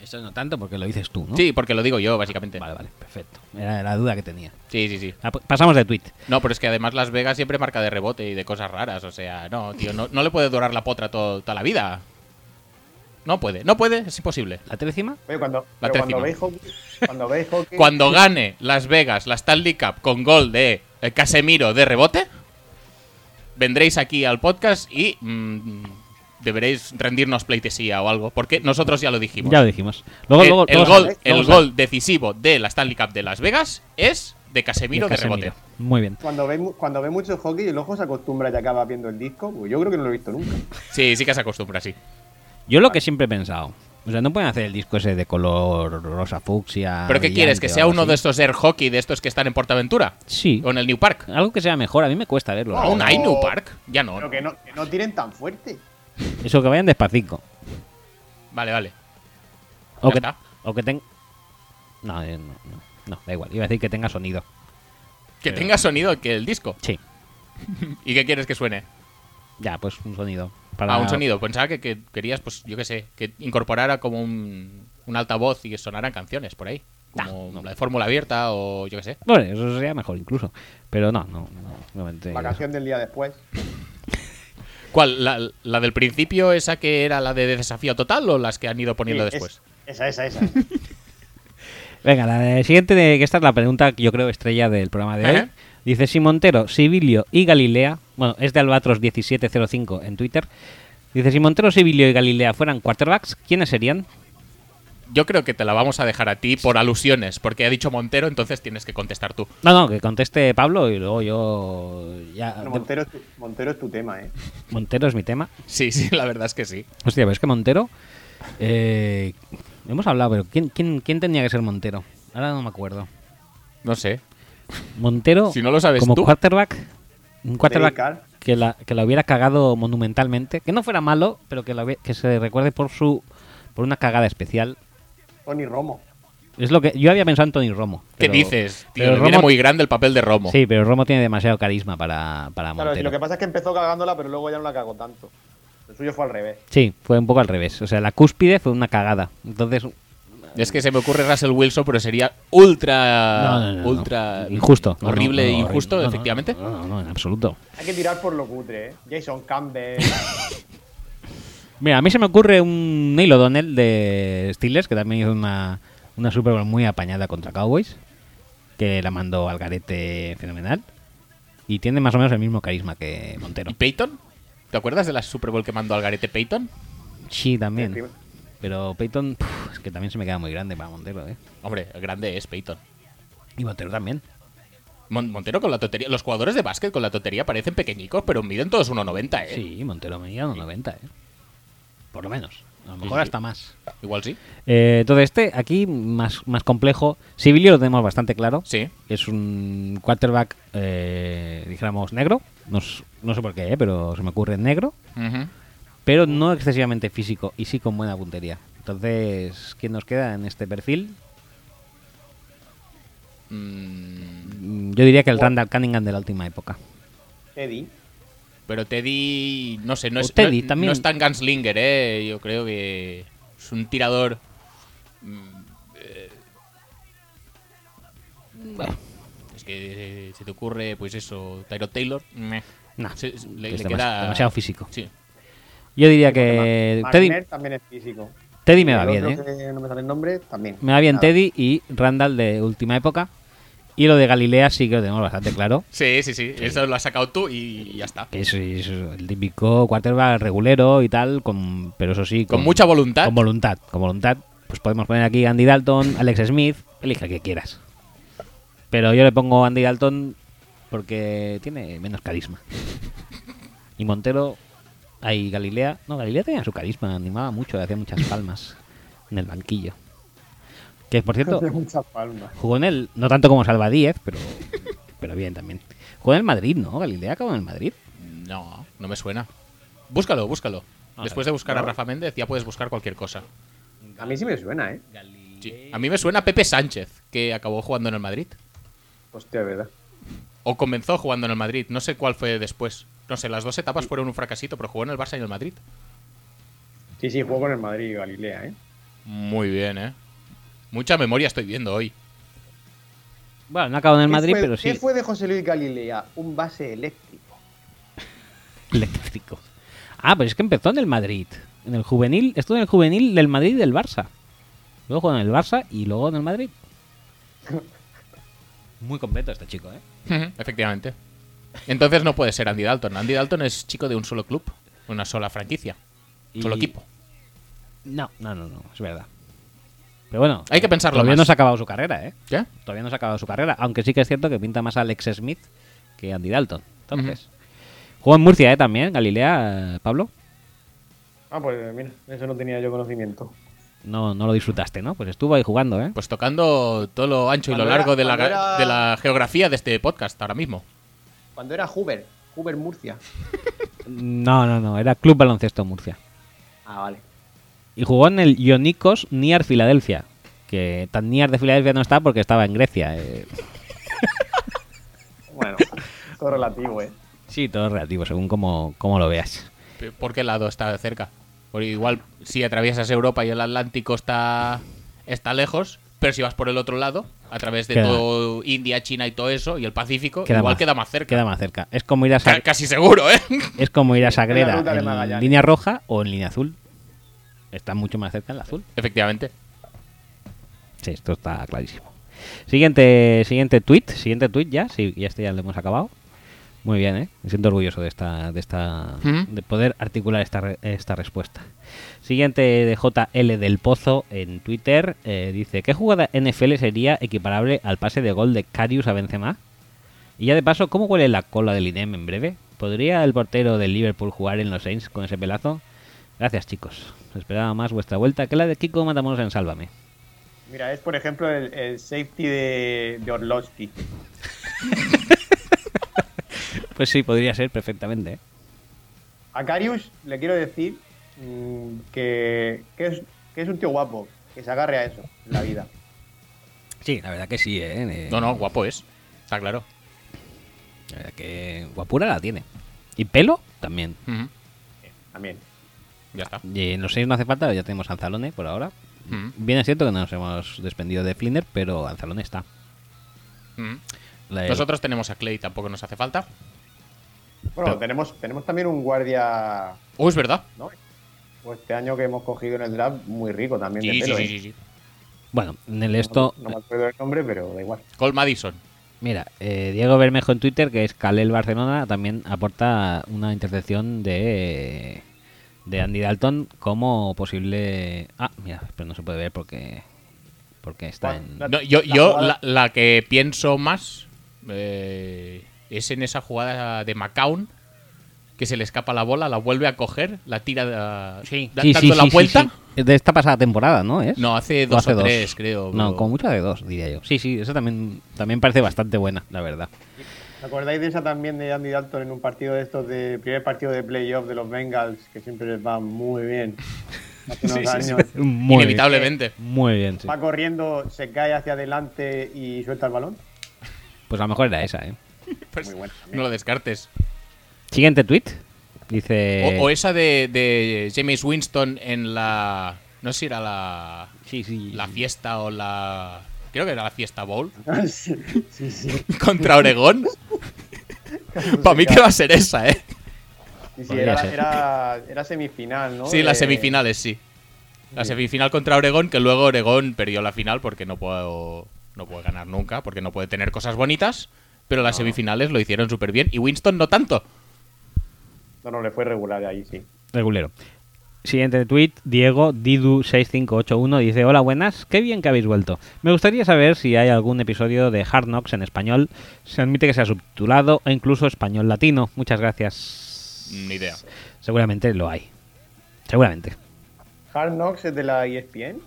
[SPEAKER 1] Eso no tanto porque lo dices tú, ¿no?
[SPEAKER 2] Sí, porque lo digo yo básicamente.
[SPEAKER 1] Vale, vale, perfecto. Era la duda que tenía.
[SPEAKER 2] Sí, sí, sí.
[SPEAKER 1] Ah, pues Pasamos de tweet.
[SPEAKER 2] No, pero es que además Las Vegas siempre marca de rebote y de cosas raras, o sea, no, tío, no, no le puede durar la potra to- toda la vida. No puede, no puede, es imposible.
[SPEAKER 1] ¿La telecima?
[SPEAKER 3] Oye, cuando,
[SPEAKER 2] La
[SPEAKER 3] pero cuando
[SPEAKER 2] tercima.
[SPEAKER 3] veis hockey, cuando veis hockey
[SPEAKER 2] Cuando gane Las Vegas la Stanley Cup con gol de eh, Casemiro de rebote, vendréis aquí al podcast y mm, deberéis rendirnos pleitesía o algo, porque nosotros ya lo dijimos.
[SPEAKER 1] Ya lo dijimos. Luego,
[SPEAKER 2] el,
[SPEAKER 1] luego,
[SPEAKER 2] el
[SPEAKER 1] luego-
[SPEAKER 2] gol,
[SPEAKER 1] luego-
[SPEAKER 2] el
[SPEAKER 1] luego-
[SPEAKER 2] gol decisivo de la Stanley Cup de Las Vegas es de Casemiro de,
[SPEAKER 1] Casemiro.
[SPEAKER 2] rebote.
[SPEAKER 1] Muy bien.
[SPEAKER 3] Cuando ve, mu- cuando ve mucho hockey, el ojo se acostumbra y acaba viendo el disco. Pues yo creo que no lo he visto nunca.
[SPEAKER 2] Sí, sí que se acostumbra, sí.
[SPEAKER 1] Yo lo que siempre he pensado. O sea, no pueden hacer el disco ese de color rosa fucsia.
[SPEAKER 2] ¿Pero qué quieres?
[SPEAKER 1] brillante
[SPEAKER 2] ¿Que
[SPEAKER 1] o
[SPEAKER 2] sea
[SPEAKER 1] algo
[SPEAKER 2] uno
[SPEAKER 1] así?
[SPEAKER 2] de estos air hockey de estos que están en Portaventura?
[SPEAKER 1] Sí.
[SPEAKER 2] ¿O en el New Park?
[SPEAKER 1] Algo que sea mejor, a mí me cuesta verlo. la
[SPEAKER 2] ¿Aún
[SPEAKER 1] verdad.
[SPEAKER 2] hay New Park? Ya no.
[SPEAKER 3] Pero que no, que no tiren tan fuerte.
[SPEAKER 1] Eso que vayan despacito.
[SPEAKER 2] Vale, vale.
[SPEAKER 1] O
[SPEAKER 2] Ya
[SPEAKER 1] que,
[SPEAKER 2] está.
[SPEAKER 1] o que ten- No, eh, no, no, no, da igual. Iba a decir que tenga sonido.
[SPEAKER 2] Que tenga sonido que el disco.
[SPEAKER 1] Sí.
[SPEAKER 2] ¿Y qué quieres que suene?
[SPEAKER 1] Ya, pues un sonido.
[SPEAKER 2] Ah, un sonido. Pensaba que, que querías, pues yo qué sé, que incorporara como un, un altavoz y que sonaran canciones por ahí. como
[SPEAKER 1] no.
[SPEAKER 2] la de fórmula abierta o yo qué sé.
[SPEAKER 1] Bueno, eso sería mejor incluso. Pero no, no, no. realmente-
[SPEAKER 3] Vacación del día después.
[SPEAKER 2] ¿Cuál? La, la del principio, esa que era la de desafío total o las que han ido poniendo
[SPEAKER 3] Sí,
[SPEAKER 2] después?
[SPEAKER 3] es- esa, esa, esa.
[SPEAKER 1] Venga, la de- siguiente, de, que esta es la pregunta que yo creo estrella del programa de hoy.
[SPEAKER 2] Ajá.
[SPEAKER 1] Dice, si Montero, Sibilio y Galilea, bueno, es de Albatros1705 en Twitter. Dice, si Montero, Sibilio y Galilea fueran quarterbacks, ¿quiénes serían?
[SPEAKER 2] Yo creo que te la vamos a dejar a ti por alusiones, porque ha dicho Montero, entonces tienes que contestar tú.
[SPEAKER 1] No, no, que conteste Pablo y luego yo... Ya,
[SPEAKER 3] Bueno,
[SPEAKER 1] de-
[SPEAKER 3] Montero, es tu, Montero es tu tema, ¿eh?
[SPEAKER 1] Montero es mi tema.
[SPEAKER 2] Sí, sí, la verdad es que sí.
[SPEAKER 1] Hostia, pero es que Montero... eh, hemos hablado, pero ¿quién, quién, quién tenía que ser Montero? Ahora no me acuerdo.
[SPEAKER 2] No sé.
[SPEAKER 1] Montero
[SPEAKER 2] Si no lo sabes
[SPEAKER 1] como
[SPEAKER 2] tú.
[SPEAKER 1] quarterback, un quarterback
[SPEAKER 3] Carr.
[SPEAKER 1] que la, que la hubiera cagado monumentalmente, que no fuera malo, pero que, la hubie- que se recuerde por su por una cagada especial.
[SPEAKER 3] Tony Romo.
[SPEAKER 1] Es lo que yo había pensado en Tony Romo.
[SPEAKER 2] ¿Qué
[SPEAKER 1] pero-
[SPEAKER 2] dices? Tío,
[SPEAKER 1] pero
[SPEAKER 2] le viene
[SPEAKER 1] Romo-
[SPEAKER 2] muy grande el papel de Romo.
[SPEAKER 1] Sí, pero Romo tiene demasiado carisma para, para
[SPEAKER 3] Claro, y
[SPEAKER 1] Montero.
[SPEAKER 3] lo que pasa es que empezó cagándola, pero luego ya no la cagó tanto. El suyo fue al revés.
[SPEAKER 1] Sí, fue un poco al revés. O sea, la cúspide fue una cagada. Entonces,
[SPEAKER 2] Es que se me ocurre Russell Wilson, pero sería ultra.
[SPEAKER 1] no, no, no, no.
[SPEAKER 2] Ah, ultra.
[SPEAKER 1] injusto. No, no,
[SPEAKER 2] Horrible
[SPEAKER 1] no,
[SPEAKER 2] e
[SPEAKER 1] no,
[SPEAKER 2] injusto,
[SPEAKER 1] no, no,
[SPEAKER 2] efectivamente.
[SPEAKER 1] No, no, no, en absoluto.
[SPEAKER 3] Hay que tirar por lo cutre, ¿eh? Jason Campbell.
[SPEAKER 1] Mira, a mí se me ocurre un Neil O'Donnell de Steelers, que también hizo una, una Super Bowl muy apañada contra Cowboys, que la mandó al garete fenomenal. Y tiene más o menos el mismo carisma que Montero.
[SPEAKER 2] ¿Y Peyton? ¿Te acuerdas de la Super Bowl que mandó al garete Peyton?
[SPEAKER 1] Sí, también.
[SPEAKER 3] Sí, sí.
[SPEAKER 1] Pero Peyton, puf, es que también se me queda muy grande para Montero, ¿eh?
[SPEAKER 2] Hombre, el grande es Peyton.
[SPEAKER 1] Y Montero también.
[SPEAKER 2] Mon- Montero con la tontería. Los jugadores de básquet con la tontería parecen pequeñicos, pero miden todos 1,90, ¿eh?
[SPEAKER 1] Sí, Montero medía unos 90, ¿eh? Por lo menos. A lo mejor
[SPEAKER 2] sí.
[SPEAKER 1] hasta más.
[SPEAKER 2] Igual sí.
[SPEAKER 1] Eh, entonces, este aquí más, más complejo. Sibilio lo tenemos bastante claro.
[SPEAKER 2] Sí.
[SPEAKER 1] Es un quarterback, eh, dijéramos, negro. No, s- no sé por qué, eh, pero se me ocurre negro.
[SPEAKER 2] Ujú.
[SPEAKER 1] Pero no excesivamente físico y sí con buena puntería. Entonces, ¿quién nos queda en este perfil?
[SPEAKER 2] Mm,
[SPEAKER 1] Mm, Yo diría que el Randall Cunningham de la última época.
[SPEAKER 3] Eddie.
[SPEAKER 2] pero Teddy, no sé, no
[SPEAKER 1] O
[SPEAKER 2] es,
[SPEAKER 1] Teddy
[SPEAKER 2] no,
[SPEAKER 1] también.
[SPEAKER 2] no es tan gunslinger, ¿eh? Yo creo que es un tirador. mm, eh, Es que eh, se te ocurre, pues eso, Tyro Taylor. meh.
[SPEAKER 1] No,
[SPEAKER 2] Se- se- le-
[SPEAKER 1] es
[SPEAKER 2] le
[SPEAKER 1] demasi-
[SPEAKER 2] queda-
[SPEAKER 1] demasiado físico.
[SPEAKER 2] Sí.
[SPEAKER 1] Yo diría que
[SPEAKER 3] Ma-
[SPEAKER 1] Eh, Teddy,
[SPEAKER 3] Marner también es físico.
[SPEAKER 1] Teddy me va
[SPEAKER 3] El
[SPEAKER 1] bien,
[SPEAKER 3] otro
[SPEAKER 1] ¿eh?
[SPEAKER 3] que No me sale el nombre, también.
[SPEAKER 1] Me va bien
[SPEAKER 3] Nada.
[SPEAKER 1] Teddy y Randall de última época. Y lo de Galilea sí que lo tenemos bastante claro.
[SPEAKER 2] Sí, sí, sí, Eso lo has sacado tú y ya está.
[SPEAKER 1] Que es, es el típico quarterback regulero y tal, con, pero eso sí.
[SPEAKER 2] Con mucha voluntad.
[SPEAKER 1] Con voluntad. Con voluntad. Pues podemos poner aquí Andy Dalton, Alex Smith, elige el que quieras. Pero yo le pongo Andy Dalton porque tiene menos carisma. Y Montero, ahí Galilea. No, Galilea tenía su carisma, animaba mucho, hacía muchas palmas en el banquillo. Que por cierto,
[SPEAKER 3] Hace muchas palmas.
[SPEAKER 1] Jugó en el. No tanto como Salva 10, pero. Pero bien también. Jugó en el Madrid, ¿no? Galilea acabó en el Madrid.
[SPEAKER 2] No, no me suena. Búscalo, búscalo.
[SPEAKER 1] Ah,
[SPEAKER 2] Después de buscar a Rafa Méndez, ya puedes buscar cualquier cosa.
[SPEAKER 3] A mí sí me suena, ¿eh?
[SPEAKER 2] Sí. A mí me suena Pepe Sánchez, que acabó jugando en el Madrid.
[SPEAKER 3] Hostia, de verdad.
[SPEAKER 2] O comenzó jugando en el Madrid, no sé cuál fue después. No sé, las dos etapas fueron un fracasito, pero jugó en el Barça y en el Madrid.
[SPEAKER 3] Sí, sí, juego con el Madrid y Galilea, ¿eh?
[SPEAKER 2] Muy bien, ¿eh? Mucha memoria estoy viendo hoy.
[SPEAKER 1] Bueno, no acabó en el
[SPEAKER 3] ¿Qué
[SPEAKER 1] Madrid,
[SPEAKER 3] fue-
[SPEAKER 1] pero sí.
[SPEAKER 3] ¿Qué fue de José Luis Galilea? Un base eléctrico.
[SPEAKER 1] Eléctrico. Ah, pero es que empezó en el Madrid. En el juvenil. Estuvo en el juvenil del Madrid y del Barça. Luego jugó en el Barça y luego en el Madrid. Muy completo este chico, ¿eh?
[SPEAKER 2] Efectivamente. Entonces no puede ser Andy Dalton. Andy Dalton es chico de un solo club, una sola franquicia, un solo
[SPEAKER 1] Y-
[SPEAKER 2] equipo.
[SPEAKER 1] No, no, no, no, es verdad. Pero bueno.
[SPEAKER 2] Hay que pensarlo
[SPEAKER 1] Todavía
[SPEAKER 2] más.
[SPEAKER 1] no se ha acabado su carrera, ¿eh?
[SPEAKER 2] ¿Qué?
[SPEAKER 1] todavía no se ha acabado su carrera, aunque sí que es cierto que pinta más a Alex Smith que Andy Dalton. Entonces, jugó en Murcia ¿eh? también, Galilea, eh, Pablo.
[SPEAKER 3] Ah, pues mira, eso no tenía yo conocimiento.
[SPEAKER 1] No, no lo disfrutaste, ¿no? Pues estuvo ahí jugando, ¿eh?
[SPEAKER 2] Pues tocando todo lo ancho y lo
[SPEAKER 3] Cuando era-
[SPEAKER 2] largo de, la,
[SPEAKER 3] cuando
[SPEAKER 2] ga-
[SPEAKER 3] era-
[SPEAKER 2] de la geografía de este podcast ahora mismo.
[SPEAKER 3] Cuando era Hoover, Hoover Murcia.
[SPEAKER 2] Pues
[SPEAKER 1] No, no, no, era Club Baloncesto Murcia.
[SPEAKER 3] Ah, vale.
[SPEAKER 1] Y jugó en el Ionicos Niar Filadelfia, que tan Niar de Filadelfia no está porque estaba en Grecia. eh.
[SPEAKER 3] Bueno, todo relativo, ¿eh?
[SPEAKER 1] Sí, todo es relativo, según cómo, cómo lo veas.
[SPEAKER 2] Pe- ¿Por qué lado está cerca? Porque igual si atraviesas Europa y el Atlántico está, está lejos, Pero si vas por el otro lado, a través de
[SPEAKER 1] Queda-
[SPEAKER 2] todo India, China y todo eso, y el Pacífico,
[SPEAKER 1] Queda
[SPEAKER 2] igual
[SPEAKER 1] más-
[SPEAKER 2] queda más cerca.
[SPEAKER 1] Queda más cerca. Es como ir a,
[SPEAKER 2] Ca-
[SPEAKER 1] Sa-
[SPEAKER 2] casi seguro, ¿eh?
[SPEAKER 1] es como ir a Sagrera
[SPEAKER 3] ruta de
[SPEAKER 1] en,
[SPEAKER 3] Magallanes.
[SPEAKER 1] línea roja o en línea azul. Está mucho más cerca en la azul.
[SPEAKER 2] Efectivamente.
[SPEAKER 1] Sí, esto está clarísimo. Siguiente, siguiente tweet, siguiente tweet ya, sí, ya este ya lo hemos acabado. Muy bien, ¿eh? Me siento orgulloso de esta, de esta,
[SPEAKER 2] ¿Mm?
[SPEAKER 1] de poder articular esta, re- esta respuesta. Siguiente de JL del Pozo en Twitter eh, dice ¿qué jugada NFL sería equiparable al pase de gol de Carius a Benzema? Y ya de paso, ¿cómo huele la cola del INEM en breve? ¿Podría el portero del Liverpool jugar en los Saints con ese pelazo? Gracias chicos. Esperaba más vuestra vuelta que la de Kiko Matamoros en Sálvame.
[SPEAKER 3] Mira, es por ejemplo el, el safety de, de Orlovsky.
[SPEAKER 1] Pues sí, podría ser perfectamente. ¿eh?
[SPEAKER 3] A Carius le quiero decir mm, que, que es, que es un tío guapo, que se agarre a eso en la vida.
[SPEAKER 1] Sí, la verdad que sí, ¿eh? Eh,
[SPEAKER 2] No, no, guapo es. Está claro.
[SPEAKER 1] La verdad que guapura la tiene. Y pelo también.
[SPEAKER 2] Ujú.
[SPEAKER 3] También.
[SPEAKER 2] Ya está.
[SPEAKER 1] Y en los seis no hace falta, ya tenemos a Anzalone por ahora.
[SPEAKER 2] Ujú.
[SPEAKER 1] Bien es cierto que no nos hemos desprendido de Flinder, pero Anzalone está.
[SPEAKER 2] Ujú.
[SPEAKER 1] La-
[SPEAKER 2] Nosotros tenemos a Clay, tampoco nos hace falta.
[SPEAKER 3] Bueno,
[SPEAKER 1] Pero-
[SPEAKER 3] tenemos, tenemos también un guardia,
[SPEAKER 2] Oh, es verdad.
[SPEAKER 3] ¿no? Pues este año que hemos cogido en el draft, muy rico también
[SPEAKER 2] Sí,
[SPEAKER 3] de
[SPEAKER 2] sí,
[SPEAKER 3] pelo.
[SPEAKER 2] sí,
[SPEAKER 3] ¿eh?
[SPEAKER 2] sí, sí.
[SPEAKER 1] Bueno, en el
[SPEAKER 3] No-
[SPEAKER 1] esto.
[SPEAKER 3] No, me acuerdo del nombre, pero da igual.
[SPEAKER 2] Cole Madison.
[SPEAKER 1] Mira, eh, Diego Bermejo en Twitter, que es Calel Barcelona, también aporta una intercepción de, de Andy Dalton como posible. Ah, mira, pero no se puede ver porque. Porque está
[SPEAKER 3] Bueno,
[SPEAKER 1] en.
[SPEAKER 3] la-
[SPEAKER 2] No, yo,
[SPEAKER 3] la
[SPEAKER 2] yo la,
[SPEAKER 3] jugada-
[SPEAKER 2] la que pienso más eh, es en esa jugada de McCown que se le escapa la bola, la vuelve a coger, la tira da- da-
[SPEAKER 1] Sí,
[SPEAKER 2] dando
[SPEAKER 1] sí,
[SPEAKER 2] la
[SPEAKER 1] sí, sí,
[SPEAKER 2] vuelta.
[SPEAKER 1] sí. Es De esta pasada temporada, ¿no? ¿Es?
[SPEAKER 2] No, hace
[SPEAKER 1] O
[SPEAKER 2] dos
[SPEAKER 1] hace
[SPEAKER 2] o tres, creo.
[SPEAKER 1] No,
[SPEAKER 2] pero-
[SPEAKER 1] como mucho de dos, diría yo. Sí, sí, esa también, también parece bastante buena, la verdad.
[SPEAKER 3] ¿Os acordáis de esa también de Andy Dalton en un partido de estos de primer partido de playoff de los Bengals, que siempre les va muy bien? Hace unos
[SPEAKER 2] Sí, sí, sí.
[SPEAKER 3] años.
[SPEAKER 1] Muy
[SPEAKER 2] Inevitablemente.
[SPEAKER 1] Bien. Muy bien, sí.
[SPEAKER 3] Va corriendo, se cae hacia adelante y suelta el balón.
[SPEAKER 1] Pues a lo mejor era esa, ¿eh?
[SPEAKER 2] Pues,
[SPEAKER 3] Muy buena también.
[SPEAKER 2] no lo descartes.
[SPEAKER 1] Siguiente tweet. Dice.
[SPEAKER 2] O, o esa de, de James Winston en la. No sé si era la.
[SPEAKER 1] Sí, sí.
[SPEAKER 2] La fiesta o la. Creo que era la fiesta Bowl.
[SPEAKER 3] sí, sí, sí.
[SPEAKER 2] Contra Oregón. Para mí que va a ser esa, ¿eh?
[SPEAKER 3] Sí, sí,
[SPEAKER 1] Podría
[SPEAKER 3] era,
[SPEAKER 1] ser.
[SPEAKER 3] era- era semifinal, ¿no?
[SPEAKER 2] Sí, las
[SPEAKER 3] Eh,
[SPEAKER 2] semifinales, sí. La semifinal contra Oregón, que luego Oregón perdió la final porque no puedo, no puede ganar nunca, porque no puede tener cosas bonitas. Pero las semifinales lo hicieron súper bien. Y Winston no tanto.
[SPEAKER 3] No, no, le fue regular ahí, sí.
[SPEAKER 1] Regulero. Siguiente tweet, Diego Didu6581 dice, hola buenas, qué bien que habéis vuelto. Me gustaría saber si hay algún episodio de Hard Knocks en español, se admite que sea subtitulado o incluso español latino. Muchas gracias.
[SPEAKER 2] Ni idea.
[SPEAKER 1] Seguramente lo hay. Seguramente.
[SPEAKER 3] Hard Knocks es de la E ESPN.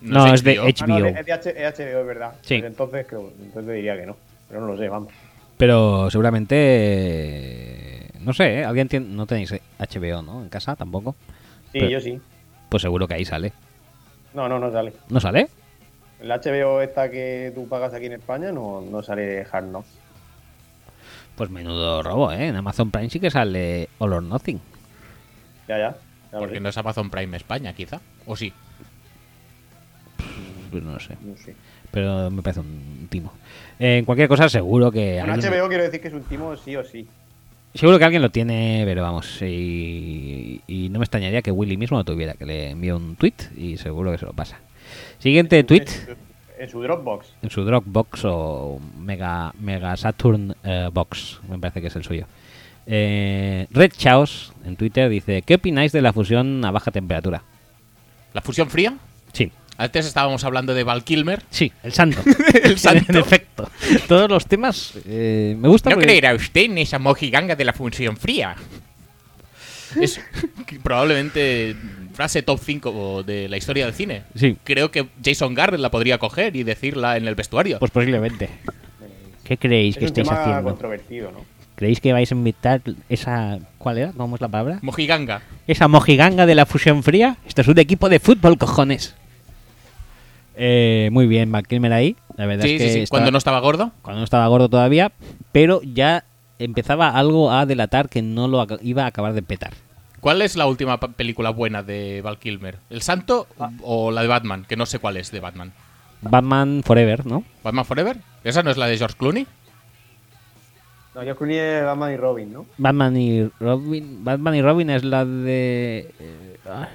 [SPEAKER 1] No, es de
[SPEAKER 2] HBO.
[SPEAKER 1] H-
[SPEAKER 3] Ah, no,
[SPEAKER 1] HBO.
[SPEAKER 3] es de H- es HBO, es verdad.
[SPEAKER 1] Sí.
[SPEAKER 3] Pues entonces, creo, entonces diría que no. Pero no lo sé, vamos.
[SPEAKER 1] Pero seguramente... eh, No sé, ¿eh? ¿Alguien tiene- no tenéis eh, HBO, ¿no? En casa tampoco.
[SPEAKER 3] Sí,
[SPEAKER 1] Pero-
[SPEAKER 3] yo sí.
[SPEAKER 1] Pues seguro que ahí sale.
[SPEAKER 3] No, no, no sale.
[SPEAKER 1] ¿No sale?
[SPEAKER 3] El HBO esta que tú pagas aquí en España no, no sale Hard Knocks.
[SPEAKER 1] Pues menudo robo, ¿eh? En Amazon Prime sí que sale All or Nothing.
[SPEAKER 3] Ya, ya. ya lo
[SPEAKER 2] Porque
[SPEAKER 3] sé.
[SPEAKER 2] no es Amazon Prime España, quizá. O sí.
[SPEAKER 1] Pues no lo sé.
[SPEAKER 3] No sé.
[SPEAKER 1] pero me parece un timo. Eh, en cualquier cosa, seguro que
[SPEAKER 3] Bueno,
[SPEAKER 1] alguien,
[SPEAKER 3] HBO quiero decir que es un timo sí o sí.
[SPEAKER 1] seguro que alguien lo tiene, pero vamos, y, y no me extrañaría que Willy mismo lo tuviera, que le envíe un tweet y seguro que se lo pasa. Siguiente tweet
[SPEAKER 3] En su- En su Dropbox.
[SPEAKER 1] en su Dropbox o Mega, Mega Saturn eh, Box, me parece que es el suyo. Eh, Red Chaos en Twitter dice: ¿Qué opináis de la fusión a baja temperatura?
[SPEAKER 2] ¿La fusión fría?
[SPEAKER 1] Sí,
[SPEAKER 2] Antes estábamos hablando de Val Kilmer.
[SPEAKER 1] sí, el santo.
[SPEAKER 2] El santo.
[SPEAKER 1] En efecto, todos los temas eh, me gusta
[SPEAKER 2] No
[SPEAKER 1] porque-
[SPEAKER 2] creerá usted en esa mojiganga de la función fría. Es que probablemente frase top 5 de la historia del cine.
[SPEAKER 1] Sí.
[SPEAKER 2] Creo que Jason Garrett la podría coger y decirla en el vestuario.
[SPEAKER 1] Pues posiblemente. ¿Qué creéis
[SPEAKER 3] Es
[SPEAKER 1] que
[SPEAKER 3] un
[SPEAKER 1] estáis
[SPEAKER 3] tema
[SPEAKER 1] haciendo?
[SPEAKER 3] controvertido, ¿no?
[SPEAKER 1] ¿Creéis que vais a invitar esa... ¿Cuál era? ¿Cómo es la palabra?
[SPEAKER 2] Mojiganga.
[SPEAKER 1] ¿Esa mojiganga de la fusión fría? Esto es un equipo de fútbol, cojones. Eh, muy bien, McKilmer ahí. La verdad
[SPEAKER 2] Sí,
[SPEAKER 1] es que
[SPEAKER 2] sí, sí.
[SPEAKER 1] estaba-
[SPEAKER 2] Cuando no estaba gordo.
[SPEAKER 1] cuando no estaba gordo todavía, pero ya empezaba algo a delatar que no lo ac- iba a acabar de petar.
[SPEAKER 2] ¿Cuál es la última pa- película buena de Val Kilmer? ¿El Santo o la de Batman? Que no sé cuál es de Batman.
[SPEAKER 1] Batman Forever, ¿no?
[SPEAKER 2] ¿Batman Forever? ¿Esa no es la de George Clooney?
[SPEAKER 3] No, yo Clooney es Batman y Robin, ¿no?
[SPEAKER 1] Batman y Robin. Batman y Robin es la de. eh, ay.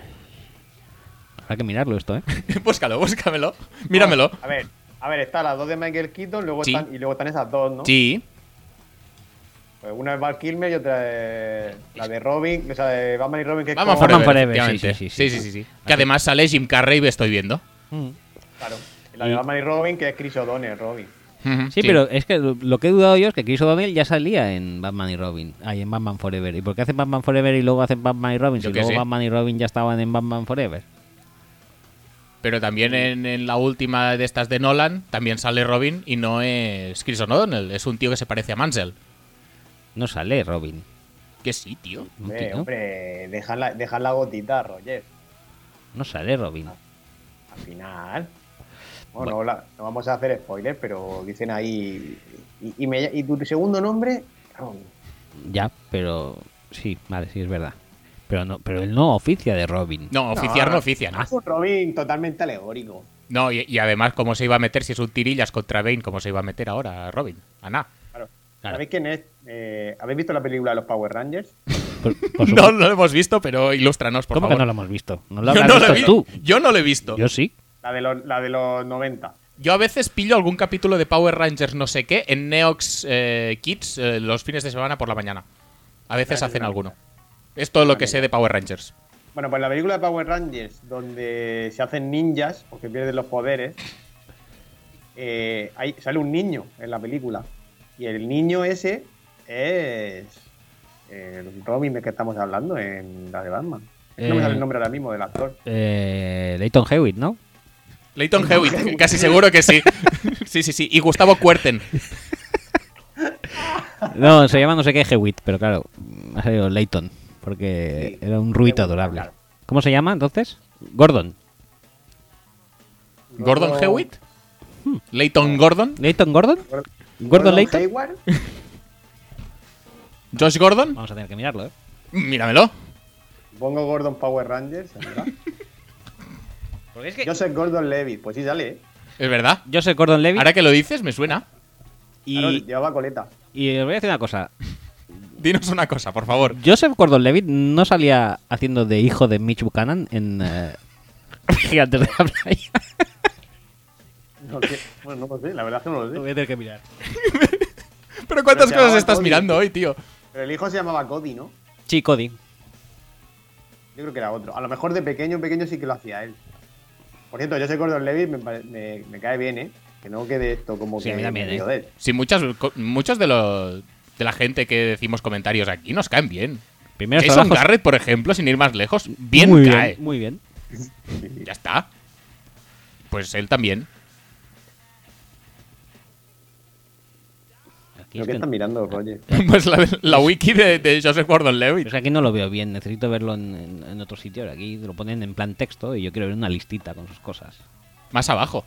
[SPEAKER 1] Habrá que mirarlo esto, ¿eh?
[SPEAKER 2] búscalo, búscamelo. Míramelo.
[SPEAKER 3] A ver, a ver, están las dos de Michael Keaton luego
[SPEAKER 2] Sí.
[SPEAKER 3] están, y luego están esas dos, ¿no?
[SPEAKER 2] Sí.
[SPEAKER 3] Pues una es Val Kilmer y otra de, la de Robin, o sea, de Batman y Robin que es
[SPEAKER 2] Batman
[SPEAKER 3] como-
[SPEAKER 2] Forever.
[SPEAKER 1] Batman Forever, sí,
[SPEAKER 2] efectivamente.
[SPEAKER 1] sí, sí, sí.
[SPEAKER 2] sí, sí. Que además sale Jim Carrey, estoy viendo.
[SPEAKER 3] Claro. Y la de Batman y Robin que es Chris O'Donnell, Robin.
[SPEAKER 2] Ujú,
[SPEAKER 1] Sí, pero es que lo lo que he dudado yo es que Chris O'Donnell ya salía en Batman y Robin. Ahí en Batman Forever. ¿Y por qué hacen Batman Forever y luego hacen Batman y Robin?
[SPEAKER 2] Yo
[SPEAKER 1] Si
[SPEAKER 2] qué
[SPEAKER 1] luego
[SPEAKER 2] sé.
[SPEAKER 1] Batman y Robin ya estaban en Batman Forever.
[SPEAKER 2] Pero también en, en la última de estas de Nolan también sale Robin y no es Chris O'Donnell, es un tío que se parece a Mansell.
[SPEAKER 1] No sale Robin.
[SPEAKER 2] Que sí, tío.
[SPEAKER 1] No,
[SPEAKER 3] Hombre,
[SPEAKER 1] tío,
[SPEAKER 3] hombre, dejan la, dejan la gotita, Roger.
[SPEAKER 1] no sale
[SPEAKER 3] Ah.
[SPEAKER 1] Robin.
[SPEAKER 3] Al final. Bueno, no la- no vamos a hacer spoilers, pero dicen ahí. Y, y me- y tu segundo nombre. Robin.
[SPEAKER 1] Ya, pero sí, vale, sí es verdad. Pero no, pero él no oficia de Robin.
[SPEAKER 2] No, oficiar no, oficia, ¿no?
[SPEAKER 3] Es un Robin totalmente alegórico.
[SPEAKER 2] No, y, y además, ¿cómo se iba a meter si es un tirillas contra Bane? ¿Cómo se iba a meter ahora a Robin? Ana.
[SPEAKER 3] Claro.
[SPEAKER 1] Claro.
[SPEAKER 3] ¿Sabéis quién es? Eh, ¿Habéis visto la película de los Power Rangers?
[SPEAKER 1] Por- por
[SPEAKER 2] No
[SPEAKER 1] supuesto.
[SPEAKER 2] lo hemos visto, pero ilústranos, por
[SPEAKER 1] ¿Cómo que
[SPEAKER 2] favor.
[SPEAKER 1] no lo hemos visto? No lo
[SPEAKER 2] Yo
[SPEAKER 1] habrás
[SPEAKER 2] no
[SPEAKER 1] visto
[SPEAKER 2] lo he vi-
[SPEAKER 1] tú.
[SPEAKER 2] Yo no lo he visto.
[SPEAKER 1] Yo sí.
[SPEAKER 3] La de los, la de los 90.
[SPEAKER 2] Yo a veces pillo algún capítulo de Power Rangers no sé qué en Neox eh, Kids eh, los fines de semana por la mañana. A veces hacen alguno. Es todo lo que sé de Power Rangers.
[SPEAKER 3] Bueno, pues la película de Power Rangers, donde se hacen ninjas porque pierden los poderes, eh, hay- sale un niño en la película. Y el niño ese es. El Robin del que estamos hablando en la de Batman. No
[SPEAKER 1] Eh,
[SPEAKER 3] me sale el nombre ahora mismo del actor.
[SPEAKER 1] Eh, Leighton Hewitt, ¿no?
[SPEAKER 2] Leighton Hewitt, casi seguro que sí. Sí, sí, sí. Y Gustavo Cuerten.
[SPEAKER 1] No, se llama no sé qué Hewitt, pero claro, mm, ha salido Leighton, porque
[SPEAKER 3] Sí.
[SPEAKER 1] era un ruito
[SPEAKER 3] Hewitt,
[SPEAKER 1] adorable.
[SPEAKER 3] claro.
[SPEAKER 1] ¿Cómo se llama entonces? Gordon.
[SPEAKER 2] ¿Gordon Hewitt? ¿Leighton Gordon?
[SPEAKER 1] ¿Leighton Gordon?
[SPEAKER 3] Gor-
[SPEAKER 1] ¿Gordon Leighton?
[SPEAKER 3] Hayward.
[SPEAKER 2] ¿Josh Gordon?
[SPEAKER 1] Vamos a tener que mirarlo, ¿eh?
[SPEAKER 2] Míramelo.
[SPEAKER 3] Pongo Gordon Power Rangers. ¿verdad?
[SPEAKER 1] Porque es que
[SPEAKER 3] Joseph Gordon Levy. Pues sí sale, ¿eh?
[SPEAKER 2] Es verdad.
[SPEAKER 1] yo soy Gordon Levy
[SPEAKER 2] Ahora que lo dices, me suena.
[SPEAKER 1] y,
[SPEAKER 3] Claro, llevaba coleta.
[SPEAKER 1] y os voy a decir una cosa.
[SPEAKER 2] Dinos una cosa, por favor.
[SPEAKER 1] Joseph Gordon Levitt no salía haciendo de hijo de Mitch Buchanan en eh, Gigantes de la Playa.
[SPEAKER 3] No sé- bueno, no lo sé, la verdad es que no lo sé.
[SPEAKER 1] a tener que mirar.
[SPEAKER 2] Pero cuántas
[SPEAKER 3] se
[SPEAKER 2] cosas
[SPEAKER 3] llamaba
[SPEAKER 2] estás
[SPEAKER 3] Cody.
[SPEAKER 2] mirando hoy, tío.
[SPEAKER 3] Pero el hijo se llamaba Cody, ¿no?
[SPEAKER 1] Sí, Cody.
[SPEAKER 3] Yo creo que era otro. A lo mejor de pequeño, pequeño sí que lo hacía él. Por cierto, yo sé Gordon Levitt me, pare- me- me cae bien, ¿eh? Que no quede esto como
[SPEAKER 1] Sí,
[SPEAKER 3] que
[SPEAKER 1] a mí también,
[SPEAKER 3] me río
[SPEAKER 1] ¿eh?
[SPEAKER 3] de él.
[SPEAKER 2] Sí, muchas, co- muchos de los de la gente que decimos comentarios aquí nos caen bien.
[SPEAKER 1] Primeros
[SPEAKER 2] Jason
[SPEAKER 1] trabajos-
[SPEAKER 2] Garrett, por ejemplo, sin ir más lejos, bien
[SPEAKER 1] muy
[SPEAKER 2] cae.
[SPEAKER 1] Bien, muy bien.
[SPEAKER 2] Ya está. Pues él también.
[SPEAKER 1] Aquí
[SPEAKER 3] Lo
[SPEAKER 1] es
[SPEAKER 3] que
[SPEAKER 1] que-
[SPEAKER 3] están mirando, Roger.
[SPEAKER 2] Pues la, la wiki de, de Joseph
[SPEAKER 1] pero es
[SPEAKER 2] Gordon-Levitt.
[SPEAKER 1] que aquí no lo veo bien, necesito verlo en, en- en otro sitio. ahora Aquí lo ponen en plan texto y yo quiero ver una listita con sus cosas.
[SPEAKER 2] Más abajo.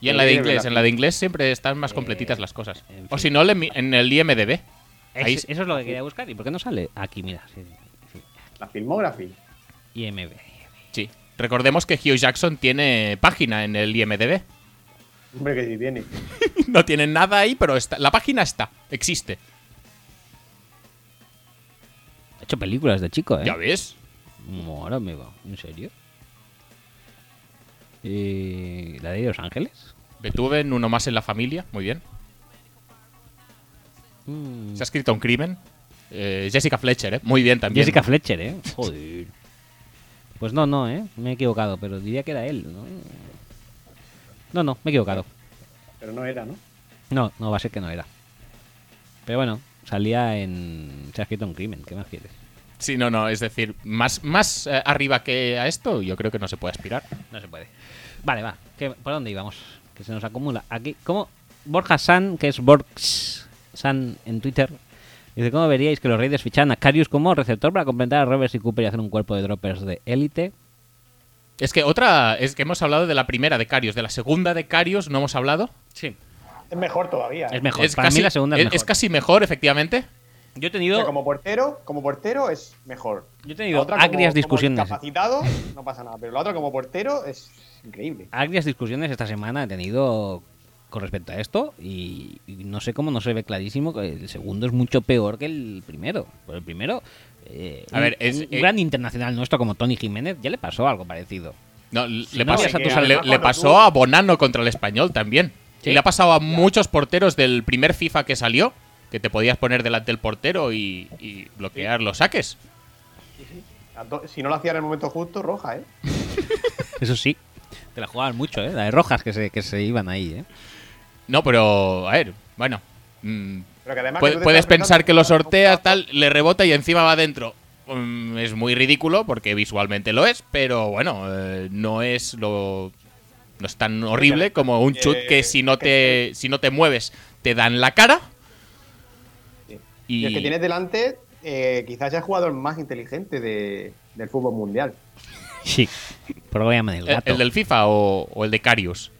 [SPEAKER 2] Y en la de inglés, en la de inglés siempre están más completitas las cosas.
[SPEAKER 1] Eh, en
[SPEAKER 2] O
[SPEAKER 1] fin.
[SPEAKER 2] si no, le mi- en el IMDB. Ahí,
[SPEAKER 1] Es- eso es lo que quería buscar. ¿Y por qué no sale? Aquí, mira. sí, sí.
[SPEAKER 3] La filmografía.
[SPEAKER 1] IMB.
[SPEAKER 2] sí. Recordemos que Hugh Jackson tiene página en el IMDB.
[SPEAKER 3] Hombre, que sí tiene.
[SPEAKER 2] No tienen nada ahí, pero está, la página está, existe.
[SPEAKER 1] ¿Eh? Ha hecho películas de chico, ¿eh?
[SPEAKER 2] Ya ves.
[SPEAKER 1] Ahora me va. ¿En serio? Eh, ¿La de Los Ángeles?
[SPEAKER 2] Beethoven, uno más en la familia, muy bien.
[SPEAKER 1] Mm.
[SPEAKER 2] Se ha escrito un crimen. Eh, Jessica Fletcher, ¿eh? muy bien también.
[SPEAKER 1] Jessica Fletcher, ¿eh? Joder. Pues no, no, ¿eh? Me he equivocado, pero diría que era él, ¿no? No, no, me he equivocado.
[SPEAKER 3] Pero no era, ¿no?
[SPEAKER 1] No, no, va a ser que no era. Pero bueno, salía en... Se ha escrito un crimen, ¿qué más quieres?
[SPEAKER 2] Sí, no, no, es decir, más, más eh, arriba que a esto, yo creo que no se puede aspirar.
[SPEAKER 1] No se puede. Vale, va. ¿Qué- ¿Por dónde íbamos? Que se nos acumula. Aquí, ¿cómo? Borja San, que es Borx San en Twitter, dice: ¿Cómo veríais que los Raiders fichan a Carius como receptor para completar a Roberts y Cooper y hacer un cuerpo de droppers de élite?
[SPEAKER 2] Es que otra, es que hemos hablado de la primera de Carios, de la segunda de Carios no hemos hablado.
[SPEAKER 1] Sí.
[SPEAKER 3] Es mejor todavía. ¿eh?
[SPEAKER 1] Es mejor.
[SPEAKER 2] Es
[SPEAKER 1] para
[SPEAKER 2] casi-
[SPEAKER 1] mí la segunda es,
[SPEAKER 2] es,
[SPEAKER 1] mejor.
[SPEAKER 2] es casi mejor, efectivamente.
[SPEAKER 1] Yo he
[SPEAKER 3] O
[SPEAKER 1] tenido,
[SPEAKER 3] sea, como portero, como portero es mejor.
[SPEAKER 1] yo he
[SPEAKER 3] La
[SPEAKER 1] tenido
[SPEAKER 3] otra como-
[SPEAKER 1] agrias
[SPEAKER 3] como
[SPEAKER 1] discusiones.
[SPEAKER 3] Capacitado, no pasa nada. Pero la otra como portero es increíble.
[SPEAKER 1] Agrias discusiones esta semana he tenido con respecto a esto y, y no sé cómo no se ve clarísimo que el segundo es mucho peor que el primero. Pues el primero, eh,
[SPEAKER 2] A
[SPEAKER 1] un-
[SPEAKER 2] ver, es-
[SPEAKER 1] un
[SPEAKER 2] eh,
[SPEAKER 1] gran internacional nuestro como Tony Jiménez ya le pasó algo parecido.
[SPEAKER 2] No, le,
[SPEAKER 1] Si no,
[SPEAKER 2] pasó-
[SPEAKER 1] vas a tu
[SPEAKER 2] le-
[SPEAKER 1] salón.
[SPEAKER 2] le- le pasó a Bonano contra el español también.
[SPEAKER 1] Sí.
[SPEAKER 2] Y le ha pasado a muchos porteros del primer FIFA que salió, que te podías poner delante del portero y, y bloquear los saques.
[SPEAKER 3] A to- Si no lo hacía en el momento justo, roja, ¿eh?
[SPEAKER 1] Eso sí, te la jugaban mucho, ¿eh? La de rojas que se, que se iban ahí, ¿eh?
[SPEAKER 2] No, pero, a ver, bueno. mm,
[SPEAKER 3] Pero que además
[SPEAKER 2] puede-
[SPEAKER 3] que tú te
[SPEAKER 2] puedes
[SPEAKER 3] estás pensando
[SPEAKER 2] pensar que lo
[SPEAKER 3] estás con
[SPEAKER 2] sorteas,
[SPEAKER 3] un
[SPEAKER 2] tal, le rebota y encima va adentro. Mm, es muy ridículo porque visualmente lo es, pero bueno, eh, no es lo. No es tan horrible como un chut que si no te, si no te mueves te dan la cara.
[SPEAKER 3] Y, el que tienes delante, eh, quizás sea el jugador más inteligente de- del fútbol mundial.
[SPEAKER 1] Sí, pero lo llaman el
[SPEAKER 2] ¿El,
[SPEAKER 1] gato.
[SPEAKER 2] el del FIFA o, o el de Carius?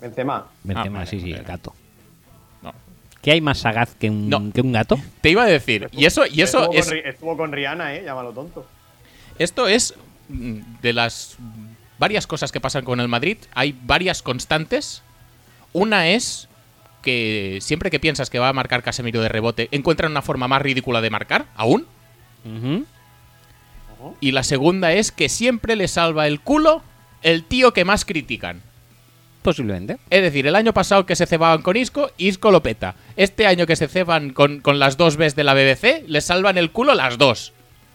[SPEAKER 3] Benzema.
[SPEAKER 1] Benzema,
[SPEAKER 2] Ah, vale,
[SPEAKER 1] sí, sí, el
[SPEAKER 2] vale.
[SPEAKER 1] gato.
[SPEAKER 2] No.
[SPEAKER 1] ¿Qué hay más sagaz que un,
[SPEAKER 2] No.
[SPEAKER 1] que un gato?
[SPEAKER 2] Te iba a decir, y eso, y eso
[SPEAKER 3] estuvo,
[SPEAKER 2] es,
[SPEAKER 3] con, Ri- estuvo con Rihanna, ¿eh? Llámalo tonto.
[SPEAKER 2] esto es mm, de las varias cosas que pasan con el Madrid. Hay varias constantes. Una es que siempre que piensas que va a marcar Casemiro de rebote, encuentran una forma más ridícula de marcar, aún.
[SPEAKER 1] Ujú.
[SPEAKER 2] Y la segunda es que siempre le salva el culo el tío que más critican.
[SPEAKER 1] Posiblemente.
[SPEAKER 2] Es decir, el año pasado que se cebaban con Isco, Isco lo peta. Este año que se ceban con, con las dos Bs de la BBC, le salvan el culo las dos.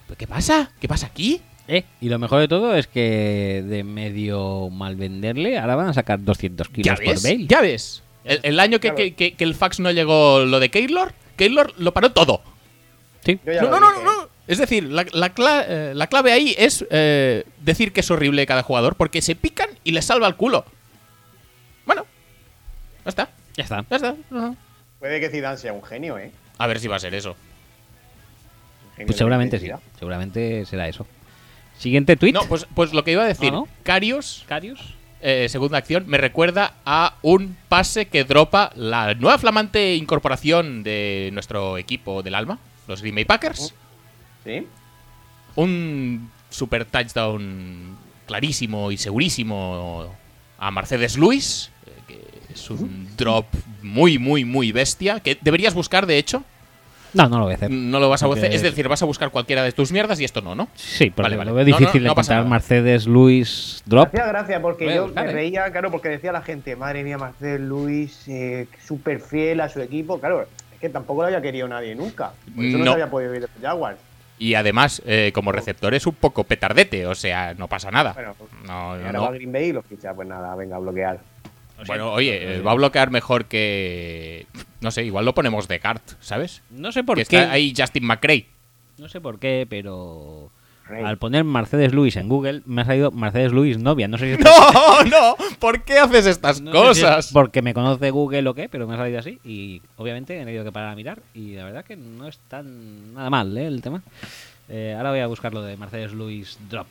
[SPEAKER 2] ¿Pero ¿Qué pasa? ¿Qué pasa aquí?
[SPEAKER 1] Eh, y lo mejor de todo es que de medio mal venderle, ahora van a sacar 200
[SPEAKER 2] ¿Ya
[SPEAKER 1] kilos por
[SPEAKER 2] ves?
[SPEAKER 1] Bale.
[SPEAKER 2] ¿Ya ves? El, el año que, que- que- que el fax no llegó lo de Keylor, Keylor lo paró todo.
[SPEAKER 1] Sí.
[SPEAKER 3] Yo ya
[SPEAKER 2] No, no,
[SPEAKER 3] lo
[SPEAKER 2] no,
[SPEAKER 3] dije,
[SPEAKER 2] no,
[SPEAKER 3] ¿eh?
[SPEAKER 2] no. Es decir, la, la cla- eh, la clave ahí es eh, decir que es horrible cada jugador porque se pican y le salva el culo. Bueno, ya está,
[SPEAKER 1] Ya está. Pues
[SPEAKER 2] ya está. Ujú.
[SPEAKER 3] Puede que Zidane sea un genio, ¿eh?
[SPEAKER 2] A ver si va a ser eso.
[SPEAKER 3] Un genio
[SPEAKER 1] Pues
[SPEAKER 3] de
[SPEAKER 1] seguramente
[SPEAKER 3] la
[SPEAKER 1] sí.
[SPEAKER 3] intensidad.
[SPEAKER 1] Seguramente será eso. Siguiente tweet.
[SPEAKER 2] No, pues, pues lo que iba a decir,
[SPEAKER 1] Ah, ¿no?
[SPEAKER 2] Carius
[SPEAKER 1] Carius.
[SPEAKER 2] eh, segunda acción, me recuerda a un pase que dropa la nueva flamante incorporación de nuestro equipo del alma, los Green Bay Packers.
[SPEAKER 3] ¿Sí?
[SPEAKER 2] Un super touchdown clarísimo y segurísimo a Mercedes Luis, eh, que es un drop muy, muy, muy bestia, que deberías buscar, de hecho.
[SPEAKER 1] No, no lo voy a hacer.
[SPEAKER 2] No lo vas a
[SPEAKER 1] Porque-
[SPEAKER 2] buscar, es decir, vas a buscar cualquiera de tus mierdas y esto no, ¿no?
[SPEAKER 1] Sí, porque
[SPEAKER 2] Vale, vale.
[SPEAKER 1] lo veo
[SPEAKER 2] No, no,
[SPEAKER 1] difícil de
[SPEAKER 2] no pasa
[SPEAKER 1] encontrar
[SPEAKER 2] nada.
[SPEAKER 1] Mercedes, Luis, Drop.
[SPEAKER 3] Hacía gracia porque
[SPEAKER 1] Voy a
[SPEAKER 3] yo
[SPEAKER 1] buscar,
[SPEAKER 3] me
[SPEAKER 1] ¿eh?
[SPEAKER 3] reía, claro, porque decía la gente, madre mía, Marcel Luis, eh, súper fiel a su equipo. Claro, es que tampoco lo había querido nadie nunca. Por eso no,
[SPEAKER 2] No.
[SPEAKER 3] se había podido ir de Jaguars.
[SPEAKER 2] Y además, eh, como receptor es un poco petardete, o sea, no pasa nada.
[SPEAKER 3] Bueno, pues,
[SPEAKER 2] no, no,
[SPEAKER 3] ahora va
[SPEAKER 2] no.
[SPEAKER 3] a Green Bay y los ficha. Pues nada, venga, a bloquear.
[SPEAKER 2] Bueno, oye, eh, va a bloquear mejor que. No sé, igual lo ponemos de cart, ¿sabes?
[SPEAKER 1] No sé por
[SPEAKER 2] que
[SPEAKER 1] qué.
[SPEAKER 2] está ahí Justin McRae.
[SPEAKER 1] No sé por qué, pero.
[SPEAKER 3] Rey.
[SPEAKER 1] Al poner Mercedes Luis en Google, me ha salido Mercedes Luis novia. No sé si es
[SPEAKER 2] ¡No! ¡No! ¿Por qué haces estas
[SPEAKER 1] No sé si es
[SPEAKER 2] cosas?
[SPEAKER 1] porque me conoce Google o qué, pero me ha salido así. Y obviamente he tenido que parar a mirar. Y la verdad que no es tan nada mal ¿eh? el tema. Eh, ahora voy a buscar lo de Mercedes Luis Drop.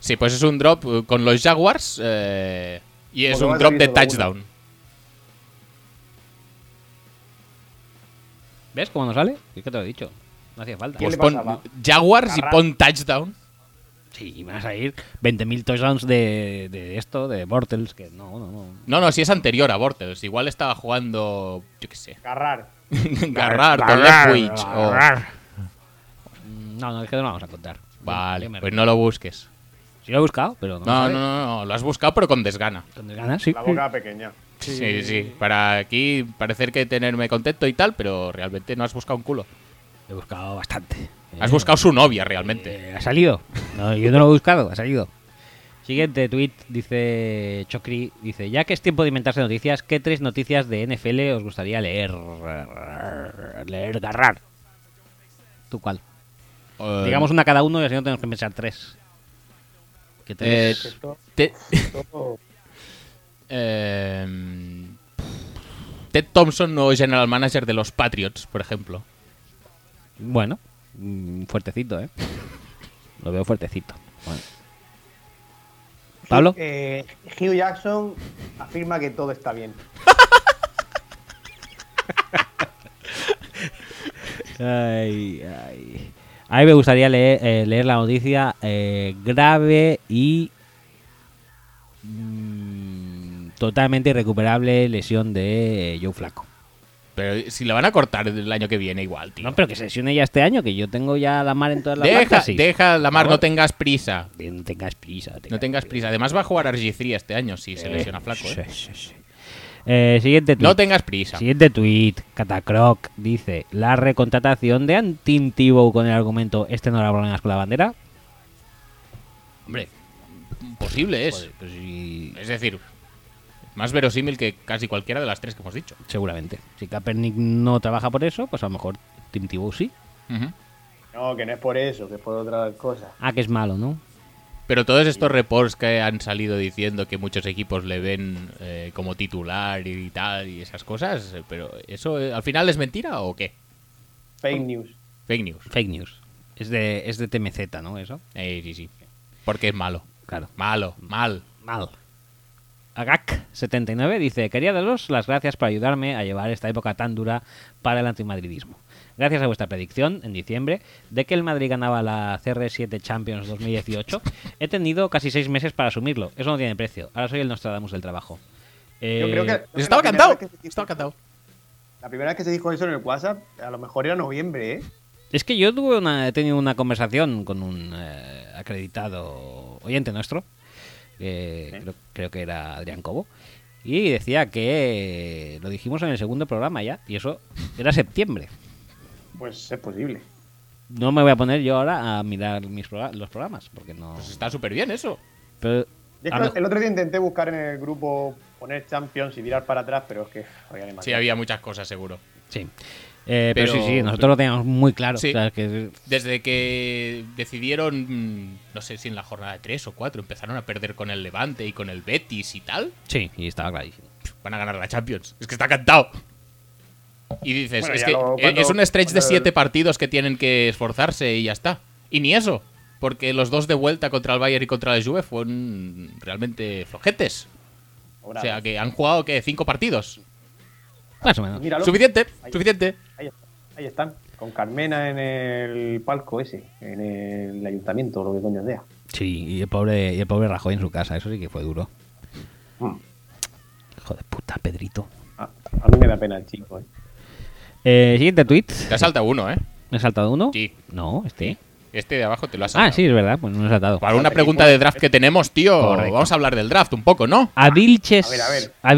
[SPEAKER 2] Sí, pues es un drop eh, con los Jaguars eh, y es
[SPEAKER 3] Porque
[SPEAKER 2] un
[SPEAKER 3] Pues vas a
[SPEAKER 2] drop de
[SPEAKER 3] salir solo
[SPEAKER 2] touchdown.
[SPEAKER 1] ¿Ves cómo no sale? Es que te lo he dicho. No hacía falta.
[SPEAKER 3] ¿Quién
[SPEAKER 2] Pues
[SPEAKER 3] le
[SPEAKER 2] pon
[SPEAKER 3] pasaba?
[SPEAKER 2] Jaguars y
[SPEAKER 3] Arran-
[SPEAKER 2] pon touchdown.
[SPEAKER 1] Sí, van a salir 20.000 touchdowns de, de esto, de Bortles, que no, no, no.
[SPEAKER 2] No, no, si es anterior a Bortles. Igual estaba jugando. Yo qué sé.
[SPEAKER 3] Carrar.
[SPEAKER 2] Garrar con Leftwich. o-
[SPEAKER 1] No, no, es que no lo vamos a contar. Yo-
[SPEAKER 2] Vale,
[SPEAKER 1] yo me
[SPEAKER 2] pues
[SPEAKER 1] río.
[SPEAKER 2] no lo busques.
[SPEAKER 1] Sí lo he buscado, pero no.
[SPEAKER 2] No,
[SPEAKER 1] sale.
[SPEAKER 2] no, no, no, lo has buscado pero con desgana.
[SPEAKER 1] Donde ganas, sí.
[SPEAKER 3] La boca pequeña.
[SPEAKER 2] Sí, sí, Para aquí parecer que tenerme contento y tal, pero realmente no has buscado un culo.
[SPEAKER 1] He buscado bastante.
[SPEAKER 2] Has
[SPEAKER 1] Eh,
[SPEAKER 2] buscado su novia realmente.
[SPEAKER 1] Eh, ha salido. No, yo no lo he buscado, ha salido. Siguiente tweet dice Chocri, dice, ya que es tiempo de inventarse noticias, ¿qué tres noticias de NFL os gustaría leer? Leer, agarrar. ¿Tú cuál?
[SPEAKER 2] Eh,
[SPEAKER 1] Digamos una cada uno y así no tenemos que pensar tres. ¿Qué tres?
[SPEAKER 2] Eh,
[SPEAKER 3] Esto,
[SPEAKER 2] Te-
[SPEAKER 3] esto-
[SPEAKER 2] eh, Ted Thompson, nuevo general manager de los Patriots, por ejemplo.
[SPEAKER 1] Bueno, mm, fuertecito, ¿eh? Lo veo fuertecito. Bueno. ¿Pablo?
[SPEAKER 3] Eh, Hugh Jackson afirma que todo está bien.
[SPEAKER 1] Ay, ay. A mí me gustaría leer, eh, leer la noticia eh, grave y mm, totalmente irrecuperable lesión de eh, Joe Flaco.
[SPEAKER 2] Pero si la van a cortar el año que viene igual, tío.
[SPEAKER 1] No, pero que se lesione ya este año, que yo tengo ya la mar en todas las
[SPEAKER 2] deja,
[SPEAKER 1] fantasies.
[SPEAKER 2] deja, Lamar,
[SPEAKER 1] Por
[SPEAKER 2] no
[SPEAKER 1] favor.
[SPEAKER 2] tengas prisa.
[SPEAKER 1] No tengas prisa.
[SPEAKER 2] No tengas prisa. Además va a jugar RG3 este año si se lesiona flaco,
[SPEAKER 1] Sí,
[SPEAKER 2] ¿eh?
[SPEAKER 1] sí, sí. Eh, siguiente
[SPEAKER 2] No
[SPEAKER 1] tuit.
[SPEAKER 2] tengas prisa.
[SPEAKER 1] Siguiente tuit, Catacroc dice, la recontratación de Antin Thibault con el argumento, este no era problemas con la bandera.
[SPEAKER 2] Hombre, posible es.
[SPEAKER 1] Joder, pues sí,
[SPEAKER 2] Es decir, más verosímil que casi cualquiera de las tres que hemos dicho.
[SPEAKER 1] seguramente. Si Kaepernick no trabaja por eso, pues a lo mejor Tim Thibault sí.
[SPEAKER 2] Ujú.
[SPEAKER 3] No, que no es por eso, que es por otras cosas.
[SPEAKER 1] Ah, que es malo, ¿no?
[SPEAKER 2] Pero todos estos reports que han salido diciendo que muchos equipos le ven eh, como titular y tal y esas cosas, eh, pero ¿eso eh, al final es mentira o qué?
[SPEAKER 3] Fake news.
[SPEAKER 2] Fake news.
[SPEAKER 1] Fake news. Es de, es de TMZ, ¿no? Eso.
[SPEAKER 2] Eh, sí, sí. Porque es malo.
[SPEAKER 1] Claro.
[SPEAKER 2] Malo, mal.
[SPEAKER 1] Mal. Agak79 dice, quería daros las gracias por ayudarme a llevar esta época tan dura para el antimadridismo. Gracias a vuestra predicción en diciembre de que el Madrid ganaba la CR7 Champions 2018, he tenido casi seis meses para asumirlo. Eso no tiene precio. Ahora soy el Nostradamus del trabajo. Eh,
[SPEAKER 3] creo que-
[SPEAKER 2] Pues Estaba
[SPEAKER 3] la primera
[SPEAKER 2] cantado.
[SPEAKER 3] vez que se-
[SPEAKER 2] Estaba cantado.
[SPEAKER 3] La primera vez que se dijo eso en el WhatsApp, a lo mejor era noviembre, ¿eh?
[SPEAKER 1] Es que yo tuve una- he tenido una conversación con un eh, acreditado oyente nuestro, eh, creo, creo que era Adrián Cobo, y decía que lo dijimos en el segundo programa ya, y eso era septiembre.
[SPEAKER 3] Pues es posible.
[SPEAKER 1] No me voy a poner yo ahora a mirar mis proga- los programas, porque no...
[SPEAKER 2] Pues está súper bien eso.
[SPEAKER 1] Pero,
[SPEAKER 3] Yo es
[SPEAKER 1] a
[SPEAKER 3] que
[SPEAKER 1] lo-
[SPEAKER 3] el otro día intenté buscar en el grupo poner Champions y tirar para atrás, pero es que había ni más.
[SPEAKER 2] Sí, había muchas cosas seguro.
[SPEAKER 1] sí. Eh, pero,
[SPEAKER 2] Pero-
[SPEAKER 1] sí, sí, nosotros lo teníamos muy claro.
[SPEAKER 2] Sí.
[SPEAKER 1] o sea, que-
[SPEAKER 2] Desde que decidieron, mm, no sé si en la jornada 3 o 4, empezaron a perder con el Levante y con el Betis y tal,
[SPEAKER 1] sí, y estaba clarísimo.
[SPEAKER 2] van a ganar la Champions. Es que está cantado. Y dices,
[SPEAKER 3] Bueno,
[SPEAKER 2] es
[SPEAKER 3] ya
[SPEAKER 2] que
[SPEAKER 3] lo-
[SPEAKER 2] eh,
[SPEAKER 3] cuando-
[SPEAKER 2] es un stretch de
[SPEAKER 3] cuando el-
[SPEAKER 2] 7 partidos que tienen que esforzarse y ya está. Y ni eso, porque los dos de vuelta contra el Bayern y contra el Juve fueron realmente flojetes. O
[SPEAKER 3] Ahora,
[SPEAKER 2] sea, que han jugado, que ¿Cinco partidos?
[SPEAKER 1] Más o menos.
[SPEAKER 3] míralo.
[SPEAKER 2] Suficiente,
[SPEAKER 3] Ahí.
[SPEAKER 2] suficiente.
[SPEAKER 3] Ahí, está- ahí están, con Carmena en el palco ese, en el ayuntamiento, lo que coño sea.
[SPEAKER 1] Sí, y el pobre, y el pobre Rajoy en su casa, eso sí que fue duro.
[SPEAKER 3] Mm.
[SPEAKER 1] Hijo de puta, Pedrito.
[SPEAKER 3] Ah, a mí me da pena el chico, ¿eh?
[SPEAKER 1] Eh, siguiente tweet.
[SPEAKER 2] Te salta uno, ¿eh?
[SPEAKER 1] ¿Me he saltado uno?
[SPEAKER 2] Sí.
[SPEAKER 1] No, este.
[SPEAKER 2] Este de abajo te lo has saltado.
[SPEAKER 1] Ah, sí, es verdad, pues no me he saltado.
[SPEAKER 2] Para una pregunta de
[SPEAKER 3] eh.
[SPEAKER 2] draft que tenemos, tío,
[SPEAKER 1] Correcto.
[SPEAKER 2] vamos a hablar del draft un poco, ¿no?
[SPEAKER 1] A Vilches.
[SPEAKER 3] A ver, a ver.
[SPEAKER 1] a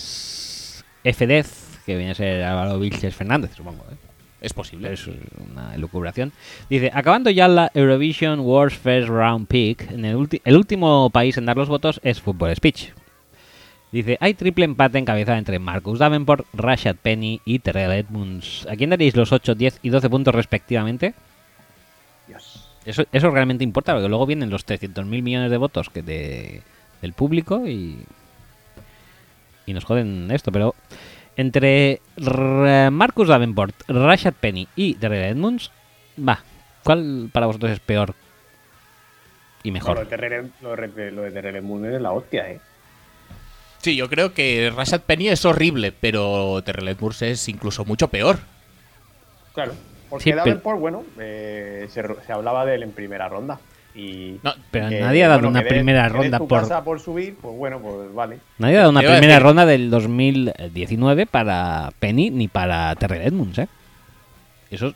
[SPEAKER 1] Vilches F10, que viene a ser Álvaro Vilches Fernández, supongo. ¿eh?
[SPEAKER 2] Es posible.
[SPEAKER 1] Es una elucubración. Dice: Acabando ya la Eurovision Wars First Round Pick, en el, ulti- el último país en dar los votos es Football Speech. Dice: Hay triple empate en cabeza entre Marcus Davenport, Rashad Penny y Terrell Edmunds. ¿A quién daréis los 8, 10 y 12 puntos respectivamente?
[SPEAKER 3] Dios.
[SPEAKER 1] Eso, eso realmente importa, porque luego vienen los 300.000 millones de votos que de- del público y, y nos joden esto. Pero entre R- Marcus Davenport, Rashad Penny y Darrell Edmonds, va, ¿cuál para vosotros es peor y
[SPEAKER 3] No, lo de
[SPEAKER 1] mejor?
[SPEAKER 3] Terrell- lo de- lo de Terrell Moon es la hostia, ¿eh?
[SPEAKER 2] Sí, yo creo que Rashad Penny es horrible, pero Terrell Edmunds es incluso mucho peor.
[SPEAKER 3] Claro. Porque
[SPEAKER 1] Sí, pero-
[SPEAKER 3] Davenport, bueno, eh, se, ro- se hablaba de él en primera ronda. Y
[SPEAKER 2] No,
[SPEAKER 1] Pero
[SPEAKER 3] que,
[SPEAKER 1] nadie ha dado
[SPEAKER 3] bueno,
[SPEAKER 1] una
[SPEAKER 3] que des-
[SPEAKER 1] primera
[SPEAKER 3] que des
[SPEAKER 1] ronda
[SPEAKER 3] tu
[SPEAKER 1] por
[SPEAKER 3] casa por subir, pues bueno, pues vale.
[SPEAKER 1] nadie ha dado una
[SPEAKER 2] Te iba a
[SPEAKER 1] primera
[SPEAKER 2] decir-
[SPEAKER 1] ronda del 2019 para Penny ni para Terrell Edmonds, ¿eh? Eso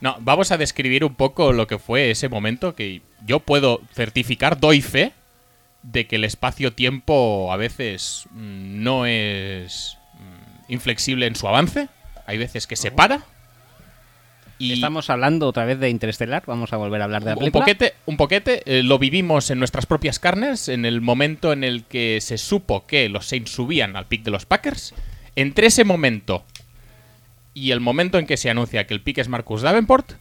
[SPEAKER 2] No, vamos a describir un poco lo que fue ese momento que yo puedo certificar, doy fe, de que el espacio-tiempo a veces mm, no es mm, inflexible en su avance. Hay veces que se para. Y
[SPEAKER 1] estamos hablando otra vez de Interestelar, vamos a volver a hablar de la
[SPEAKER 2] un
[SPEAKER 1] película.
[SPEAKER 2] poquete, un poquete eh, lo vivimos en nuestras propias carnes en el momento en el que se supo que los Saints subían al pick de los Packers. Entre ese momento y el momento en que se anuncia que el pick es Marcus Davenport,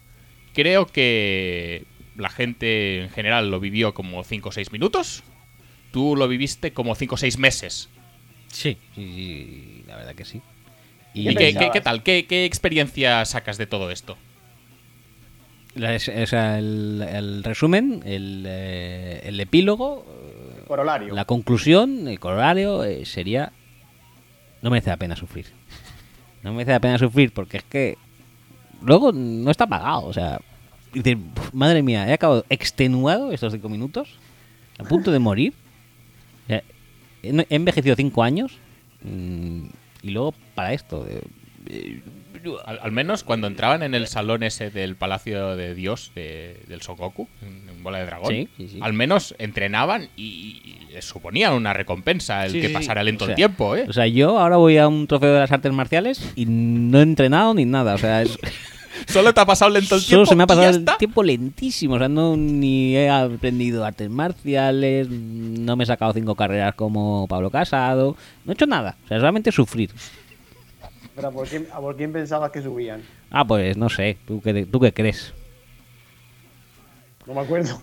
[SPEAKER 2] creo que la gente en general lo vivió como 5 o 6 minutos. Tú lo viviste como 5 o 6 meses.
[SPEAKER 1] Sí, sí, sí, la verdad que sí.
[SPEAKER 2] ¿Y,
[SPEAKER 1] Y,
[SPEAKER 2] qué,
[SPEAKER 3] pensabas?
[SPEAKER 2] qué- qué tal? ¿Qué, qué experiencia sacas de todo esto?
[SPEAKER 1] la- es- o sea, el, el resumen, el, eh, el epílogo, eh,
[SPEAKER 3] Corolario.
[SPEAKER 1] la conclusión, el corolario eh, sería no merece la pena sufrir. No merece la pena sufrir porque es que luego no está pagado. O sea, dices, "Puf, madre mía, he acabado extenuado estos cinco minutos, a punto de morir. O sea, he no- he envejecido cinco años mm, y luego para esto. de- eh,
[SPEAKER 2] Al, al menos cuando entraban en el salón ese del Palacio de Dios de- del Sokoku, en, en Bola de Dragón,
[SPEAKER 1] Sí, sí, sí.
[SPEAKER 2] al menos entrenaban y, y les suponían una recompensa el
[SPEAKER 1] Sí, sí,
[SPEAKER 2] que
[SPEAKER 1] sí.
[SPEAKER 2] pasara lento
[SPEAKER 1] O sea, pues,
[SPEAKER 2] el tiempo, ¿eh?
[SPEAKER 1] O sea, yo ahora voy a un trofeo de las artes marciales y no he entrenado ni nada. O sea, es-
[SPEAKER 2] Solo te ha pasado lento el
[SPEAKER 1] solo
[SPEAKER 2] tiempo.
[SPEAKER 1] se me ha
[SPEAKER 2] y ya
[SPEAKER 1] pasado el
[SPEAKER 2] está.
[SPEAKER 1] tiempo lentísimo. O sea, no, ni he aprendido artes marciales, no me he sacado cinco carreras como Pablo Casado, no he hecho nada. O sea, solamente sufrir.
[SPEAKER 3] Pero ¿a por quién, a por quién pensabas que subían?
[SPEAKER 1] Ah, pues no sé, ¿tú qué, tú qué crees?
[SPEAKER 3] No me acuerdo.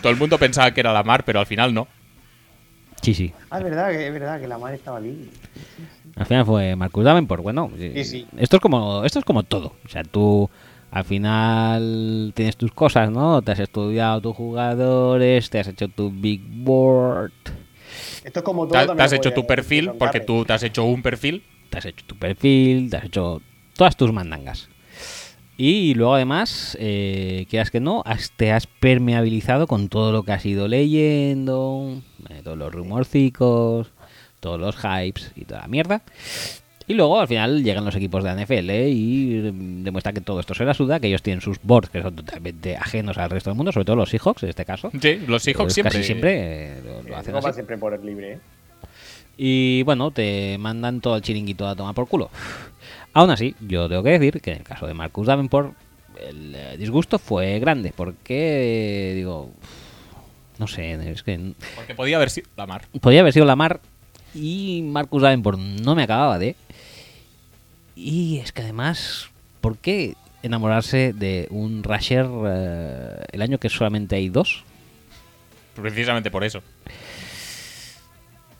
[SPEAKER 2] Todo el mundo pensaba que era la mar, pero al final no.
[SPEAKER 1] Sí, sí.
[SPEAKER 3] Ah, es verdad, que, es verdad que la madre estaba allí.
[SPEAKER 1] Al final fue Marcus Davenport. Bueno, eh,
[SPEAKER 3] sí.
[SPEAKER 1] Esto, es como, esto es como todo. O sea, tú al final tienes tus cosas, ¿no? Te has estudiado tus jugadores, te has hecho tu big board,
[SPEAKER 3] Esto es como todo.
[SPEAKER 2] Te,
[SPEAKER 3] también
[SPEAKER 2] te has
[SPEAKER 3] lo
[SPEAKER 2] hecho
[SPEAKER 3] podía
[SPEAKER 2] tu perfil,
[SPEAKER 3] contarle.
[SPEAKER 2] porque tú te has hecho un perfil.
[SPEAKER 1] te has hecho tu perfil, te has hecho todas tus mandangas. Y luego además, eh, quieras que no, has- te has permeabilizado con todo lo que has ido leyendo, eh, todos los rumorcicos, todos los hypes y toda la mierda. Y luego al final llegan los equipos de la NFL y mm, demuestra que todo esto se la suda, que ellos tienen sus boards que son totalmente ajenos al resto del mundo, sobre todo los Seahawks en este caso.
[SPEAKER 2] Sí, los Seahawks
[SPEAKER 1] Pues
[SPEAKER 2] siempre.
[SPEAKER 1] Casi siempre eh, lo, lo
[SPEAKER 3] Eh,
[SPEAKER 1] hacen
[SPEAKER 3] no va
[SPEAKER 1] así.
[SPEAKER 3] siempre por el libre, ¿eh?
[SPEAKER 1] Y bueno, te mandan todo el chiringuito a tomar por culo. Aún así, yo tengo que decir que en el caso de Marcus Davenport, el eh, disgusto fue grande, porque, digo, no sé, es que n-
[SPEAKER 2] Porque podía haber sido la mar.
[SPEAKER 1] podía haber sido Lamar y Marcus Davenport no me acababa de. Y es que además, ¿por qué enamorarse de un Rasher eh, el año que solamente hay dos?
[SPEAKER 2] Precisamente por eso.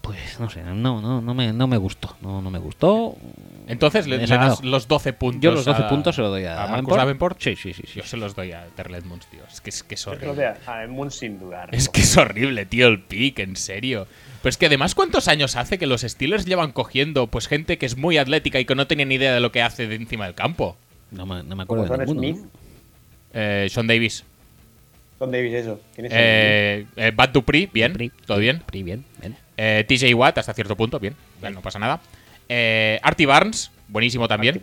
[SPEAKER 1] Pues no sé, no, no, no, me, no me gustó, no, no me gustó.
[SPEAKER 2] Entonces le,
[SPEAKER 1] Me
[SPEAKER 2] le
[SPEAKER 1] desagrado.
[SPEAKER 2] das los 12 puntos.
[SPEAKER 1] Yo los 12
[SPEAKER 2] a-
[SPEAKER 1] puntos se los doy a,
[SPEAKER 2] Marcus Davenport.
[SPEAKER 1] Sí, sí, sí. sí.
[SPEAKER 2] Yo se los doy a Terlet Moons, tío. Es que es, que es
[SPEAKER 3] Yo creo
[SPEAKER 2] horrible.
[SPEAKER 3] que a Edmund sin dudar.
[SPEAKER 2] Es que es horrible, tío, el pick, en serio. Pero es que además, ¿cuántos años hace que los Steelers llevan cogiendo pues gente que es muy atlética y que no tenía ni idea de lo que hace de encima del campo?
[SPEAKER 1] No, me, no me
[SPEAKER 3] Como
[SPEAKER 1] acuerdo de
[SPEAKER 3] son
[SPEAKER 1] ninguno.
[SPEAKER 3] Smith,
[SPEAKER 1] ¿no?
[SPEAKER 2] Eh, Sean Davis.
[SPEAKER 3] son Davis eso. ¿Quién es Sean Davis?
[SPEAKER 2] Eh, eh, Bad Dupree, bien.
[SPEAKER 1] Pri-
[SPEAKER 2] Todo bien.
[SPEAKER 1] Pri, bien, bien.
[SPEAKER 2] Eh, TJ Watt, hasta cierto punto, bien. Bien, No pasa nada. Eh, Artie Barnes, buenísimo también.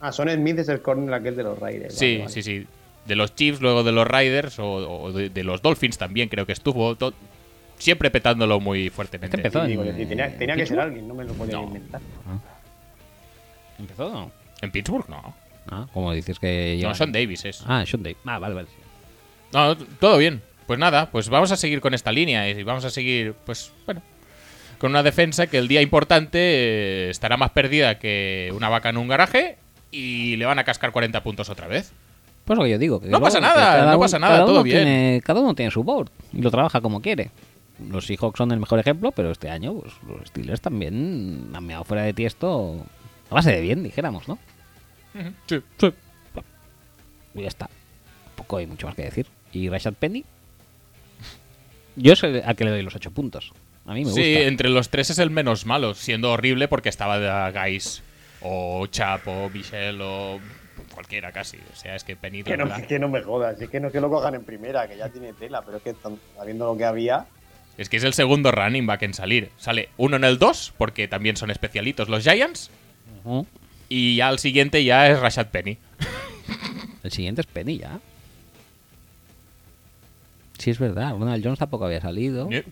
[SPEAKER 3] Ah, son Smith es el corner aquel de los Raiders.
[SPEAKER 2] Sí, sí, sí. De los Chiefs, luego de los Riders o, o de, de los Dolphins también, creo que estuvo. to- siempre petándolo muy fuertemente.
[SPEAKER 1] Este empezó.
[SPEAKER 3] Digo, yo, sí, tenía, tenía que ser
[SPEAKER 1] ¿Pittsburgh?
[SPEAKER 3] alguien, no me lo podía
[SPEAKER 2] No.
[SPEAKER 3] inventar.
[SPEAKER 1] ¿Empezó o no?
[SPEAKER 2] En Pittsburgh, no.
[SPEAKER 1] Ah, como dices que lleva.
[SPEAKER 2] No, Sean Davis es.
[SPEAKER 1] Ah, Sean Day. Ah, vale, vale.
[SPEAKER 2] No, todo bien. Pues nada, pues vamos a seguir con esta línea y vamos a seguir, pues, bueno, con una defensa que el día importante eh, estará más perdida que una vaca en un garaje y le van a cascar 40 puntos otra vez.
[SPEAKER 1] Pues lo que yo digo. que
[SPEAKER 2] No
[SPEAKER 1] luego
[SPEAKER 2] pasa
[SPEAKER 1] que
[SPEAKER 2] nada,
[SPEAKER 1] cada
[SPEAKER 2] no
[SPEAKER 1] uno-
[SPEAKER 2] pasa nada,
[SPEAKER 1] cada
[SPEAKER 2] todo
[SPEAKER 1] uno
[SPEAKER 2] bien.
[SPEAKER 1] tiene- cada uno tiene su board y lo trabaja como quiere. Los Seahawks son el mejor ejemplo, pero este año pues, los Steelers también han meado fuera de tiesto a base de bien, dijéramos, ¿no?
[SPEAKER 2] Sí.
[SPEAKER 1] Y ya está. Poco hay mucho más que decir. ¿Y Rashad Penny? Yo soy al que le doy los 8 puntos. A mí me gusta.
[SPEAKER 2] Sí, entre los tres es el menos malo, siendo horrible porque estaba de Guys o Chap o Michel o cualquiera casi. O sea, es que Penny de
[SPEAKER 3] Que no,
[SPEAKER 2] verdad,
[SPEAKER 3] que no me jodas, es que no es que lo cojan en primera, que ya tiene tela, pero es que tan- sabiendo lo que había,
[SPEAKER 2] Es que es el segundo running back en salir. Sale uno en el 2, porque también son especialitos los Giants.
[SPEAKER 1] Ujú.
[SPEAKER 2] Y ya al siguiente ya es Rashad Penny.
[SPEAKER 1] El siguiente es Penny ya. Sí, es verdad. Ronald Jones tampoco había salido.
[SPEAKER 2] Eh,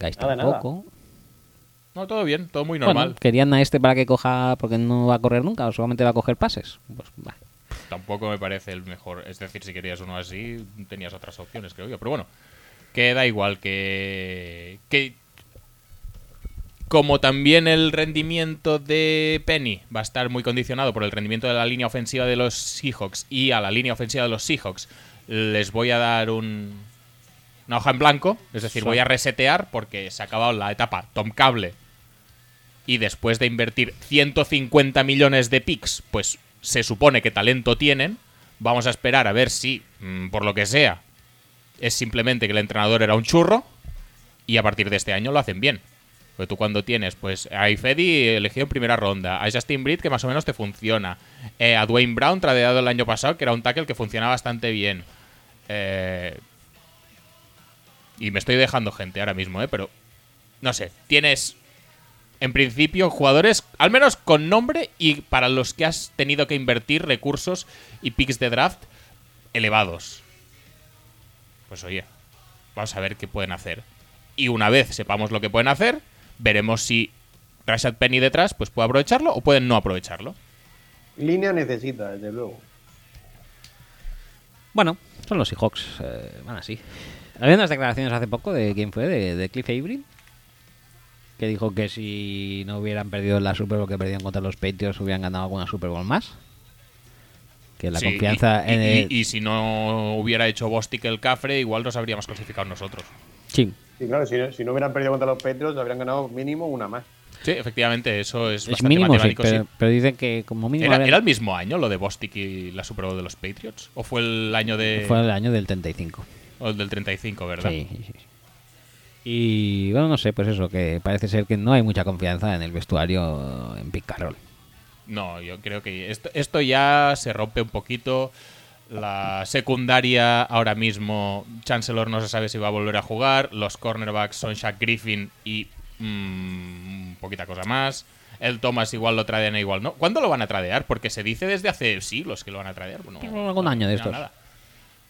[SPEAKER 1] Guys
[SPEAKER 3] Nada, nada.
[SPEAKER 1] tampoco.
[SPEAKER 2] No, todo bien, todo muy
[SPEAKER 1] Bueno,
[SPEAKER 2] normal.
[SPEAKER 1] querían a este para que coja, porque no va a correr nunca, o solamente va a coger pases. Pues, va.
[SPEAKER 2] Tampoco me parece el mejor. Es decir, si querías uno así, tenías otras opciones, creo yo. Pero bueno, que da igual que. que como también el rendimiento de Penny va a estar muy condicionado por el rendimiento de la línea ofensiva de los Seahawks y a la línea ofensiva de los Seahawks les voy a dar un, una hoja en blanco, es decir, voy a resetear porque se ha acabado la etapa Tom Cable y después de invertir 150 millones de picks, pues se supone que talento tienen. Vamos a esperar a ver si, mm, por lo que sea, es simplemente que el entrenador era un churro y a partir de este año lo hacen bien. Porque tú cuando tienes, pues, a Ifedi elegido en primera ronda, a Justin Britt, que más o menos te funciona, eh, a Dwayne Brown, tradeado el año pasado, que era un tackle que funcionaba bastante bien. Eh, y me estoy dejando gente ahora mismo, ¿eh? Pero, no sé, tienes, en principio, jugadores, al menos con nombre y para los que has tenido que invertir recursos y picks de draft elevados. Pues oye, vamos a ver qué pueden hacer. Y una vez sepamos lo que pueden hacer, veremos si Rashad Penny detrás pues puede aprovecharlo o pueden no aprovecharlo.
[SPEAKER 3] Línea necesita, desde luego.
[SPEAKER 1] Bueno, son los Seahawks, eh, van así. Había unas declaraciones hace poco de quién fue, de, de Cliff Avril, que dijo que si no hubieran perdido la Super Bowl que perdían contra los Patriots, hubieran ganado alguna Super Bowl más. Que la
[SPEAKER 2] Sí,
[SPEAKER 1] confianza
[SPEAKER 2] y,
[SPEAKER 1] en
[SPEAKER 2] y-
[SPEAKER 1] el...
[SPEAKER 2] y- y si no hubiera hecho Bostic el Cafre, igual nos habríamos clasificado nosotros.
[SPEAKER 1] Sí.
[SPEAKER 3] Sí, claro, si, si no hubieran perdido contra los Patriots, habrían ganado mínimo una más.
[SPEAKER 2] Sí, efectivamente, eso es,
[SPEAKER 1] Es
[SPEAKER 2] bastante
[SPEAKER 1] mínimo, sí,
[SPEAKER 2] matemático. sí.
[SPEAKER 1] pero, pero dicen que como mínimo
[SPEAKER 2] ¿Era,
[SPEAKER 1] habían-
[SPEAKER 2] era el mismo año lo de Bostic y la Super Bowl de los Patriots? ¿O fue el año de,
[SPEAKER 1] fue el año del 35.
[SPEAKER 2] o el del 35, Eh, verdad?
[SPEAKER 1] Sí, sí, sí. Y bueno, no sé, pues eso, que parece ser que no hay mucha confianza en el vestuario en Pete Carroll.
[SPEAKER 2] No, yo creo que esto, esto ya se rompe un poquito. La secundaria ahora mismo, Chancellor no se sabe si va a volver a jugar. Los cornerbacks son Shaq Griffin y mm, poquita cosa más. El Thomas igual lo tradean e igual no. ¿Cuándo lo van a tradear? Porque se dice desde hace siglos que lo van a tradear. Bueno,
[SPEAKER 1] Tengo algún año de
[SPEAKER 2] no,
[SPEAKER 1] estos.
[SPEAKER 2] nada.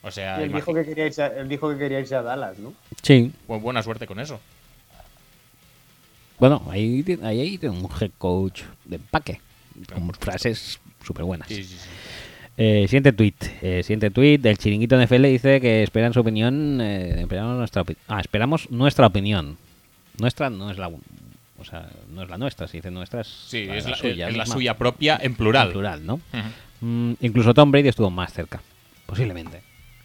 [SPEAKER 2] O sea,
[SPEAKER 3] Y él, dijo
[SPEAKER 2] imagi-
[SPEAKER 3] que quería irse a, él dijo que quería irse a Dallas, Ah, ¿no?
[SPEAKER 1] Sí.
[SPEAKER 2] bu- buena suerte con eso.
[SPEAKER 1] Bueno, ahí, ti- ahí hay un head coach de empaque, con frases súper buenas.
[SPEAKER 2] Sí, sí, sí.
[SPEAKER 1] Eh, siguiente tweet. Eh, siguiente tweet del chiringuito NFL dice que esperan su opinión. eh, esperamos nuestra opi- ah, esperamos nuestra opinión. Nuestra no es la o sea, no es la nuestra, si dice nuestra es
[SPEAKER 2] Sí,
[SPEAKER 1] la,
[SPEAKER 2] es
[SPEAKER 1] la
[SPEAKER 2] la,
[SPEAKER 1] suya.
[SPEAKER 2] es la
[SPEAKER 1] misma.
[SPEAKER 2] suya propia en plural.
[SPEAKER 1] En plural, ¿no?
[SPEAKER 2] Ujú.
[SPEAKER 1] Mm, incluso Tom Brady estuvo más cerca, posiblemente.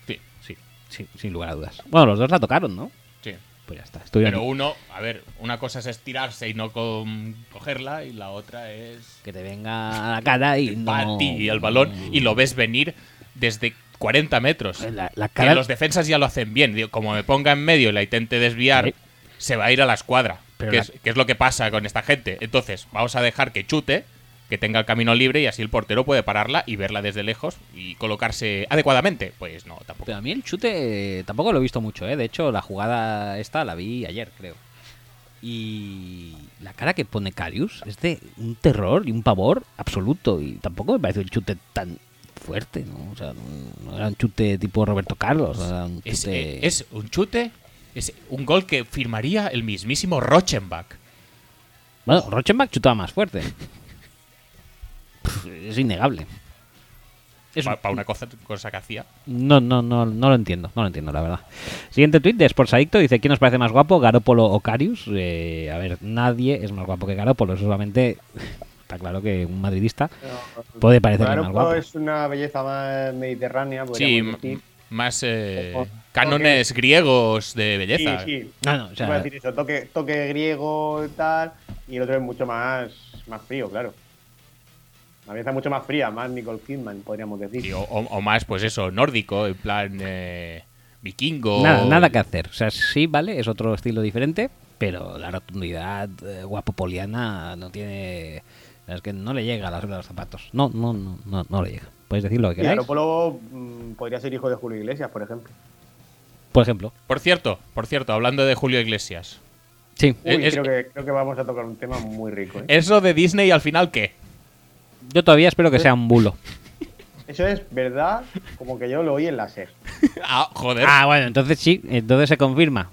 [SPEAKER 2] Sí,
[SPEAKER 1] Sí, sí, sin lugar a dudas. Bueno, los dos la tocaron, ¿no?
[SPEAKER 2] sí.
[SPEAKER 1] Pues ya está. Estuvieron
[SPEAKER 2] Pero uno, a ver, una cosa es estirarse y no con- cogerla, y la otra es
[SPEAKER 1] que te venga a la cara y no.
[SPEAKER 2] a ti y el balón, y lo ves venir desde 40 metros.
[SPEAKER 1] Eh, Pues La, la
[SPEAKER 2] Que
[SPEAKER 1] cara.
[SPEAKER 2] los defensas ya lo hacen bien. Digo, como me ponga en medio y la intente desviar,
[SPEAKER 1] Sí.
[SPEAKER 2] se va a ir a la escuadra.
[SPEAKER 1] Pero
[SPEAKER 2] que,
[SPEAKER 1] la-
[SPEAKER 2] es, que es lo que pasa con esta gente. Entonces, vamos a dejar que chute, que tenga el camino libre, y así el portero puede pararla y verla desde lejos y colocarse adecuadamente. Pues no, tampoco.
[SPEAKER 1] Pero a mí el chute eh, tampoco lo he visto mucho, ¿eh? De hecho, la jugada esta la vi ayer, creo. Y la cara que pone Carius es de un terror y un pavor absoluto. Y tampoco me parece un chute tan fuerte, ¿no? O sea, no no era un chute tipo Roberto Carlos. Era un chute...
[SPEAKER 2] Es, eh, es un chute, es un gol que firmaría el mismísimo Rochenbach.
[SPEAKER 1] Bueno, Rochenbach chutaba más fuerte. es innegable. Es
[SPEAKER 2] para
[SPEAKER 1] un-
[SPEAKER 2] una cosa, cosa que hacía.
[SPEAKER 1] No, no, no, no lo entiendo, no lo entiendo, la verdad. Siguiente tuit de Sports Adicto dice: ¿Quién nos parece más guapo, Garópolo o Carius? Eh, a ver, nadie es más guapo que Garópolo, solamente está claro que un madridista.
[SPEAKER 3] Pues
[SPEAKER 1] Puede parecerle
[SPEAKER 3] Claro,
[SPEAKER 1] más guapo.
[SPEAKER 3] pero es una belleza más mediterránea,
[SPEAKER 2] Sí,
[SPEAKER 3] podríamos
[SPEAKER 2] m-
[SPEAKER 3] decir.
[SPEAKER 2] más eh,
[SPEAKER 3] Ojo.
[SPEAKER 2] cánones griegos de
[SPEAKER 3] Sí,
[SPEAKER 2] belleza.
[SPEAKER 3] sí.
[SPEAKER 1] No, no, o
[SPEAKER 3] Iba a
[SPEAKER 1] sea,
[SPEAKER 3] decir eso, toque, toque griego y tal, y el otro es mucho más, más frío, claro. La belleza mucho más fría, más Nicole Kidman, podríamos decir.
[SPEAKER 2] Y o, o- o más, pues eso, nórdico, en plan eh, vikingo.
[SPEAKER 1] nada, nada que hacer. O sea, sí, vale, es otro estilo diferente, pero la rotundidad eh, guapopoliana no tiene. Es que no le llega a la suela de los zapatos. No, no, no, no, no le llega. Podéis decir lo que
[SPEAKER 3] Y
[SPEAKER 1] queráis.
[SPEAKER 3] Garoppolo mm, podría ser hijo de Julio Iglesias, por ejemplo.
[SPEAKER 1] Por ejemplo.
[SPEAKER 2] Por cierto, por cierto, hablando de Julio Iglesias.
[SPEAKER 1] Sí.
[SPEAKER 3] Uy,
[SPEAKER 2] Eh, es-
[SPEAKER 3] creo, que, creo que vamos a tocar un tema muy rico. ¿eh?
[SPEAKER 2] Eso de Disney al final, ¿qué?
[SPEAKER 1] Yo todavía espero que sea un bulo.
[SPEAKER 3] Eso es verdad, como que yo lo oí en la SER.
[SPEAKER 2] Ah, joder.
[SPEAKER 1] Ah, bueno, entonces sí, entonces se confirma.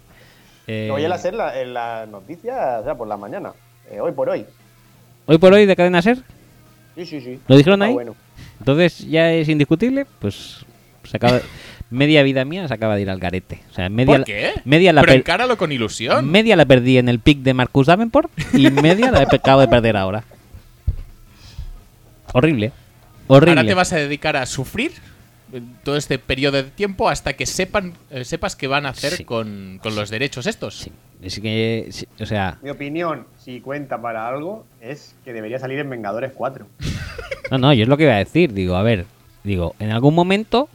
[SPEAKER 1] Eh,
[SPEAKER 3] Lo oí en la SER la- en las noticias, o sea, por la mañana. eh, hoy por hoy.
[SPEAKER 1] Hoy por hoy de cadena ser,
[SPEAKER 3] Sí, sí, sí.
[SPEAKER 1] ¿Lo dijeron
[SPEAKER 3] Está
[SPEAKER 1] ahí?
[SPEAKER 3] Bueno.
[SPEAKER 1] entonces ya es indiscutible, pues se acaba- media vida mía se acaba de ir al garete. O sea, media
[SPEAKER 2] ¿Por
[SPEAKER 1] la-
[SPEAKER 2] qué?
[SPEAKER 1] media la
[SPEAKER 2] Pero
[SPEAKER 1] per-
[SPEAKER 2] encáralo con ilusión.
[SPEAKER 1] media la perdí en el pick de Marcus Davenport y media la he acabo de perder ahora. Horrible. Horrible.
[SPEAKER 2] Ahora te vas a dedicar a sufrir eh, todo este periodo de tiempo hasta que sepan eh, sepas qué van a hacer
[SPEAKER 1] Sí.
[SPEAKER 2] con, con los derechos estos.
[SPEAKER 1] Sí, es que sí, o sea,
[SPEAKER 3] Mi opinión, si cuenta para algo, es que debería salir en Vengadores 4.
[SPEAKER 1] No, no, yo es lo que iba a decir. Digo, a ver, digo, en algún momento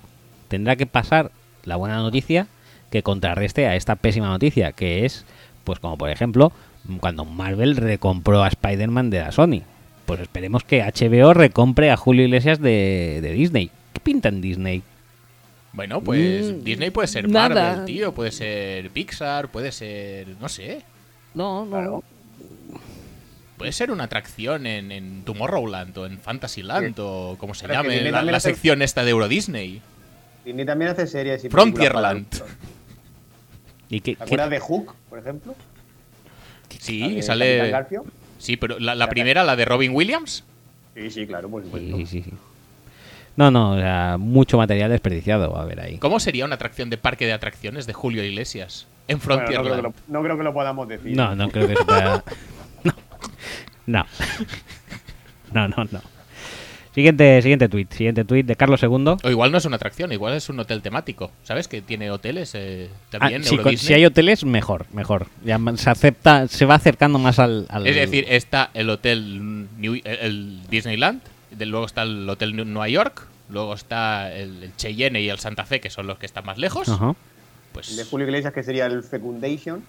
[SPEAKER 1] tendrá que pasar la buena noticia que contrarreste a esta pésima noticia, que es, pues como por ejemplo, cuando Marvel recompró a Spider-Man de la Sony. Pues esperemos que HBO recompre a Julio Iglesias de, de Disney. ¿Qué pinta en Disney?
[SPEAKER 2] Bueno, pues
[SPEAKER 1] Mm,
[SPEAKER 2] Disney puede ser
[SPEAKER 1] nada.
[SPEAKER 2] Marvel, tío, puede ser Pixar, puede ser, no sé,
[SPEAKER 1] No, no.
[SPEAKER 2] puede ser una atracción en, en Tomorrowland o en Fantasyland o como se
[SPEAKER 3] Pero es que
[SPEAKER 2] llame
[SPEAKER 3] Disney
[SPEAKER 2] la,
[SPEAKER 3] también
[SPEAKER 2] la
[SPEAKER 3] hace-
[SPEAKER 2] sección esta de Euro Disney.
[SPEAKER 3] Disney también hace series y películas
[SPEAKER 2] Frontierland.
[SPEAKER 3] para adultos.
[SPEAKER 1] ¿Y qué-
[SPEAKER 3] ¿Te
[SPEAKER 1] qué-
[SPEAKER 3] acuerdas de Hook, por ejemplo? La
[SPEAKER 2] Sí,
[SPEAKER 3] de Capitán
[SPEAKER 2] sale.
[SPEAKER 3] Garfio.
[SPEAKER 2] Sí, pero la, la primera, la de Robin Williams.
[SPEAKER 3] Sí, sí, claro, por
[SPEAKER 1] Sí,
[SPEAKER 3] supuesto.
[SPEAKER 1] sí, sí. No, no, o sea, mucho material desperdiciado va a haber ahí.
[SPEAKER 2] ¿Cómo sería una atracción de parque de atracciones de Julio Iglesias en
[SPEAKER 3] Bueno, no, creo que
[SPEAKER 2] Frontierland?
[SPEAKER 3] lo, no creo que lo podamos decir.
[SPEAKER 1] No, no creo que se pueda. No. No. No, no, no. Siguiente, siguiente tweet. Siguiente tweet de Carlos II.
[SPEAKER 2] O igual no es una atracción, igual es un hotel temático. ¿Sabes? Que tiene hoteles eh,
[SPEAKER 1] Ah,
[SPEAKER 2] también.
[SPEAKER 1] si,
[SPEAKER 2] Euro
[SPEAKER 1] con-
[SPEAKER 2] Disney.
[SPEAKER 1] si hay hoteles, mejor, mejor. Ya ma- se acepta, se va acercando más al. al-
[SPEAKER 2] Es decir, está el hotel New- el Disneyland, de- luego está el hotel Nu- Nueva York, luego está el, el Cheyenne y el Santa Fe, que son los que están más lejos.
[SPEAKER 1] Ajá.
[SPEAKER 3] El de
[SPEAKER 2] Pues
[SPEAKER 3] Julio Iglesias, que sería el Fecundation.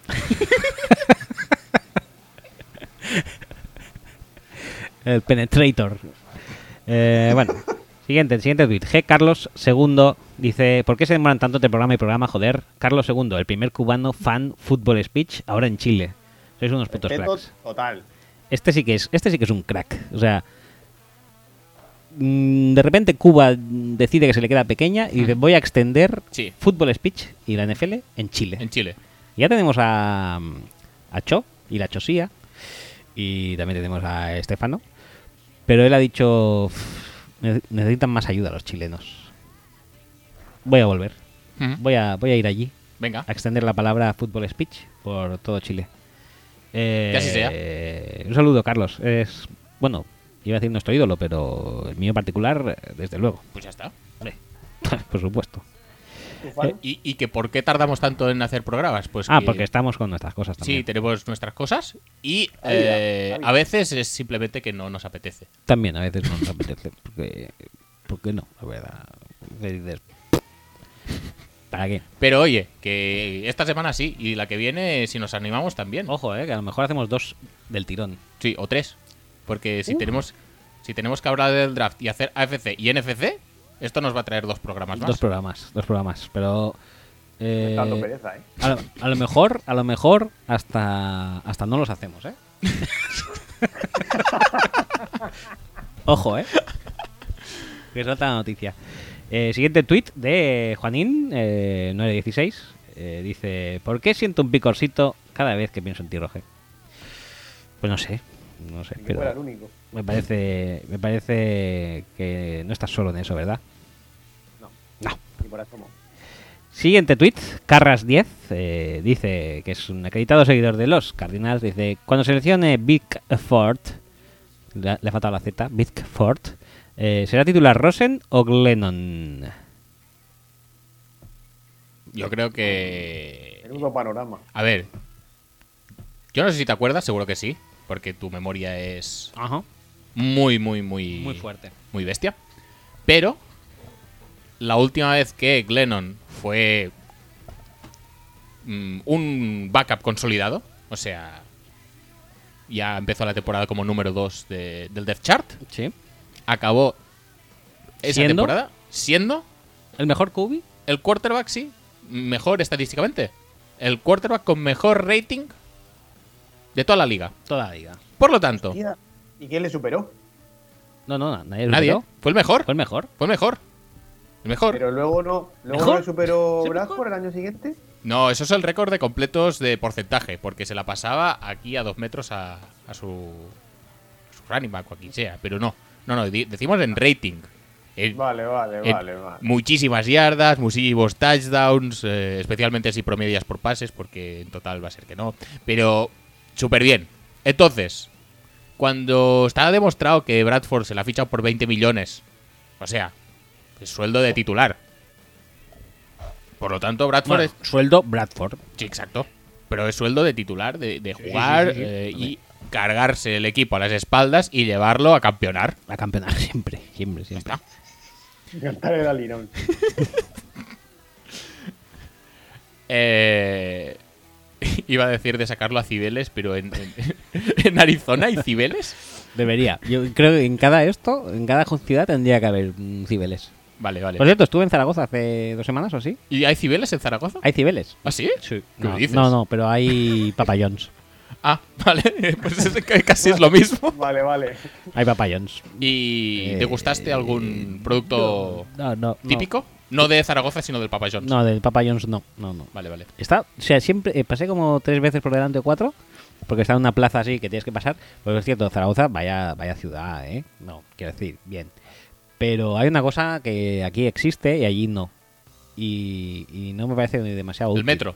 [SPEAKER 1] El penetrator. Eh, bueno, siguiente, siguiente tweet. G. Carlos II dice: ¿Por qué se demoran tanto entre programa y programa? Joder, Carlos II, el primer cubano fan fútbol speech ahora en Chile. Sois unos putos
[SPEAKER 3] Respeto
[SPEAKER 1] cracks.
[SPEAKER 3] total.
[SPEAKER 1] Este sí que es, este sí que es un crack. O sea, mm, de repente Cuba mm, decide que se le queda pequeña y dice, voy a extender
[SPEAKER 2] Sí.
[SPEAKER 1] fútbol speech y la NFL en Chile.
[SPEAKER 2] en Chile.
[SPEAKER 1] Ya tenemos a, a Cho y la Chosía. Y también tenemos a Estefano. Pero él ha dicho, "Uf, ne- necesitan más ayuda los chilenos. Voy a volver.
[SPEAKER 2] Ujú.
[SPEAKER 1] Voy a, voy a ir allí
[SPEAKER 2] Venga.
[SPEAKER 1] a extender la palabra fútbol speech por todo Chile. Eh,
[SPEAKER 2] Que así sea.
[SPEAKER 1] Un saludo, Carlos. Es, bueno, iba a decir nuestro ídolo, pero el mío en particular, eh, desde luego.
[SPEAKER 2] Pues ya está. ¿Eh?
[SPEAKER 1] Hombre, por supuesto.
[SPEAKER 3] ¿Tú, Juan?
[SPEAKER 2] ¿Y, y que por qué tardamos tanto en hacer programas? Pues
[SPEAKER 1] Ah,
[SPEAKER 2] que-
[SPEAKER 1] porque estamos con nuestras cosas también.
[SPEAKER 2] Sí, tenemos nuestras cosas y
[SPEAKER 3] La vida,
[SPEAKER 2] eh,
[SPEAKER 3] la vida.
[SPEAKER 2] a veces es simplemente que no nos apetece.
[SPEAKER 1] También a veces no nos apetece. Porque, porque no, la verdad. Que dices, ¿Para qué?
[SPEAKER 2] Pero oye, que esta semana sí y la que viene, si nos animamos también.
[SPEAKER 1] Ojo, eh, que a lo mejor hacemos dos del tirón.
[SPEAKER 2] Sí, o tres. Porque si tenemos si tenemos que hablar del draft y hacer AFC y NFC, esto nos va a traer dos programas más.
[SPEAKER 1] Dos programas, dos programas. Pero. eh,
[SPEAKER 3] Está dando pereza, ¿eh?
[SPEAKER 1] A lo, a lo mejor, a lo mejor hasta, hasta no los hacemos, ¿eh? Ojo, ¿eh? Que es otra noticia. Eh, siguiente tuit de Juanín, eh, 916. eh, dice, ¿por qué siento un picorcito cada vez que pienso en ti, Roger? Pues no sé, no sé.
[SPEAKER 3] Ni que fuera el
[SPEAKER 1] Pero
[SPEAKER 3] único.
[SPEAKER 1] me parece, me parece que no estás solo en eso, ¿verdad?
[SPEAKER 3] No,
[SPEAKER 1] No.
[SPEAKER 3] ni por asomo.
[SPEAKER 1] Siguiente tweet, Carras10, eh, dice que es un acreditado seguidor de los Cardinals, dice, cuando seleccione Big Ford, le, le ha faltado la Z, Big Ford, eh, ¿será titular Rosen o Glennon?
[SPEAKER 2] Yo creo que
[SPEAKER 3] Menudo panorama.
[SPEAKER 2] a ver. Yo no sé si te acuerdas, seguro que sí, porque tu memoria es
[SPEAKER 1] Ajá,
[SPEAKER 2] muy muy muy
[SPEAKER 1] muy fuerte.
[SPEAKER 2] muy bestia. Pero la última vez que Glennon fue mm, un backup consolidado, o sea, ya empezó la temporada como número 2 del Death Chart,
[SPEAKER 1] Sí.
[SPEAKER 2] acabó esa
[SPEAKER 1] ¿Siendo?
[SPEAKER 2] temporada siendo
[SPEAKER 1] ¿El mejor Kubi?
[SPEAKER 2] el quarterback, sí, mejor estadísticamente. El quarterback con mejor rating de toda la liga.
[SPEAKER 1] Toda la liga.
[SPEAKER 2] Por lo
[SPEAKER 1] Oh.
[SPEAKER 2] tanto,
[SPEAKER 3] Tía, ¿Y quién le superó?
[SPEAKER 1] No, no, na- nadie lo
[SPEAKER 2] nadie.
[SPEAKER 1] superó.
[SPEAKER 2] Fue el mejor.
[SPEAKER 1] Fue el mejor.
[SPEAKER 2] Fue el mejor. El mejor.
[SPEAKER 3] Pero luego no, luego
[SPEAKER 1] ¿Mejor?
[SPEAKER 3] no le superó
[SPEAKER 1] ¿Sí, mejor?
[SPEAKER 3] Bradford el año siguiente.
[SPEAKER 2] No, eso es el récord de completos de porcentaje, porque se la pasaba aquí a dos metros a, a su, su running back o a quien sea, pero no, no, no, di- decimos en rating. En-
[SPEAKER 3] Vale, vale,
[SPEAKER 1] Eh.
[SPEAKER 2] en
[SPEAKER 3] vale, vale.
[SPEAKER 2] Muchísimas yardas, muchísimos touchdowns, eh, especialmente si promedias por pases, porque en total va a ser que no, pero súper bien. Entonces, cuando está demostrado que Bradford se la ha fichado por 20 millones, o sea, el sueldo de titular. Por lo tanto, Bradford es,
[SPEAKER 1] Bueno, sueldo Bradford.
[SPEAKER 2] Sí, exacto. Pero es sueldo de titular, de, de jugar
[SPEAKER 1] sí, sí.
[SPEAKER 2] eh,
[SPEAKER 1] Vale.
[SPEAKER 2] y cargarse el equipo a las espaldas y llevarlo a campeonar.
[SPEAKER 1] La campeona siempre, siempre, siempre.
[SPEAKER 2] está.
[SPEAKER 3] Cantar el alinón.
[SPEAKER 2] Eh, Iba a decir de sacarlo a Cibeles, pero en, en- en Arizona hay Cibeles.
[SPEAKER 1] Debería. Yo creo que en cada esto, en cada ciudad tendría que haber un Cibeles.
[SPEAKER 2] Vale,
[SPEAKER 1] Por
[SPEAKER 2] vale.
[SPEAKER 1] cierto, estuve en Zaragoza hace dos semanas o así.
[SPEAKER 2] ¿Y hay Cibeles en Zaragoza?
[SPEAKER 1] Hay Cibeles.
[SPEAKER 2] ¿Ah, sí? ¿Qué
[SPEAKER 1] No,
[SPEAKER 2] dices?
[SPEAKER 1] no, no, pero hay papayons.
[SPEAKER 2] Ah, vale. Pues es que casi es lo mismo.
[SPEAKER 3] Vale, vale.
[SPEAKER 1] Hay papayons.
[SPEAKER 2] ¿Y
[SPEAKER 1] Eh,
[SPEAKER 2] te gustaste algún producto
[SPEAKER 1] No, no. no.
[SPEAKER 2] típico? No de Zaragoza, sino del Papa John's.
[SPEAKER 1] No, del papayons no. No, no.
[SPEAKER 2] Vale, vale.
[SPEAKER 1] Está, o sea, siempre eh, pasé como tres veces por delante o cuatro, porque está en una plaza así que tienes que pasar. Pues es cierto, Zaragoza, vaya, vaya ciudad, ¿eh? No, quiero decir, bien. Pero hay una cosa que aquí existe y allí no. Y, y no me parece ni demasiado
[SPEAKER 2] ¿El
[SPEAKER 1] útil.
[SPEAKER 2] metro?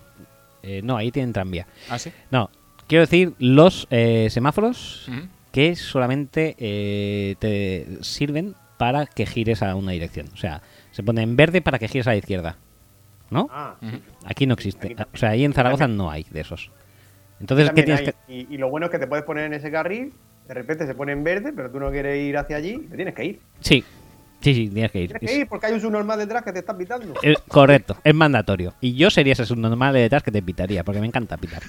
[SPEAKER 1] Eh, no, ahí tienen tranvía.
[SPEAKER 2] Ah, sí.
[SPEAKER 1] No, quiero decir los eh, semáforos
[SPEAKER 2] Ujú.
[SPEAKER 1] que solamente eh, te sirven para que gires a una dirección. O sea, se pone en verde para que gires a la izquierda. ¿No?
[SPEAKER 3] Ah,
[SPEAKER 2] Ujú.
[SPEAKER 1] Aquí no existe. O sea, ahí en Zaragoza no hay de esos. Entonces, ¿qué
[SPEAKER 3] también
[SPEAKER 1] tienes
[SPEAKER 3] hay.
[SPEAKER 1] que...?
[SPEAKER 3] Y, y lo bueno es que te puedes poner en ese carril, de repente se pone en verde, pero tú no quieres ir hacia allí, te tienes que ir.
[SPEAKER 1] Sí, sí, sí, tienes que ir.
[SPEAKER 3] Tienes que
[SPEAKER 1] Es-
[SPEAKER 3] ir porque hay un subnormal detrás que te está pitando.
[SPEAKER 1] es Eh, correcto, es mandatorio. Y yo sería ese subnormal de detrás que te pitaría, porque me encanta pitar.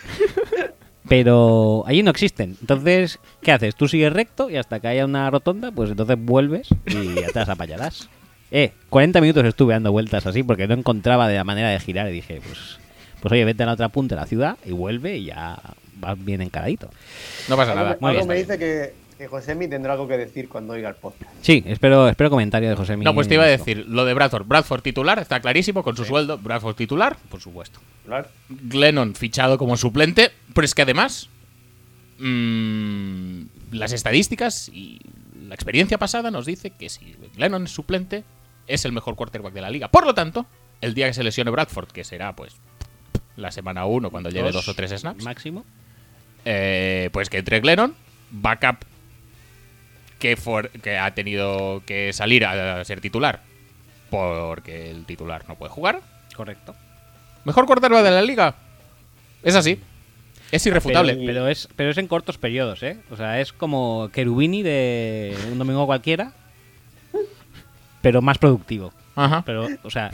[SPEAKER 1] Pero allí no existen. Entonces, ¿qué haces? Tú sigues recto y hasta que haya una rotonda, pues entonces vuelves y ya te las apallarás. Eh, 40 minutos estuve dando vueltas así porque no encontraba de la manera de girar y dije, pues, pues oye, vete a la otra punta de la ciudad y vuelve y ya vas bien encaradito.
[SPEAKER 2] No pasa
[SPEAKER 3] Algo,
[SPEAKER 2] nada.
[SPEAKER 3] algo
[SPEAKER 1] bien,
[SPEAKER 3] me dice que, que Josemi tendrá algo que decir cuando oiga el podcast.
[SPEAKER 1] Sí, espero, espero comentario de José
[SPEAKER 2] No, pues te iba a
[SPEAKER 1] Miguel.
[SPEAKER 2] decir, lo de Bradford. Bradford titular, está clarísimo, con su sueldo. Bradford titular, por supuesto.
[SPEAKER 3] Claro.
[SPEAKER 2] Glennon fichado como suplente, pero es que además mm, las estadísticas y la experiencia pasada nos dice que si Glennon es suplente es el mejor quarterback de la liga. Por lo tanto, el día que se lesione Bradford, que será pues la semana 1 cuando lleve dos o tres snaps,
[SPEAKER 1] Máximo.
[SPEAKER 2] eh, pues que entre Glennon, backup que, for- que ha tenido que salir a, a ser titular porque el titular no puede jugar.
[SPEAKER 1] Correcto.
[SPEAKER 2] Mejor quarterback de la liga. Es así. Es
[SPEAKER 1] Pero,
[SPEAKER 2] irrefutable.
[SPEAKER 1] pero es, pero es en cortos periodos, ¿eh? O sea, es como Kerubini de un domingo cualquiera, pero más productivo.
[SPEAKER 2] Ajá.
[SPEAKER 1] Pero, o sea,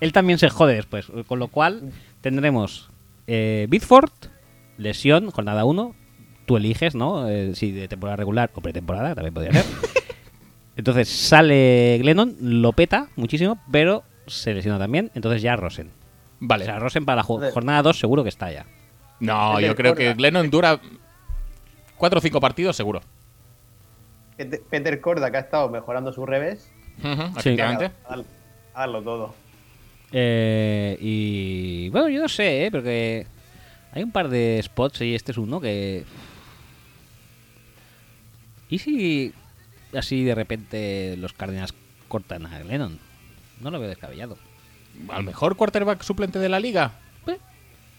[SPEAKER 1] él también se jode después. Con lo cual, tendremos eh, Bitford, lesión, jornada 1. Tú eliges, ¿no? Eh, si de temporada regular o pretemporada, también podría ser. Entonces sale Glennon, lo peta muchísimo, pero se lesiona también. Entonces ya Rosen.
[SPEAKER 2] Vale.
[SPEAKER 1] O sea, Rosen para la jo-
[SPEAKER 3] Joder.
[SPEAKER 1] jornada 2 seguro que está ya.
[SPEAKER 2] no,
[SPEAKER 3] es
[SPEAKER 2] yo
[SPEAKER 3] el
[SPEAKER 2] creo que
[SPEAKER 3] quarterback.
[SPEAKER 2] Glennon dura cuatro o cinco partidos seguro.
[SPEAKER 3] Peter- Peter Corda, que ha estado mejorando su revés,
[SPEAKER 2] Ujú,
[SPEAKER 1] Sí.
[SPEAKER 2] efectivamente.
[SPEAKER 3] hazlo- hazlo todo.
[SPEAKER 1] Eh, y bueno, yo no sé, ¿eh? porque hay un par de spots y este es uno que... ¿Y si así de repente los Cardinals cortan a Glennon? No lo veo descabellado.
[SPEAKER 2] Al mejor quarterback suplente de la liga.
[SPEAKER 1] Eh,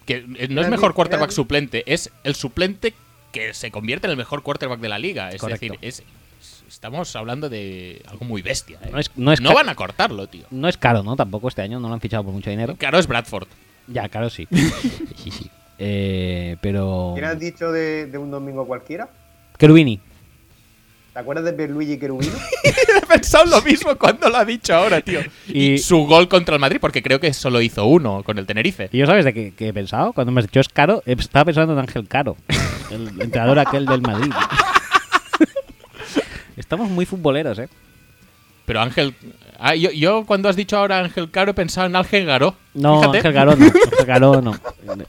[SPEAKER 2] Que eh, no
[SPEAKER 3] Era
[SPEAKER 2] es
[SPEAKER 3] mi-
[SPEAKER 2] mejor quarterback
[SPEAKER 3] era mi-
[SPEAKER 2] suplente, es el suplente que se convierte en el mejor quarterback de la liga. Es
[SPEAKER 1] Correcto.
[SPEAKER 2] decir, es- es- estamos hablando de algo muy bestia. ¿eh?
[SPEAKER 1] No es- no es ca-
[SPEAKER 2] van a cortarlo, tío.
[SPEAKER 1] No es caro, ¿no? Tampoco este año, no lo han fichado por mucho dinero.
[SPEAKER 2] Claro, es Bradford.
[SPEAKER 1] Ya, caro sí. sí, sí. Eh, pero...
[SPEAKER 3] ¿Quién has dicho de, de un domingo cualquiera?
[SPEAKER 1] Kerubini.
[SPEAKER 3] ¿Te acuerdas de Pierluigi Querubino?
[SPEAKER 2] He pensado lo mismo cuando lo ha dicho ahora, tío. Y,
[SPEAKER 1] Y-
[SPEAKER 2] su gol contra el Madrid, porque creo que solo hizo uno con el Tenerife.
[SPEAKER 1] ¿Y yo sabes de qué, qué he pensado? Cuando me has dicho es caro, he- estaba pensando en Ángel Caro, el entrenador aquel del Madrid. Estamos muy futboleros, ¿eh?
[SPEAKER 2] Pero Ángel. Ah, yo, yo cuando has dicho ahora Ángel Caro he pensado en Ángel Garó.
[SPEAKER 1] No,
[SPEAKER 2] Fíjate.
[SPEAKER 1] Ángel Caro no. Ángel Caro no.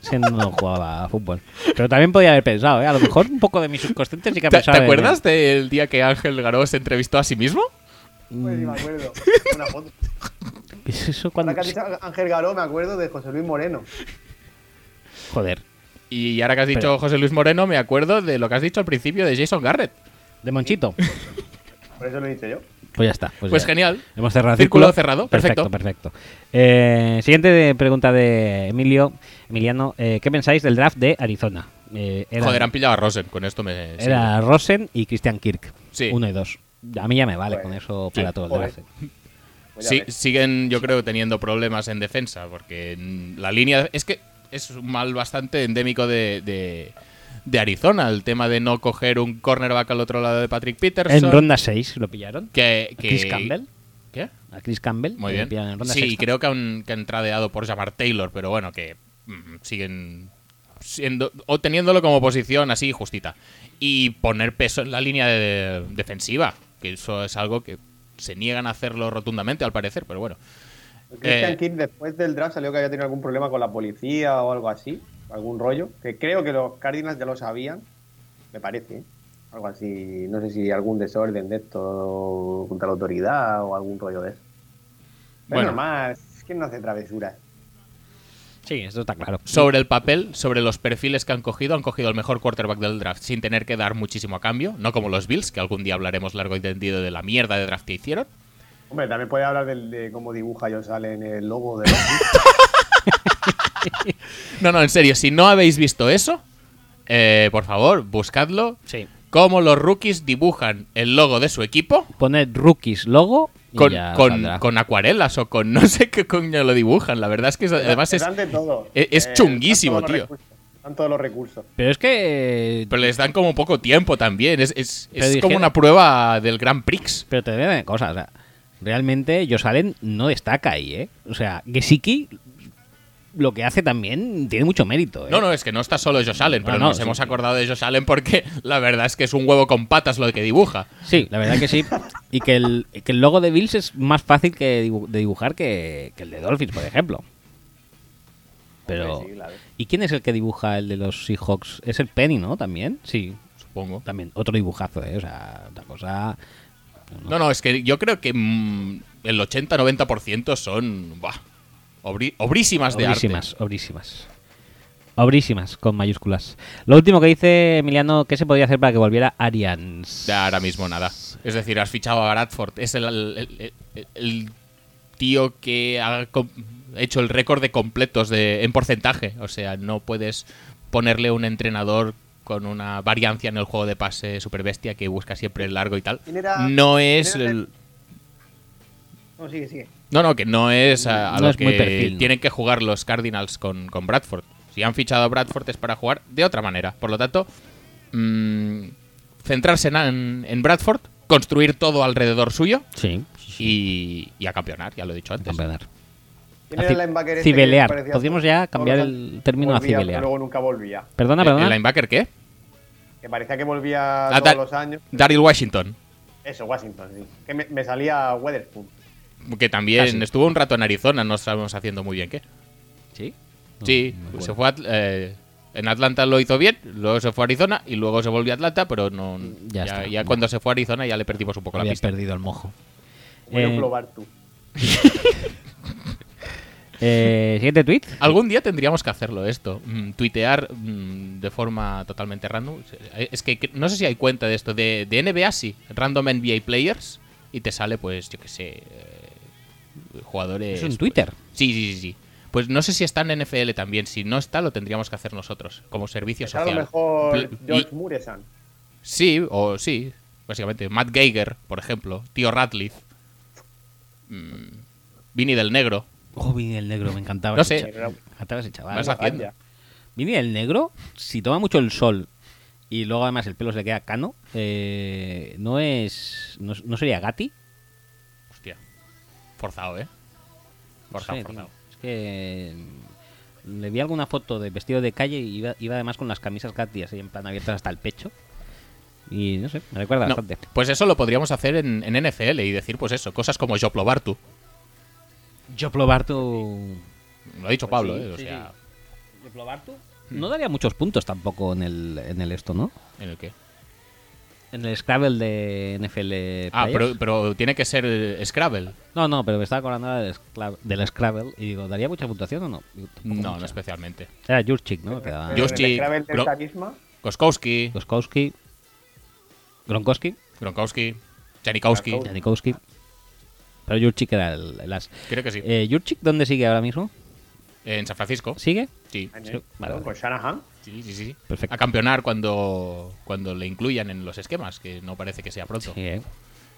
[SPEAKER 1] Siendo no jugaba a fútbol. Pero también podía haber pensado, ¿eh? A lo mejor un poco de mi subconsciente sí que
[SPEAKER 2] ¿Te,
[SPEAKER 1] ha
[SPEAKER 2] te
[SPEAKER 1] pensado. en-
[SPEAKER 2] acuerdas del día que Ángel Garó se entrevistó a sí mismo?
[SPEAKER 3] pues sí, me acuerdo. Una foto.
[SPEAKER 1] ¿Qué es eso cuando.?
[SPEAKER 3] Ahora que has dicho Ángel Garó, me acuerdo de José Luis Moreno.
[SPEAKER 1] Joder.
[SPEAKER 2] Y ahora que has dicho
[SPEAKER 1] Pero-
[SPEAKER 2] José Luis Moreno, me acuerdo de lo que has dicho al principio de Jason Garrett.
[SPEAKER 1] De Monchito.
[SPEAKER 3] Por eso lo he dicho yo.
[SPEAKER 1] Pues ya está. Pues,
[SPEAKER 2] Pues
[SPEAKER 1] ya.
[SPEAKER 2] genial.
[SPEAKER 1] Hemos cerrado el
[SPEAKER 2] Círculo
[SPEAKER 1] círculo.
[SPEAKER 2] cerrado, perfecto.
[SPEAKER 1] Perfecto, perfecto. Eh, siguiente de- pregunta de Emilio. Emiliano, eh, ¿qué pensáis del draft de Arizona? Eh, era-
[SPEAKER 2] Joder, han pillado a Rosen. Con esto me. sí.
[SPEAKER 1] Era Rosen y Christian Kirk.
[SPEAKER 2] Sí.
[SPEAKER 1] Uno y dos. A mí ya me vale
[SPEAKER 3] Joder.
[SPEAKER 1] con eso para
[SPEAKER 2] Sí.
[SPEAKER 1] todo el
[SPEAKER 3] Joder.
[SPEAKER 1] draft.
[SPEAKER 3] Pues ya
[SPEAKER 1] eh.
[SPEAKER 2] Sí,
[SPEAKER 3] ves.
[SPEAKER 2] siguen, yo creo, teniendo problemas en defensa, porque mm, la línea. Es que es un mal bastante endémico de, de- de Arizona, el tema de no coger un cornerback al otro lado de Patrick Peterson.
[SPEAKER 1] En ronda 6 lo pillaron.
[SPEAKER 2] que, que-
[SPEAKER 1] Chris Campbell.
[SPEAKER 2] ¿Qué?
[SPEAKER 1] A Chris Campbell.
[SPEAKER 2] Muy
[SPEAKER 1] lo
[SPEAKER 2] bien.
[SPEAKER 1] pillaron en ronda
[SPEAKER 2] Sí,
[SPEAKER 1] sexta.
[SPEAKER 2] creo que han, que han tradeado por llamar Taylor, pero bueno, que mm, siguen siendo, o teniéndolo como posición así justita. Y poner peso en la línea de- defensiva, que eso es algo que se niegan a hacerlo rotundamente al parecer, pero bueno.
[SPEAKER 3] Christian
[SPEAKER 2] Eh.
[SPEAKER 3] Kirk después del draft salió que había tenido algún problema con la policía o algo así, algún rollo, que creo que los Cardinals ya lo sabían, me parece, ¿eh? algo así, no sé si algún desorden de esto contra la autoridad o algún rollo de eso. Pero
[SPEAKER 2] Bueno.
[SPEAKER 3] bueno, más, es que no hace travesuras.
[SPEAKER 1] Sí, esto está claro.
[SPEAKER 2] Sobre el papel, sobre los perfiles que han cogido, han cogido el mejor quarterback del draft sin tener que dar muchísimo a cambio, no como los Bills, que algún día hablaremos largo y tendido de la mierda de draft que hicieron.
[SPEAKER 3] Hombre, también puede hablar del- de cómo dibuja John Salen el logo de los
[SPEAKER 2] No, no, en serio, si no habéis visto eso, eh, por favor, buscadlo.
[SPEAKER 1] Sí.
[SPEAKER 2] Cómo los rookies dibujan el logo de su equipo
[SPEAKER 1] Poner rookies logo y
[SPEAKER 2] con,
[SPEAKER 1] ya
[SPEAKER 2] con-
[SPEAKER 1] saldrá.
[SPEAKER 2] con acuarelas o con no sé qué coño lo dibujan. La verdad es que es- además
[SPEAKER 3] Te
[SPEAKER 2] es.
[SPEAKER 3] dan de todo.
[SPEAKER 2] es- es
[SPEAKER 3] dan
[SPEAKER 2] chunguísimo,
[SPEAKER 3] todos los
[SPEAKER 2] tío.
[SPEAKER 3] recursos, dan todos los recursos.
[SPEAKER 1] Pero es que. eh,
[SPEAKER 2] Pero les dan como poco tiempo también. Es, es-
[SPEAKER 1] Pero
[SPEAKER 2] es como
[SPEAKER 1] dijeron-
[SPEAKER 2] una prueba del Grand Prix.
[SPEAKER 1] Pero te voy a decir una cosa, o sea, realmente Josalen no destaca ahí, ¿eh? O sea, Gesicki lo que hace también tiene mucho mérito, ¿eh?
[SPEAKER 2] No, no, es que no está solo Josh Allen,
[SPEAKER 1] No,
[SPEAKER 2] pero
[SPEAKER 1] Ah, no,
[SPEAKER 2] nos
[SPEAKER 1] sí,
[SPEAKER 2] hemos
[SPEAKER 1] sí.
[SPEAKER 2] acordado de Josh Allen porque la verdad es que es un huevo con patas lo que dibuja.
[SPEAKER 1] Sí, la verdad que sí. Y que el, que el logo de Bills es más fácil que dibu- de dibujar que, que el de Dolphins, por ejemplo. Pero.
[SPEAKER 3] Hombre, sí, claro.
[SPEAKER 1] ¿Y quién es el que dibuja el de los Seahawks? Es el Penny, ¿no? También. Sí.
[SPEAKER 2] Supongo.
[SPEAKER 1] También. Otro dibujazo, ¿eh? O sea, una cosa.
[SPEAKER 2] No, no, es que yo creo que mm, el 80-90% son. Bah, obri- obrísimas de
[SPEAKER 1] Obrísimas, obrísimas. Obrísimas, con mayúsculas. Lo último que dice Emiliano, ¿qué se podría hacer para que volviera Arians?
[SPEAKER 2] arte. De ahora mismo nada. Es decir, has fichado a Bradford. Es el, el- el- el tío que ha com- hecho el récord de completos de, en porcentaje. O sea, no puedes ponerle un entrenador con una variancia en el juego de pase super bestia que busca siempre el largo y tal.
[SPEAKER 3] ¿Quién era-
[SPEAKER 2] No es
[SPEAKER 3] quién era el-
[SPEAKER 2] el-
[SPEAKER 3] No, sigue, sigue.
[SPEAKER 2] No, no, que no es a, a
[SPEAKER 1] No
[SPEAKER 2] lo
[SPEAKER 1] es
[SPEAKER 2] que
[SPEAKER 1] muy perfil, ¿no?
[SPEAKER 2] tienen que jugar los Cardinals con, con Bradford. Si han fichado a Bradford es para jugar de otra manera. Por lo tanto, mm, centrarse en, en- en Bradford, construir todo alrededor suyo
[SPEAKER 1] Sí.
[SPEAKER 2] y, y a campeonar, ya lo he dicho antes.
[SPEAKER 1] Campeonar.
[SPEAKER 3] ¿Quién
[SPEAKER 1] A
[SPEAKER 3] era el
[SPEAKER 1] ci-
[SPEAKER 3] linebacker este que
[SPEAKER 1] cibelear.
[SPEAKER 3] parecía-
[SPEAKER 1] Podríamos ya cambiar
[SPEAKER 3] todos
[SPEAKER 1] el término a
[SPEAKER 3] volvía, pero
[SPEAKER 1] cibelear.
[SPEAKER 3] Luego nunca volvía.
[SPEAKER 1] Perdona,
[SPEAKER 2] ¿El, el
[SPEAKER 1] perdona.
[SPEAKER 2] linebacker qué?
[SPEAKER 3] Que parecía que volvía
[SPEAKER 2] Ah,
[SPEAKER 3] todos
[SPEAKER 2] Dar-
[SPEAKER 3] los años.
[SPEAKER 2] Daryl Washington,
[SPEAKER 3] Eso, Washington, sí. Que me, me salía Weatherspoon.
[SPEAKER 2] que también
[SPEAKER 1] Casi.
[SPEAKER 2] estuvo un rato en Arizona, no sabemos haciendo muy bien qué.
[SPEAKER 1] Ah, Sí.
[SPEAKER 2] Sí,
[SPEAKER 1] No, no
[SPEAKER 2] se
[SPEAKER 1] recuerdo.
[SPEAKER 2] fue a Atl- eh, en Atlanta lo hizo bien, luego se fue a Arizona y luego se volvió a Atlanta, pero no
[SPEAKER 1] Ya
[SPEAKER 2] ya,
[SPEAKER 1] está.
[SPEAKER 2] ya cuando se fue a Arizona ya le perdimos un poco la
[SPEAKER 1] Había
[SPEAKER 2] pista.
[SPEAKER 1] perdido el mojo.
[SPEAKER 3] William
[SPEAKER 1] Eh,
[SPEAKER 3] Flobartu.
[SPEAKER 1] Eh, Siguiente tweet.
[SPEAKER 2] Algún día tendríamos que hacerlo esto, mm, tuitear mm, de forma totalmente random. Eh, Es que cre- no sé si hay cuenta de esto, de, de NBA sí, random NBA players, y te sale pues, yo qué sé, eh, jugadores...
[SPEAKER 1] Es un Twitter.
[SPEAKER 2] Sí, sí, sí, sí. Pues no sé si está en NFL también, si no está lo tendríamos que hacer nosotros, como servicio
[SPEAKER 3] Era Pues a
[SPEAKER 2] social.
[SPEAKER 3] lo mejor
[SPEAKER 2] Pl-
[SPEAKER 3] George
[SPEAKER 2] y-
[SPEAKER 3] Muresan.
[SPEAKER 2] Sí, o sí, básicamente. Matt Geiger, por ejemplo, Tío Ratliff, mm, Vinny del Negro.
[SPEAKER 1] Oh, Vini el Negro, me encantaba.
[SPEAKER 2] No
[SPEAKER 1] ese
[SPEAKER 2] sé.
[SPEAKER 1] chaval. Me encantaba ese chaval.
[SPEAKER 2] Vas a- haciendo?
[SPEAKER 3] Vaya.
[SPEAKER 1] Vini el Negro, si toma mucho el sol y luego además el pelo se le queda cano, eh, no es. No, no sería Gatti.
[SPEAKER 2] Hostia. Forzado, ¿eh?
[SPEAKER 1] No
[SPEAKER 2] Forzado,
[SPEAKER 1] sé, tío.
[SPEAKER 2] forzado.
[SPEAKER 1] Es que mm, le vi alguna foto de vestido de calle y iba, iba además con las camisas Gatti así en plan abiertas hasta el pecho. Y no sé, me recuerda
[SPEAKER 2] No,
[SPEAKER 1] bastante.
[SPEAKER 2] pues eso lo podríamos hacer en, en NFL y decir, pues eso, cosas como Joplo Bartu.
[SPEAKER 1] Yo probar tu.
[SPEAKER 2] Lo ha dicho Pablo,
[SPEAKER 1] Pues sí,
[SPEAKER 2] ¿eh? O
[SPEAKER 1] sí,
[SPEAKER 2] sea,
[SPEAKER 1] Yo probar tu. No daría muchos puntos tampoco en el, en el esto, ¿no?
[SPEAKER 2] ¿en el qué?
[SPEAKER 1] En el Scrabble de NFL.
[SPEAKER 2] Ah,
[SPEAKER 1] Players.
[SPEAKER 2] pero, pero tiene que ser eh, Scrabble.
[SPEAKER 1] No, no, pero me estaba acordando ahora del, Scrab- del Scrabble y digo, ¿daría mucha puntuación o no? Digo, tampoco
[SPEAKER 2] No, no
[SPEAKER 1] mucha.
[SPEAKER 2] especialmente.
[SPEAKER 1] Era Jurchik, ¿no? Que daba-
[SPEAKER 3] Pero
[SPEAKER 2] George
[SPEAKER 3] en
[SPEAKER 2] G.
[SPEAKER 3] el Scrabble del
[SPEAKER 2] Gro-
[SPEAKER 3] carisma.
[SPEAKER 2] Koskowski,
[SPEAKER 1] Goskowski, Gronkowski,
[SPEAKER 2] Gronkowski, Janikowski.
[SPEAKER 3] Gronkowski.
[SPEAKER 1] Janikowski. Pero Jurchik era el, el as.
[SPEAKER 2] Creo que sí.
[SPEAKER 1] Eh, ¿Jurchik dónde sigue ahora mismo?
[SPEAKER 2] En San Francisco.
[SPEAKER 1] ¿Sigue?
[SPEAKER 2] Sí.
[SPEAKER 3] en
[SPEAKER 1] Sí,
[SPEAKER 3] el-
[SPEAKER 1] vale,
[SPEAKER 3] ¿no?
[SPEAKER 1] vale.
[SPEAKER 3] Con Shanahan.
[SPEAKER 2] Sí, sí, sí.
[SPEAKER 1] Perfecto.
[SPEAKER 2] A campeonar cuando, cuando le incluyan en los esquemas, que no parece que sea pronto.
[SPEAKER 1] Sí, eh.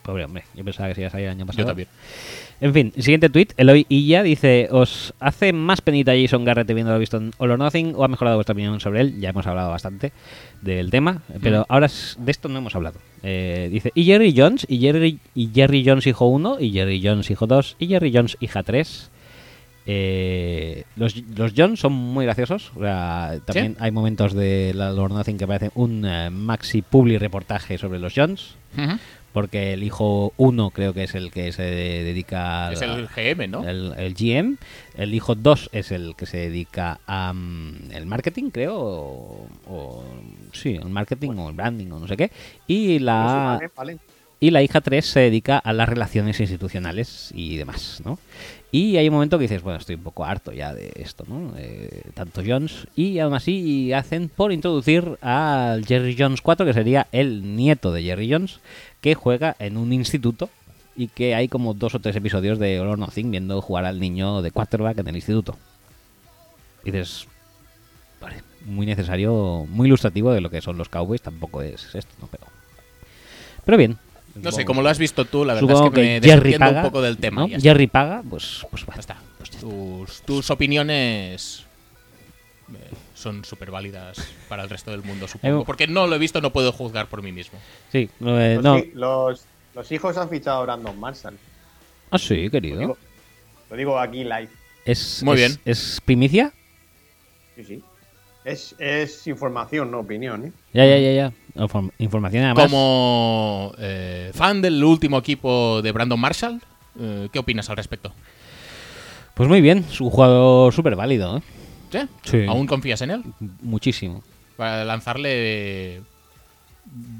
[SPEAKER 1] Pobre hombre, yo pensaba que se iba a salir el año pasado.
[SPEAKER 2] Yo también.
[SPEAKER 1] En fin, siguiente tweet. Eloy Illa dice: ¿Os hace más penita Jason Garrett habiéndolo visto en All or Nothing o ha mejorado vuestra opinión sobre él? Ya hemos hablado bastante del tema, pero ahora es- de esto no hemos hablado. Eh, dice: ¿Y Jerry Jones? ¿Y Jerry, ¿Y Jerry Jones hijo 1? ¿Y Jerry Jones hijo 2? ¿Y Jerry Jones hija 3? Eh, los, los John son muy graciosos. o sea, también hay momentos de la Lord Nothing que parecen un eh, maxi publi reportaje sobre los Johns.
[SPEAKER 2] Ujú.
[SPEAKER 1] Porque el hijo 1 creo que es el que se dedica a
[SPEAKER 2] Es
[SPEAKER 1] la-
[SPEAKER 2] el GM, ¿no?
[SPEAKER 1] el, el GM. El hijo 2 es el que se dedica a mm, el marketing, creo. O, o- sí, el marketing o el branding o no sé qué. Y la,
[SPEAKER 3] Vale, vale.
[SPEAKER 1] y la hija 3 se dedica a las relaciones institucionales y demás, ¿no? Y hay un momento que dices, bueno, estoy un poco harto ya de esto, ¿no? Eh, tanto Jones. Y aún así hacen por introducir al Jerry Jones 4, que sería el nieto de Jerry Jones, que juega en un instituto y que hay como dos o tres episodios de All or Nothing viendo jugar al niño de quarterback en el instituto. Y dices, vale, muy necesario, muy ilustrativo de lo que son los Cowboys, tampoco es esto, ¿no? Pero, pero bien.
[SPEAKER 2] No sé,
[SPEAKER 1] Supongo-
[SPEAKER 2] como lo has visto tú, la verdad
[SPEAKER 1] Supongo
[SPEAKER 2] es que, me
[SPEAKER 1] que Jerry
[SPEAKER 2] desentiendo
[SPEAKER 1] paga.
[SPEAKER 2] un poco del tema.
[SPEAKER 1] ¿no?
[SPEAKER 2] ya está.
[SPEAKER 1] Jerry paga, pues, pues bueno,
[SPEAKER 2] Ya está.
[SPEAKER 1] pues ya está.
[SPEAKER 2] Tus, tus opiniones eh, son súper válidas para el resto del mundo,
[SPEAKER 1] Eh,
[SPEAKER 2] supongo. Porque no lo he visto, no puedo juzgar por mí mismo.
[SPEAKER 1] Sí, no, eh,
[SPEAKER 3] Los,
[SPEAKER 1] no.
[SPEAKER 3] hi- los- los hijos han fichado a Brandon Marshall.
[SPEAKER 1] Ah, sí,
[SPEAKER 3] Lo
[SPEAKER 1] querido.
[SPEAKER 3] digo, lo digo aquí live.
[SPEAKER 1] Es,
[SPEAKER 2] Muy
[SPEAKER 1] es-
[SPEAKER 2] bien.
[SPEAKER 1] ¿Es primicia?
[SPEAKER 3] Sí, sí. Es, es información, no opinión, ¿eh?
[SPEAKER 1] Ya, ya, ya, ya. Inform- información además.
[SPEAKER 2] Como eh, fan del último equipo de Brandon Marshall, eh, ¿qué opinas al respecto?
[SPEAKER 1] Pues muy bien, es un jugador súper válido, ¿eh?
[SPEAKER 2] ¿Sí?
[SPEAKER 1] Sí.
[SPEAKER 2] ¿Aún confías en él?
[SPEAKER 1] Muchísimo.
[SPEAKER 2] Para lanzarle eh,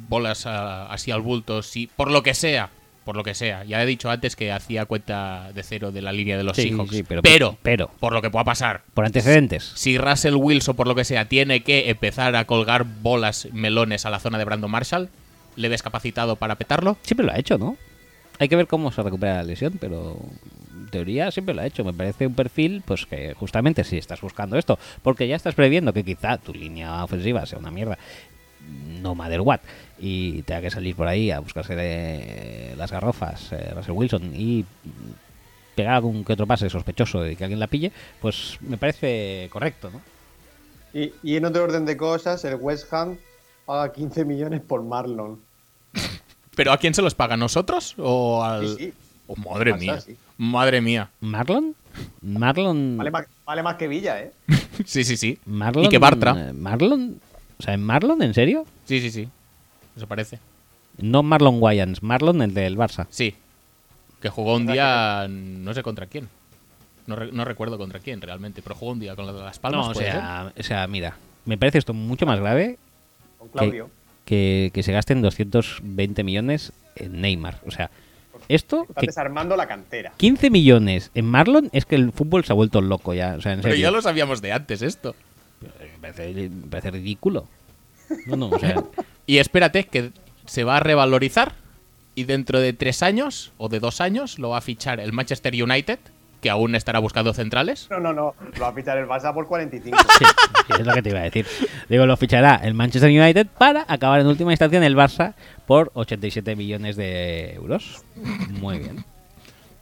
[SPEAKER 2] bolas a- así al bulto, sí, por lo que sea. Por lo que sea. Ya he dicho antes que hacía cuenta de cero de la línea de los
[SPEAKER 1] Sí,
[SPEAKER 2] Seahawks.
[SPEAKER 1] sí, pero-
[SPEAKER 2] pero,
[SPEAKER 1] pero-
[SPEAKER 2] por lo que pueda pasar,
[SPEAKER 1] Por antecedentes.
[SPEAKER 2] si Russell Wilson, por lo que sea, tiene que empezar a colgar bolas, melones a la zona de Brandon Marshall, ¿le ves capacitado para petarlo?
[SPEAKER 1] Siempre lo ha hecho, ¿no? Hay que ver cómo se recupera la lesión, pero en teoría siempre lo ha hecho. Me parece un perfil, pues que justamente si estás buscando esto, porque ya estás previendo que quizá tu línea ofensiva sea una mierda, no matter what, y tenga que salir por ahí a buscarse de las garrofas, eh, Russell Wilson, y pegar algún que otro pase sospechoso de que alguien la pille, pues me parece correcto, ¿no?
[SPEAKER 3] Y, y en otro orden de cosas, el West Ham paga 15 millones por Marlon.
[SPEAKER 2] ¿Pero a quién se los paga? ¿A ¿Nosotros? ¿O al.?
[SPEAKER 3] Sí, sí.
[SPEAKER 2] Oh, madre
[SPEAKER 3] Pasa,
[SPEAKER 2] mía.
[SPEAKER 3] sí.
[SPEAKER 2] Madre mía.
[SPEAKER 1] ¿Marlon? ¿Marlon?
[SPEAKER 3] Vale más, vale más que Villa, ¿eh?
[SPEAKER 2] Sí, sí, sí.
[SPEAKER 1] Marlon,
[SPEAKER 2] Y que Bartra.
[SPEAKER 1] eh, Marlon, o sea, ¿en Marlon, en serio?
[SPEAKER 2] Sí, sí, sí. Eso parece.
[SPEAKER 1] No Marlon Wayans, Marlon el del Barça.
[SPEAKER 2] Sí. Que jugó un día. No sé contra quién. No, re- no recuerdo contra quién realmente, pero jugó un día con la de las palmas.
[SPEAKER 1] No, o
[SPEAKER 2] ¿puede
[SPEAKER 1] sea, o sea, mira, me parece esto mucho más grave
[SPEAKER 3] Con Claudio.
[SPEAKER 1] que, que, que se gasten 220 millones en Neymar. O sea, esto,
[SPEAKER 3] Están
[SPEAKER 1] que
[SPEAKER 3] desarmando la cantera.
[SPEAKER 1] 15 millones en Marlon, es que el fútbol se ha vuelto loco ya. O sea, en
[SPEAKER 2] ser? Pero
[SPEAKER 1] serio.
[SPEAKER 2] ya lo sabíamos de antes esto.
[SPEAKER 1] me, parece, me parece ridículo. No, no, o sea,
[SPEAKER 2] Y espérate, que se va a revalorizar y dentro de tres años o de dos años lo va a fichar el Manchester United, que aún estará buscando centrales.
[SPEAKER 3] No, no, no. Lo va a fichar el Barça por 45.
[SPEAKER 1] sí, sí, es lo que te iba a decir. Digo, lo fichará el Manchester United para acabar en última instancia en el Barça por 87 millones de euros. Muy bien.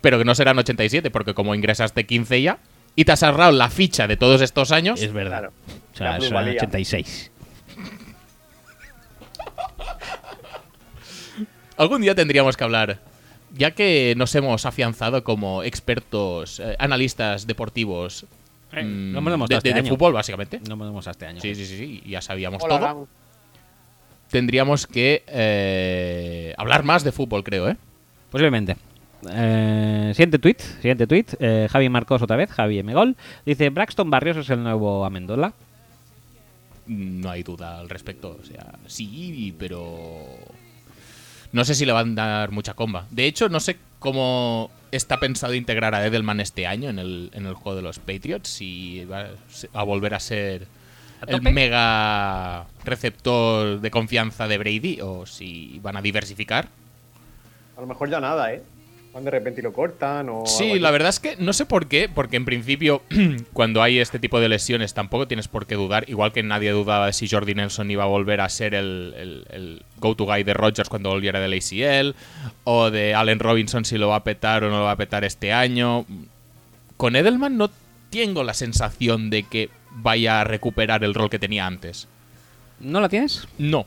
[SPEAKER 2] Pero que no serán 87, porque como ingresaste 15 ya y te has ahorrado la ficha de todos estos años,
[SPEAKER 1] Es verdad.
[SPEAKER 3] Claro.
[SPEAKER 1] O sea,
[SPEAKER 3] La
[SPEAKER 1] son
[SPEAKER 3] plusvalía.
[SPEAKER 1] 86.
[SPEAKER 2] algún día tendríamos que hablar. Ya que nos hemos afianzado como expertos, eh, analistas deportivos
[SPEAKER 1] Eh,
[SPEAKER 2] mm,
[SPEAKER 1] lo hemos demostrado
[SPEAKER 2] de, de-
[SPEAKER 1] este
[SPEAKER 2] de
[SPEAKER 1] año.
[SPEAKER 2] fútbol, básicamente.
[SPEAKER 1] No podemos este año.
[SPEAKER 2] Sí, sí, sí, sí, ya sabíamos
[SPEAKER 3] Hola,
[SPEAKER 2] todo.
[SPEAKER 3] Gang.
[SPEAKER 2] Tendríamos que eh, hablar más de fútbol, creo, ¿eh?
[SPEAKER 1] Posiblemente. Eh, siguiente tweet, siguiente tweet. Eh, Javi Marcos otra vez, Javi Megol. Dice, Braxton Barrios es el nuevo Amendola.
[SPEAKER 2] No hay duda al respecto. O sea, sí, pero. No sé si le van a dar mucha comba. De hecho, no sé cómo está pensado integrar a Edelman este año en el, en el juego de los Patriots. Si va a se- a volver a ser el
[SPEAKER 1] tope?
[SPEAKER 2] mega receptor de confianza de Brady o si van a diversificar.
[SPEAKER 3] A lo mejor ya nada, ¿eh? Van de repente y lo cortan o.
[SPEAKER 2] Sí,
[SPEAKER 3] algo
[SPEAKER 2] la
[SPEAKER 3] así.
[SPEAKER 2] verdad es que no sé por qué, porque en principio cuando hay este tipo de lesiones tampoco tienes por qué dudar, igual que nadie dudaba de si Jordi Nelson iba a volver a ser el, el- el go-to guy de Rodgers cuando volviera del ACL, o de Allen Robinson si lo va a petar o no lo va a petar este año. Con Edelman no tengo la sensación de que vaya a recuperar el rol que tenía antes.
[SPEAKER 1] ¿No la tienes?
[SPEAKER 2] No.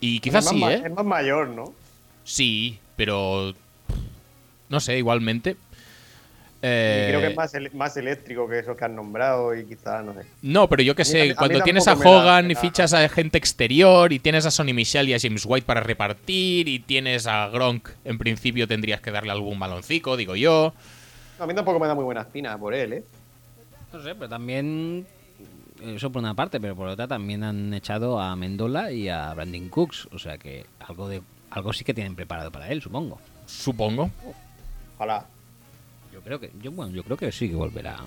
[SPEAKER 2] Y
[SPEAKER 3] Bueno,
[SPEAKER 2] quizás
[SPEAKER 3] es
[SPEAKER 2] sí,
[SPEAKER 3] más
[SPEAKER 2] ¿eh?
[SPEAKER 3] ma- Es más mayor, ¿no?
[SPEAKER 2] Sí, pero. No sé, igualmente. Eh,
[SPEAKER 3] Y creo que es más, el- más eléctrico que esos que han nombrado y quizás, no sé.
[SPEAKER 2] No, pero yo que
[SPEAKER 3] A mí-
[SPEAKER 2] sé,
[SPEAKER 3] a mí
[SPEAKER 2] cuando tienes a
[SPEAKER 3] tampoco me da-
[SPEAKER 2] Hogan
[SPEAKER 3] me
[SPEAKER 2] y
[SPEAKER 3] da-
[SPEAKER 2] fichas a gente exterior y tienes a Sonny Michel y a James White para repartir y tienes a Gronk, en principio tendrías que darle algún baloncico, digo yo.
[SPEAKER 3] No, a mí tampoco me da muy buena espina por él, ¿eh?
[SPEAKER 1] No sé, pero también. eh, Eso por una parte, pero por otra también han echado a Mendola y a Brandon Cooks. O sea que algo de algo sí que tienen preparado para él, supongo.
[SPEAKER 2] Supongo.
[SPEAKER 3] Ojalá.
[SPEAKER 1] Yo creo que, yo, bueno, yo creo que sí que volverá.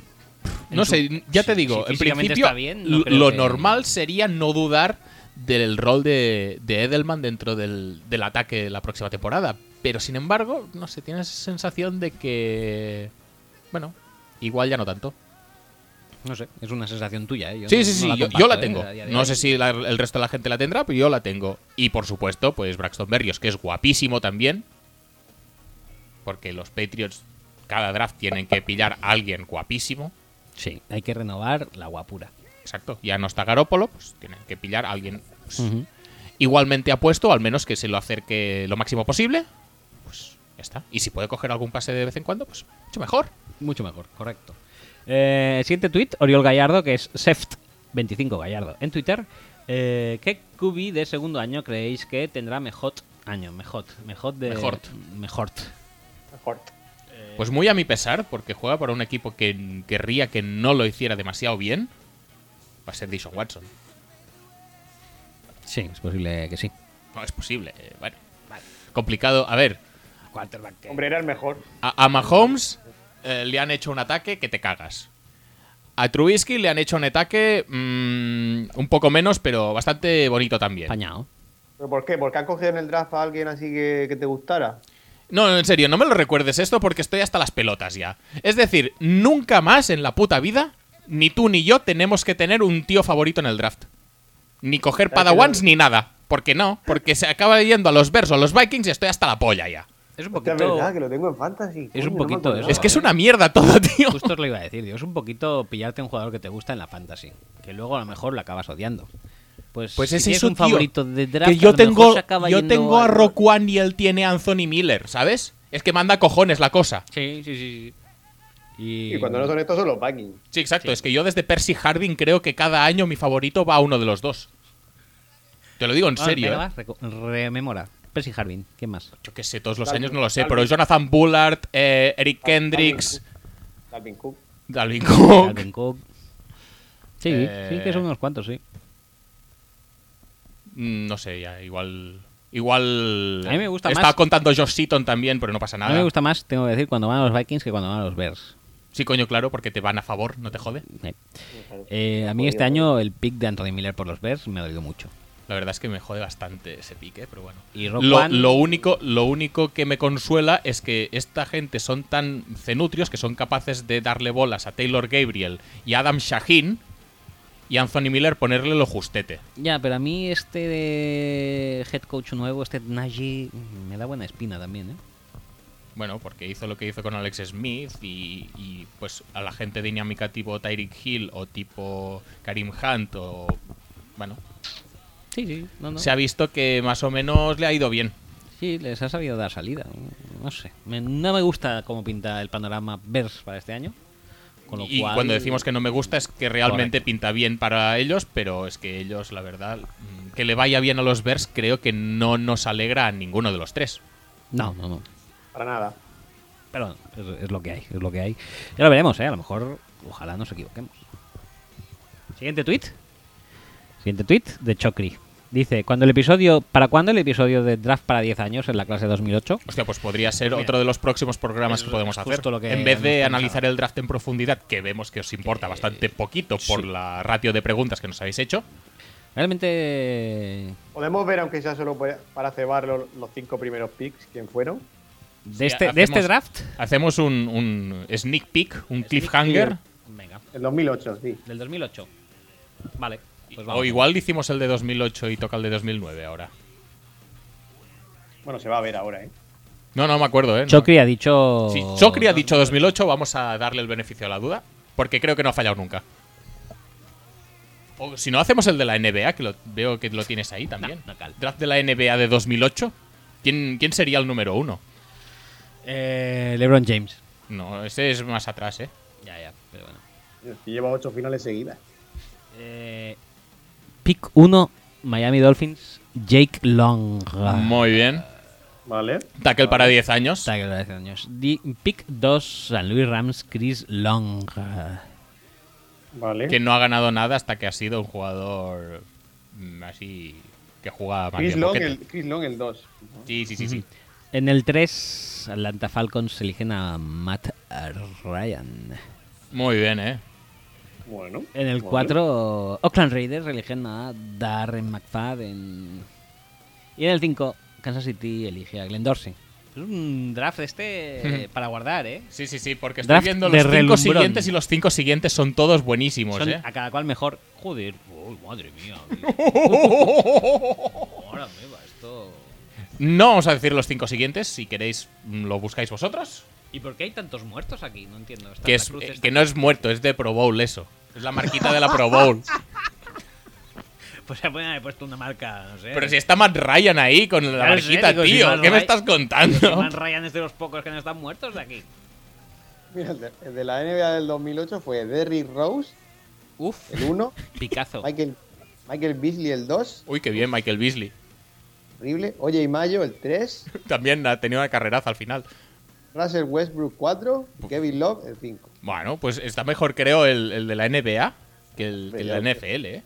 [SPEAKER 2] No
[SPEAKER 1] En su-
[SPEAKER 2] sé, ya te
[SPEAKER 1] si-
[SPEAKER 2] digo,
[SPEAKER 1] si
[SPEAKER 2] en
[SPEAKER 1] físicamente
[SPEAKER 2] principio
[SPEAKER 1] está bien, no
[SPEAKER 2] l-
[SPEAKER 1] creo
[SPEAKER 2] lo
[SPEAKER 1] que-
[SPEAKER 2] normal sería no dudar del rol de, de Edelman dentro del, del ataque la próxima temporada. Pero sin embargo, no sé, tienes sensación de que... Bueno, igual ya no tanto.
[SPEAKER 1] No sé, es una sensación tuya, ¿eh? Yo
[SPEAKER 2] Sí,
[SPEAKER 1] no-
[SPEAKER 2] sí,
[SPEAKER 1] no
[SPEAKER 2] sí, yo, yo
[SPEAKER 1] comparto,
[SPEAKER 2] la
[SPEAKER 1] ¿eh?
[SPEAKER 2] tengo.
[SPEAKER 1] A día de
[SPEAKER 2] No
[SPEAKER 1] hoy.
[SPEAKER 2] sé si la- el resto de la gente la tendrá, pero yo la tengo. Y por supuesto, pues Braxton Berrios, que es guapísimo también. Porque los Patriots cada draft tienen que pillar a alguien guapísimo.
[SPEAKER 1] Sí, hay que renovar la guapura.
[SPEAKER 2] Exacto. Ya no está Garópolo, pues tienen que pillar a alguien pues, igualmente apuesto, al menos que se lo acerque lo máximo posible. Pues ya está. Y si puede coger algún pase de vez en cuando, pues mucho mejor.
[SPEAKER 1] Mucho mejor, correcto. Eh, siguiente tweet, Oriol Gallardo, que es Seft25 Gallardo en Twitter. Eh, ¿Qué QB de segundo año creéis que tendrá mejor año? Mejor, mejor de.
[SPEAKER 2] Mejort.
[SPEAKER 1] Mejort.
[SPEAKER 3] Mejor.
[SPEAKER 2] Pues muy a mi pesar, porque juega para un equipo que querría que no lo hiciera demasiado bien. Va a ser Dishon Watson.
[SPEAKER 1] Sí, es posible que sí.
[SPEAKER 2] No es posible. eh, bueno, complicado. A ver,
[SPEAKER 1] Quarterback que-
[SPEAKER 3] Hombre, era el mejor.
[SPEAKER 2] a, a Mahomes eh, le han hecho un ataque que te cagas. A Trubisky le han hecho un ataque mm, un poco menos, pero bastante bonito también.
[SPEAKER 1] apañado.
[SPEAKER 3] ¿Pero por qué? ¿Porque han cogido en el draft a alguien así que, que te gustara?
[SPEAKER 2] No, en serio, no me lo recuerdes esto porque estoy hasta las pelotas ya. Es decir, nunca más en la puta vida, ni tú ni yo tenemos que tener un tío favorito en el draft. Ni
[SPEAKER 1] Ah,
[SPEAKER 2] coger
[SPEAKER 3] Claro que
[SPEAKER 2] padawans
[SPEAKER 3] no.
[SPEAKER 2] ni nada. Porque no, porque se acaba yendo a los Bears o a los Vikings y estoy hasta la polla ya.
[SPEAKER 1] Es un
[SPEAKER 3] Hostia, Es
[SPEAKER 1] poquito.
[SPEAKER 3] verdad, que lo tengo en fantasy.
[SPEAKER 1] Es
[SPEAKER 3] coño,
[SPEAKER 1] un
[SPEAKER 3] no me
[SPEAKER 1] poquito
[SPEAKER 3] acordaba.
[SPEAKER 1] eso.
[SPEAKER 2] Es que es una mierda todo, tío.
[SPEAKER 1] Justo os lo iba a decir, digo, es un poquito pillarte un jugador que te gusta en la fantasy, que luego a lo mejor lo acabas odiando. Pues,
[SPEAKER 2] Pues
[SPEAKER 1] si
[SPEAKER 2] es
[SPEAKER 1] tienes
[SPEAKER 2] eso,
[SPEAKER 1] un
[SPEAKER 2] tío,
[SPEAKER 1] favorito de draft,
[SPEAKER 2] que
[SPEAKER 1] a
[SPEAKER 2] yo
[SPEAKER 1] lo mejor
[SPEAKER 2] tengo,
[SPEAKER 1] se acaba
[SPEAKER 2] yo
[SPEAKER 1] yendo
[SPEAKER 2] tengo a
[SPEAKER 1] al-
[SPEAKER 2] Roquan y él tiene a Anthony Miller, ¿sabes? Es que manda cojones la cosa.
[SPEAKER 1] Sí, sí, sí. sí. Y,
[SPEAKER 3] Y cuando no son estos son los Vikings.
[SPEAKER 2] Sí, exacto. Es que yo desde Percy Harding creo que cada año mi favorito va a uno de los dos. Te lo digo en
[SPEAKER 1] Ah,
[SPEAKER 2] serio.
[SPEAKER 1] venga,
[SPEAKER 2] ¿eh?
[SPEAKER 1] va, reco- rememora. Percy Harvin, ¿quién más?
[SPEAKER 2] Yo qué sé, todos los
[SPEAKER 3] Calvin,
[SPEAKER 2] años no lo sé,
[SPEAKER 3] Calvin.
[SPEAKER 2] pero Jonathan Bullard, eh, Eric Kendricks,
[SPEAKER 3] Calvin Cook.
[SPEAKER 2] Dalvin Cook.
[SPEAKER 1] Calvin Cook. Sí,
[SPEAKER 2] Eh.
[SPEAKER 1] sí que son unos cuantos, sí.
[SPEAKER 2] Mm, No sé, ya, igual. Igual.
[SPEAKER 1] A mí me gusta
[SPEAKER 2] Estaba
[SPEAKER 1] más-
[SPEAKER 2] contando Josh Seaton también, pero no pasa
[SPEAKER 1] A
[SPEAKER 2] nada.
[SPEAKER 1] mí me gusta más, tengo que decir, cuando van a los Vikings que cuando van a los Bears.
[SPEAKER 2] Sí, coño, claro, porque te van a favor, no te jode.
[SPEAKER 1] Eh. Eh, a mí este año el pick de Anthony Miller por los Bears me ha dolido mucho.
[SPEAKER 2] La verdad es que me jode bastante ese pique, pero bueno.
[SPEAKER 1] Y Rock
[SPEAKER 2] Lo,
[SPEAKER 1] One-
[SPEAKER 2] lo único, lo único que me consuela es que esta gente son tan cenutrios que son capaces de darle bolas a Taylor Gabriel y Adam Shaheen y Anthony Miller ponerle lo justete.
[SPEAKER 1] Ya, pero a mí este de head coach nuevo, este Nagy, me da buena espina también, ¿eh?
[SPEAKER 2] Bueno, porque hizo lo que hizo con Alex Smith y, y, pues a la gente dinámica tipo Tyreek Hill o tipo Karim Hunt o... Bueno,
[SPEAKER 1] Sí, sí, no, no.
[SPEAKER 2] se ha visto que más o menos le ha ido bien.
[SPEAKER 1] Sí, les ha sabido dar salida. No sé. Me- no me gusta cómo pinta el panorama Bears para este año. Con lo
[SPEAKER 2] y
[SPEAKER 1] cual,
[SPEAKER 2] cuando decimos que no me gusta es que realmente pinta bien para ellos, pero es que ellos, la verdad, mm, que le vaya bien a los Bears creo que no nos alegra a ninguno de los tres.
[SPEAKER 1] No, no, no.
[SPEAKER 3] Para nada.
[SPEAKER 1] Pero bueno, es, es lo que hay, es lo que hay. Ya lo veremos, ¿eh? A lo mejor, ojalá nos equivoquemos. Siguiente tweet. Siguiente tweet de Chocri. Dice, cuando el episodio, ¿para cuándo el episodio de Draft para 10 años en la clase 2008?
[SPEAKER 2] Hostia, pues podría ser
[SPEAKER 1] Mira,
[SPEAKER 2] otro de los próximos programas
[SPEAKER 1] es
[SPEAKER 2] que podemos
[SPEAKER 1] justo
[SPEAKER 2] hacer.
[SPEAKER 1] lo que
[SPEAKER 2] en vez
[SPEAKER 1] hemos
[SPEAKER 2] de
[SPEAKER 1] pensado.
[SPEAKER 2] analizar el draft en profundidad, que vemos que os importa bastante poquito por la ratio de preguntas que nos habéis hecho.
[SPEAKER 1] Realmente,
[SPEAKER 3] Podemos ver, aunque sea solo para- para cebar lo- los, cinco primeros picks, quién fueron.
[SPEAKER 1] de este, de
[SPEAKER 2] hacemos-
[SPEAKER 1] este draft...
[SPEAKER 2] Hacemos un, un sneak peek, un cliffhanger.
[SPEAKER 1] Venga,
[SPEAKER 3] El 2008, sí.
[SPEAKER 1] del 2008. Vale, pues vamos.
[SPEAKER 2] O igual hicimos el de 2008 y toca el de 2009 ahora.
[SPEAKER 3] Bueno, se va a ver ahora, ¿eh?
[SPEAKER 2] No, no me acuerdo, ¿eh? No.
[SPEAKER 1] Chocri ha dicho...
[SPEAKER 2] Si Chocri ha dicho 2008, vamos a darle el beneficio de la duda, porque creo que no ha fallado nunca. O si no, hacemos el de la NBA, que lo, veo que lo tienes ahí también.
[SPEAKER 1] No, no cal.
[SPEAKER 2] Draft de la NBA de 2008. ¿Quién, quién sería el número uno?
[SPEAKER 1] Eh, LeBron James.
[SPEAKER 2] No, ese es más atrás, ¿eh?
[SPEAKER 1] Ya, ya, pero bueno.
[SPEAKER 3] Y lleva ocho finales seguidas.
[SPEAKER 1] Eh, pick 1, Miami Dolphins, Jake Long.
[SPEAKER 2] Muy bien.
[SPEAKER 3] ¿Vale?
[SPEAKER 2] Tackle
[SPEAKER 1] Ah.
[SPEAKER 2] para 10 años.
[SPEAKER 1] Está que lo hace años. Di- Pick 2, San Luis Rams, Chris Long.
[SPEAKER 3] Vale.
[SPEAKER 2] Que no ha ganado nada hasta que ha sido un jugador mm, así que juega más
[SPEAKER 3] Chris
[SPEAKER 2] bien
[SPEAKER 3] Long,
[SPEAKER 2] pocket.
[SPEAKER 3] el, Chris Long, el 2.
[SPEAKER 2] Sí, sí, sí, sí.
[SPEAKER 1] En el 3, Atlanta Falcons eligen a Matt Ryan.
[SPEAKER 2] Muy bien, ¿eh?
[SPEAKER 3] Bueno.
[SPEAKER 1] En el
[SPEAKER 3] Vale.
[SPEAKER 1] 4, Oakland Raiders eligen a Darren McFadden. Y en el 5, Kansas City elige a Glenn Dorsey. Es un draft este eh, para guardar, ¿eh?
[SPEAKER 2] Sí, sí, sí, porque estoy
[SPEAKER 1] Draft
[SPEAKER 2] viendo
[SPEAKER 1] de
[SPEAKER 2] los cinco
[SPEAKER 1] relumbrón.
[SPEAKER 2] siguientes y los cinco siguientes son todos buenísimos,
[SPEAKER 1] Son
[SPEAKER 2] ¿eh?
[SPEAKER 1] a cada cual mejor. Joder, uy, madre mía. Ahora me va esto.
[SPEAKER 2] No vamos a decir los cinco siguientes, si queréis mm, lo buscáis vosotros.
[SPEAKER 1] ¿Y por qué hay tantos muertos aquí? No entiendo. Está
[SPEAKER 2] Que,
[SPEAKER 1] la
[SPEAKER 2] es,
[SPEAKER 1] cruz
[SPEAKER 2] eh,
[SPEAKER 1] esta.
[SPEAKER 2] que no es muerto, es de Pro Bowl eso. Es la marquita de la Pro Bowl.
[SPEAKER 1] Pues se pueden haber puesto una marca, no sé.
[SPEAKER 2] Pero si está Matt Ryan ahí con la
[SPEAKER 1] Claro, sí,
[SPEAKER 2] marquita,
[SPEAKER 1] digo, si
[SPEAKER 2] tío.
[SPEAKER 1] Matt
[SPEAKER 2] ¿Qué me
[SPEAKER 1] Ryan-
[SPEAKER 2] estás
[SPEAKER 1] Los
[SPEAKER 2] contando?
[SPEAKER 1] Man Ryan es de los pocos que no están muertos de aquí.
[SPEAKER 3] Mira, el de, el de la NBA del 2008 fue Derrick Rose,
[SPEAKER 1] Uf,
[SPEAKER 3] el 1,
[SPEAKER 1] Picazo.
[SPEAKER 3] Michael, Michael Beasley, el 2,
[SPEAKER 2] Uy, qué bien, Michael Beasley.
[SPEAKER 3] horrible, Oye y Mayo, el 3,
[SPEAKER 2] También ha tenido una carreraza al final.
[SPEAKER 3] Russell Westbrook, 4, Kevin Love, el 5.
[SPEAKER 2] Bueno, pues está mejor, creo, el, el de la NBA que el, que el de la NFL, ¿eh?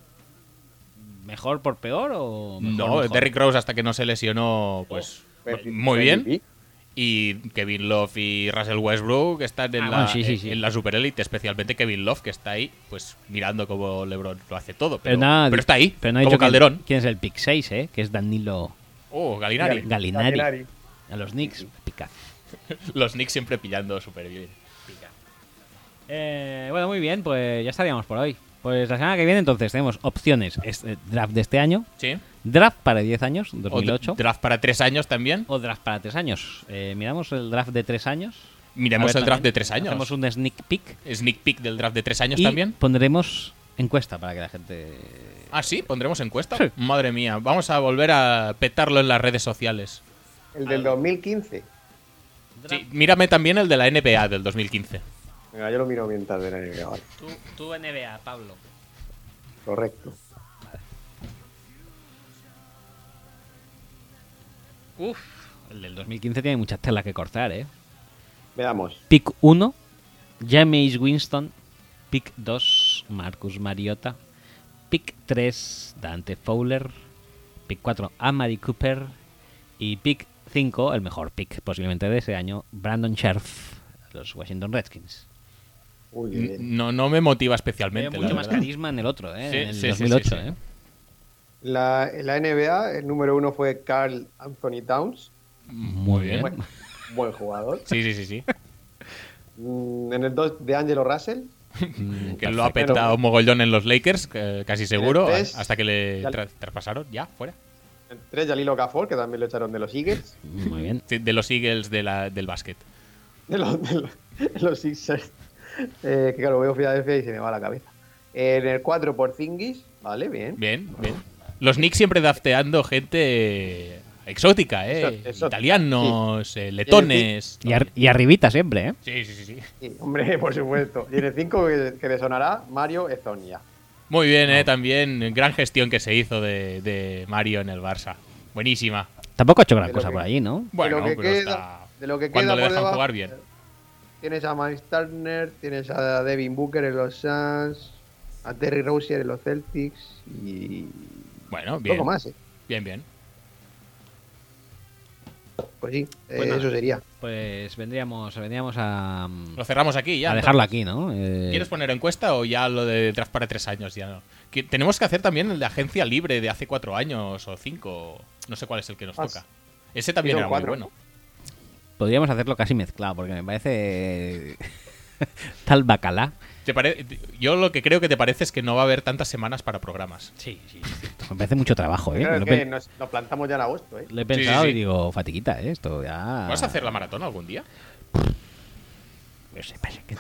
[SPEAKER 1] ¿Mejor por peor o.? Mejor,
[SPEAKER 2] No,
[SPEAKER 1] mejor?
[SPEAKER 2] Derrick Rose hasta que no se lesionó, pues muy bien. Y Kevin Love y Russell Westbrook están en,
[SPEAKER 1] Ah,
[SPEAKER 2] la,
[SPEAKER 1] bueno, sí, sí, sí.
[SPEAKER 2] en la superélite, especialmente Kevin Love, que está ahí, pues mirando cómo LeBron lo hace todo. Pero,
[SPEAKER 1] Pero, nada,
[SPEAKER 2] pero está ahí,
[SPEAKER 1] pero no ha
[SPEAKER 2] como
[SPEAKER 1] dicho quién-
[SPEAKER 2] Calderón.
[SPEAKER 1] ¿Quién es el pick 6, eh? Que es Danilo
[SPEAKER 2] Oh, Galinari.
[SPEAKER 1] Galinari. A los Knicks, picazo.
[SPEAKER 2] Los Knicks siempre pillando súper bien.
[SPEAKER 1] Eh, bueno, muy bien, pues ya estaríamos por hoy. Pues la semana que viene entonces tenemos opciones. es- eh, draft de este año,
[SPEAKER 2] ¿Sí?
[SPEAKER 1] draft para 10 años,
[SPEAKER 2] O
[SPEAKER 1] 2008, o,
[SPEAKER 2] draft para tres años también.
[SPEAKER 1] draft para 3 años. Eh, miramos el draft de 3 años.
[SPEAKER 2] Miremos
[SPEAKER 1] A ver,
[SPEAKER 2] el draft
[SPEAKER 1] también
[SPEAKER 2] de tres años.
[SPEAKER 1] Hacemos un sneak peek
[SPEAKER 2] Sneak peek del draft de tres años
[SPEAKER 1] y
[SPEAKER 2] también.
[SPEAKER 1] pondremos encuesta para que la gente...
[SPEAKER 2] Ah, sí, pondremos encuesta.
[SPEAKER 1] Sí.
[SPEAKER 2] Madre mía, vamos a volver a petarlo en las redes sociales.
[SPEAKER 3] El
[SPEAKER 2] Ah.
[SPEAKER 3] del 2015.
[SPEAKER 2] Sí, mírame también el de la NBA del 2015.
[SPEAKER 3] Venga, yo lo miro mientras de la NBA, vale.
[SPEAKER 1] Tú, NBA, Pablo.
[SPEAKER 3] Correcto.
[SPEAKER 1] Uf. El del 2015 tiene muchas telas que cortar, ¿eh?
[SPEAKER 3] Veamos.
[SPEAKER 1] Pick 1, James Winston. Pick 2, Marcus Mariota. Pick 3, Dante Fowler. Pick 4, Amari Cooper. Y pick 5, el mejor pick posiblemente de ese año, Brandon Scherf, los Washington Redskins.
[SPEAKER 3] Uy, qué bien.
[SPEAKER 2] No, no me motiva
[SPEAKER 1] Veo
[SPEAKER 2] especialmente. la
[SPEAKER 1] mucho más
[SPEAKER 2] verdad.
[SPEAKER 1] carisma en el otro, ¿eh?
[SPEAKER 2] Sí,
[SPEAKER 1] en el
[SPEAKER 2] sí, sí,
[SPEAKER 1] 2008.
[SPEAKER 2] sí, sí.
[SPEAKER 1] ¿eh?
[SPEAKER 3] La, en la NBA, el número 1 fue Carl Anthony Towns.
[SPEAKER 1] Muy bien.
[SPEAKER 3] Buen, buen jugador.
[SPEAKER 2] Sí, sí, sí, sí.
[SPEAKER 3] Mm, En el 2, de Angelo Russell.
[SPEAKER 2] que lo ha
[SPEAKER 3] Perfecto.
[SPEAKER 2] petado mogollón en los Lakers, eh, casi seguro,
[SPEAKER 3] Tres.
[SPEAKER 2] hasta que le
[SPEAKER 3] Ya-
[SPEAKER 2] tra- traspasaron, ya, fuera.
[SPEAKER 3] En 3, Yalilo Okafor, que también lo echaron de los Eagles.
[SPEAKER 1] Muy bien.
[SPEAKER 2] Sí, De los Eagles de la- del básquet.
[SPEAKER 3] De los, de los, de los Sixers. Eh, que claro, veo Filadelfia y se me va la cabeza. En el 4, por Zingis. Vale, bien.
[SPEAKER 2] Bien, bien. Los Knicks siempre dafteando gente exótica, ¿eh?
[SPEAKER 3] Exó- exótica,
[SPEAKER 2] Italianos, eh, letones.
[SPEAKER 1] Y, ar- y arribita siempre, ¿eh?
[SPEAKER 2] Sí, sí, sí, sí.
[SPEAKER 3] Sí, hombre, por supuesto. Y en el 5, que, que le sonará Mario Ezonia.
[SPEAKER 2] Muy bien, ¿eh? También gran gestión que se hizo de, de Mario en el Barça. Buenísima.
[SPEAKER 1] Tampoco ha hecho gran
[SPEAKER 3] Pero
[SPEAKER 1] cosa
[SPEAKER 3] que-
[SPEAKER 1] por allí, ¿no?
[SPEAKER 2] Bueno,
[SPEAKER 3] de lo que
[SPEAKER 2] pero
[SPEAKER 3] queda,
[SPEAKER 2] está-
[SPEAKER 3] de lo que
[SPEAKER 2] Cuando
[SPEAKER 3] queda
[SPEAKER 2] le
[SPEAKER 3] por
[SPEAKER 2] dejan
[SPEAKER 3] debajo,
[SPEAKER 2] jugar bien.
[SPEAKER 3] Tienes a Miles Turner, tienes a Devin Booker en los Suns, a Terry Rozier en los Celtics y
[SPEAKER 2] Bueno, bien.
[SPEAKER 3] poco más, ¿eh?
[SPEAKER 2] Bien, bien.
[SPEAKER 3] Pues sí, eh,
[SPEAKER 2] nada.
[SPEAKER 3] eso sería.
[SPEAKER 1] Pues vendríamos, vendríamos a, mm,
[SPEAKER 2] Lo cerramos aquí ya.
[SPEAKER 1] a dejarlo aquí, ¿no? Eh,
[SPEAKER 2] ¿Quieres poner encuesta o ya lo de draft para tres años? Ya no. Que tenemos que hacer también el de agencia libre de hace cuatro años o cinco. No sé cuál es el que nos
[SPEAKER 3] Ah,
[SPEAKER 2] toca. Ese también
[SPEAKER 3] son
[SPEAKER 2] era
[SPEAKER 3] cuatro.
[SPEAKER 2] muy bueno.
[SPEAKER 1] Podríamos hacerlo casi mezclado, porque me parece eh, tal bacalá.
[SPEAKER 2] ¿Te pare- Yo lo que creo que te parece es que no va a haber tantas semanas para programas.
[SPEAKER 1] Sí, sí. Me parece mucho trabajo, ¿eh?
[SPEAKER 3] Claro
[SPEAKER 1] Lo he,
[SPEAKER 3] que
[SPEAKER 1] pe-
[SPEAKER 3] nos, nos plantamos ya en agosto, ¿eh?
[SPEAKER 1] lo he
[SPEAKER 2] Sí, sí,
[SPEAKER 1] pensado
[SPEAKER 2] sí.
[SPEAKER 1] y digo, fatiguita, ¿eh? Esto ya...
[SPEAKER 2] ¿Vas a hacer la maratón algún día?
[SPEAKER 1] No sé, pasa que-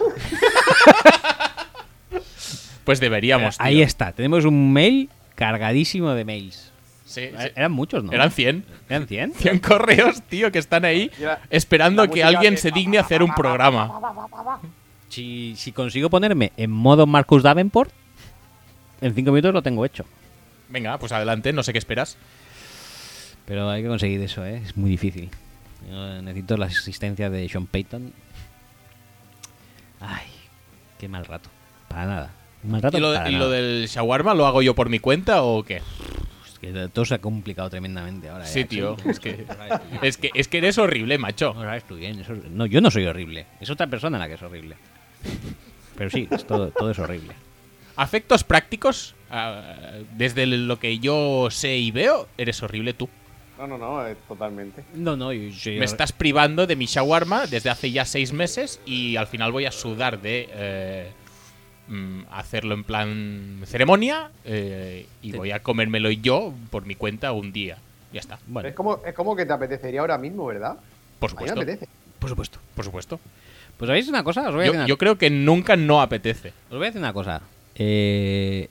[SPEAKER 2] Pues deberíamos.
[SPEAKER 1] Ahí
[SPEAKER 2] tío.
[SPEAKER 1] está, tenemos un mail cargadísimo de mails.
[SPEAKER 2] Sí, sí.
[SPEAKER 1] Eran muchos, eh, ¿no?
[SPEAKER 2] Eran 100.
[SPEAKER 1] ¿Eran 100.
[SPEAKER 2] 100 correos, tío, que están ahí
[SPEAKER 3] Y la-
[SPEAKER 2] esperando
[SPEAKER 3] la
[SPEAKER 2] que
[SPEAKER 3] música
[SPEAKER 2] alguien
[SPEAKER 3] de-
[SPEAKER 2] se digne a hacer un programa.
[SPEAKER 1] Si, si consigo ponerme en modo Marcus Davenport, en 5 minutos lo tengo hecho.
[SPEAKER 2] Venga, pues adelante, no sé qué esperas.
[SPEAKER 1] Pero hay que conseguir eso, ¿eh? Es muy difícil. Yo necesito la asistencia de Sean Payton. Ay, qué mal rato. Para nada. Mal rato
[SPEAKER 2] ¿Y lo,
[SPEAKER 1] para
[SPEAKER 2] y lo
[SPEAKER 1] nada.
[SPEAKER 2] del shawarma lo hago yo por mi cuenta o qué?
[SPEAKER 1] Pues que todo se ha complicado tremendamente ahora. ¿eh?
[SPEAKER 2] Sí,
[SPEAKER 1] ya,
[SPEAKER 2] tío,
[SPEAKER 1] chico.
[SPEAKER 2] es que, es que es que eres horrible, macho.
[SPEAKER 1] No sabes tú bien. eso es- no, yo no soy horrible. Es otra persona la que es horrible. Pero sí, es todo, todo es horrible.
[SPEAKER 2] Afectos prácticos, ah, desde lo que yo sé y veo, eres horrible tú.
[SPEAKER 3] No, no, no, eh, totalmente.
[SPEAKER 1] No, no, yo, yo-
[SPEAKER 2] Me estás privando de mi shawarma desde hace ya seis meses y al final voy a sudar de eh, mm, hacerlo en plan ceremonia eh, y
[SPEAKER 1] Sí.
[SPEAKER 2] voy a comérmelo yo por mi cuenta un día. Ya está,
[SPEAKER 1] Bueno,
[SPEAKER 3] Es, como, es como que te apetecería ahora mismo, ¿verdad?
[SPEAKER 2] por
[SPEAKER 3] A mí me
[SPEAKER 2] supuesto.
[SPEAKER 3] apetece.
[SPEAKER 2] Por supuesto. Por supuesto.
[SPEAKER 1] pues ¿sabéis una cosa? Os voy a decir
[SPEAKER 2] Yo,
[SPEAKER 1] una-
[SPEAKER 2] yo creo que nunca no apetece.
[SPEAKER 1] Os voy a decir una cosa. Eh,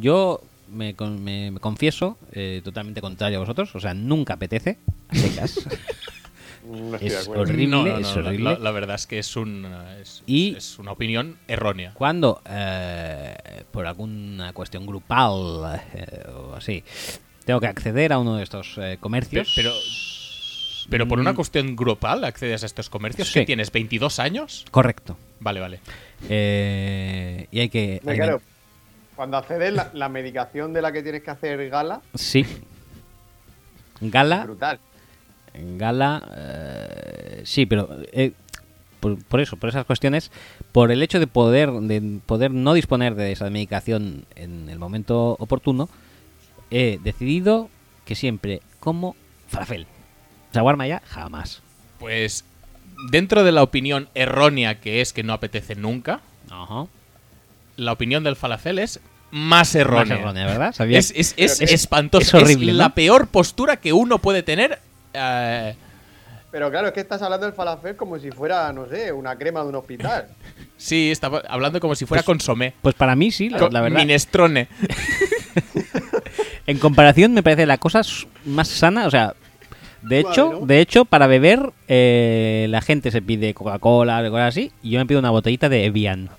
[SPEAKER 1] yo me, con- me- me confieso eh, totalmente contrario a vosotros. O sea, nunca apetece. a secas.
[SPEAKER 3] No estoy de
[SPEAKER 1] Es
[SPEAKER 3] acuerdo.
[SPEAKER 1] horrible. es
[SPEAKER 2] la-
[SPEAKER 1] horrible.
[SPEAKER 2] La, la verdad es que es, un, eh, es,
[SPEAKER 1] Y-
[SPEAKER 2] es una opinión errónea.
[SPEAKER 1] Cuando, eh, por alguna cuestión grupal eh, o así, tengo que acceder a uno de estos eh,
[SPEAKER 2] Pe-
[SPEAKER 1] comercios.
[SPEAKER 2] Pero, pero por una cuestión grupal accedes a estos comercios.
[SPEAKER 1] Mm. Sí.
[SPEAKER 2] que tienes? ¿22 años?
[SPEAKER 1] Correcto.
[SPEAKER 2] Vale, vale.
[SPEAKER 1] Eh, y hay que.
[SPEAKER 3] Me
[SPEAKER 1] hay-
[SPEAKER 3] claro, cuando accedes la, la medicación de la que tienes que hacer gala,
[SPEAKER 1] Sí. Gala.
[SPEAKER 3] brutal.
[SPEAKER 1] Gala. eh, sí, pero. eh, por, por eso, por esas cuestiones, por el hecho de poder, de poder no disponer de esa medicación en el momento oportuno, he decidido que siempre como falafel. Shawarma ya, jamás.
[SPEAKER 2] Pues dentro de la opinión errónea que es que no apetece nunca,
[SPEAKER 1] Ajá.
[SPEAKER 2] la opinión del falafel es más errónea.
[SPEAKER 1] Más errónea, ¿verdad? Sabía-
[SPEAKER 2] Es, es- es
[SPEAKER 1] Pero que-
[SPEAKER 2] espantoso.
[SPEAKER 1] es horrible,
[SPEAKER 2] la
[SPEAKER 1] ¿no?
[SPEAKER 2] peor postura que uno puede tener. eh,
[SPEAKER 3] Pero claro, es que estás hablando del falafel como si fuera, no sé, una crema de un hospital.
[SPEAKER 2] sí, estaba hablando como si fuera
[SPEAKER 1] Pues-
[SPEAKER 2] consomé.
[SPEAKER 1] Pues para mí sí, la,
[SPEAKER 2] Con
[SPEAKER 1] la verdad.
[SPEAKER 2] Minestrone.
[SPEAKER 1] En comparación me parece la cosa s- más sana, o sea, de
[SPEAKER 3] Suave,
[SPEAKER 1] hecho,
[SPEAKER 3] ¿no?
[SPEAKER 1] de hecho para beber eh, la gente se pide Coca-Cola, algo así, y yo me pido una botellita de Evian.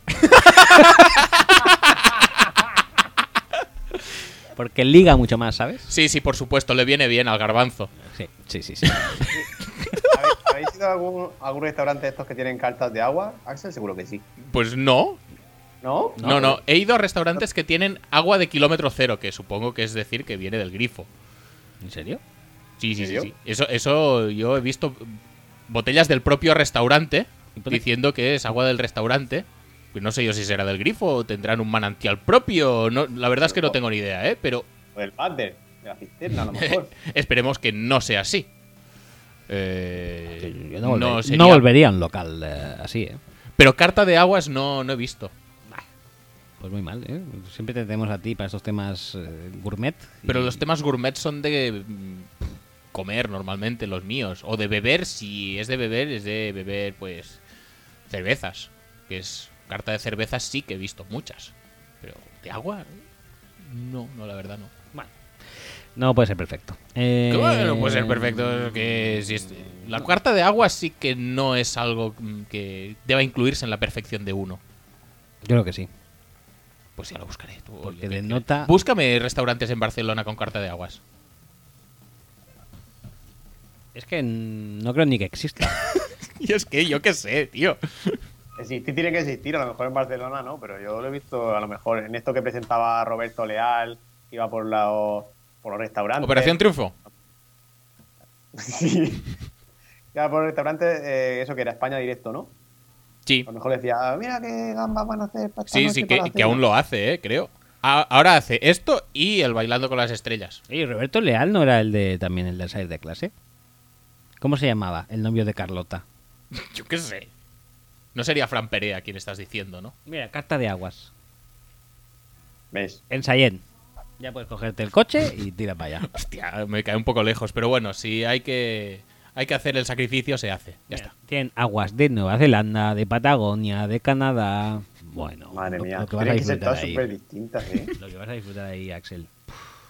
[SPEAKER 1] Porque liga mucho más, ¿sabes?
[SPEAKER 2] Sí, sí, por supuesto, le viene bien al garbanzo.
[SPEAKER 1] Sí, sí, sí. sí.
[SPEAKER 3] ¿Habéis, habéis ido a algún, a algún restaurante de estos que tienen cartas de agua? Axel, seguro que sí.
[SPEAKER 2] Pues no.
[SPEAKER 3] ¿No?
[SPEAKER 2] No, no. He ido a restaurantes que tienen agua de kilómetro cero, que supongo que es decir que viene del grifo.
[SPEAKER 1] ¿En serio?
[SPEAKER 2] Sí, sí, sí,
[SPEAKER 3] serio?
[SPEAKER 2] sí. Eso, eso yo he visto botellas del propio restaurante
[SPEAKER 1] Y pone-
[SPEAKER 2] diciendo que es agua del restaurante. Pues no sé yo si será del grifo o tendrán un manantial propio. No, la verdad es que no tengo ni idea, ¿eh? Pero
[SPEAKER 3] O del váter, de la cisterna, a lo mejor.
[SPEAKER 2] esperemos que no sea así. Eh,
[SPEAKER 1] Yo no, volver- no
[SPEAKER 2] sería-
[SPEAKER 1] volvería a un local eh, así, ¿eh?
[SPEAKER 2] Pero carta de aguas no, no he visto.
[SPEAKER 1] Pues muy mal, ¿eh? Siempre te tenemos a ti para estos temas eh, gourmet. y-
[SPEAKER 2] Pero los temas gourmet son de mm, comer normalmente, los míos. O de beber, si es de beber, es de beber, pues, cervezas. Que es carta de cervezas, sí que he visto muchas. Pero de agua, no, no, la verdad no.
[SPEAKER 1] No puede ser perfecto. Eh,
[SPEAKER 2] Que bueno, puede ser perfecto. Que si es- la carta de agua sí que no es algo mm, que deba incluirse en la perfección de uno.
[SPEAKER 1] Yo creo que sí.
[SPEAKER 2] Pues ya lo buscaré. tú,
[SPEAKER 1] Porque
[SPEAKER 2] oye, que-
[SPEAKER 1] denota.
[SPEAKER 2] Búscame restaurantes en Barcelona con carta de aguas.
[SPEAKER 1] Es que mm, no creo ni que exista.
[SPEAKER 2] Y es que yo qué sé, tío.
[SPEAKER 3] Existir tiene que existir, a lo mejor en Barcelona no, pero yo lo he visto a lo mejor en esto que presentaba Roberto Leal, que iba por, la, por los restaurantes.
[SPEAKER 2] Operación Triunfo.
[SPEAKER 3] Sí. Iba por los restaurantes, eh, eso que era España directo, ¿no?
[SPEAKER 2] Sí.
[SPEAKER 3] A lo mejor decía, "Ah, mira qué gambas van a hacer para esta
[SPEAKER 2] Sí,
[SPEAKER 3] noche
[SPEAKER 2] sí,
[SPEAKER 3] para
[SPEAKER 2] que,
[SPEAKER 3] la
[SPEAKER 2] que aún
[SPEAKER 3] cena".
[SPEAKER 2] lo hace, eh, creo. A- ahora hace esto y el Bailando con las Estrellas.
[SPEAKER 1] Y Roberto Leal no era el de también el de salir de clase. ¿Cómo se llamaba? El novio de Carlota.
[SPEAKER 2] Yo qué sé. No sería Fran Perea quien estás diciendo, ¿no?
[SPEAKER 1] Mira, carta de aguas.
[SPEAKER 3] ¿Ves?
[SPEAKER 1] En Sayén. Ya puedes cogerte el coche y tira para allá.
[SPEAKER 2] Hostia, me cae un poco lejos, pero bueno, si hay que, hay que hacer el sacrificio, se hace. Ya está.
[SPEAKER 1] Tienen aguas de Nueva Zelanda, de Patagonia, de Canadá. Bueno,
[SPEAKER 3] Madre
[SPEAKER 1] lo,
[SPEAKER 3] mía,
[SPEAKER 1] lo que vas a
[SPEAKER 3] tienen que ser
[SPEAKER 1] disfrutar
[SPEAKER 3] todas
[SPEAKER 1] ahí.
[SPEAKER 3] súper distintas, ¿eh?
[SPEAKER 1] Lo que vas a disfrutar ahí, Axel.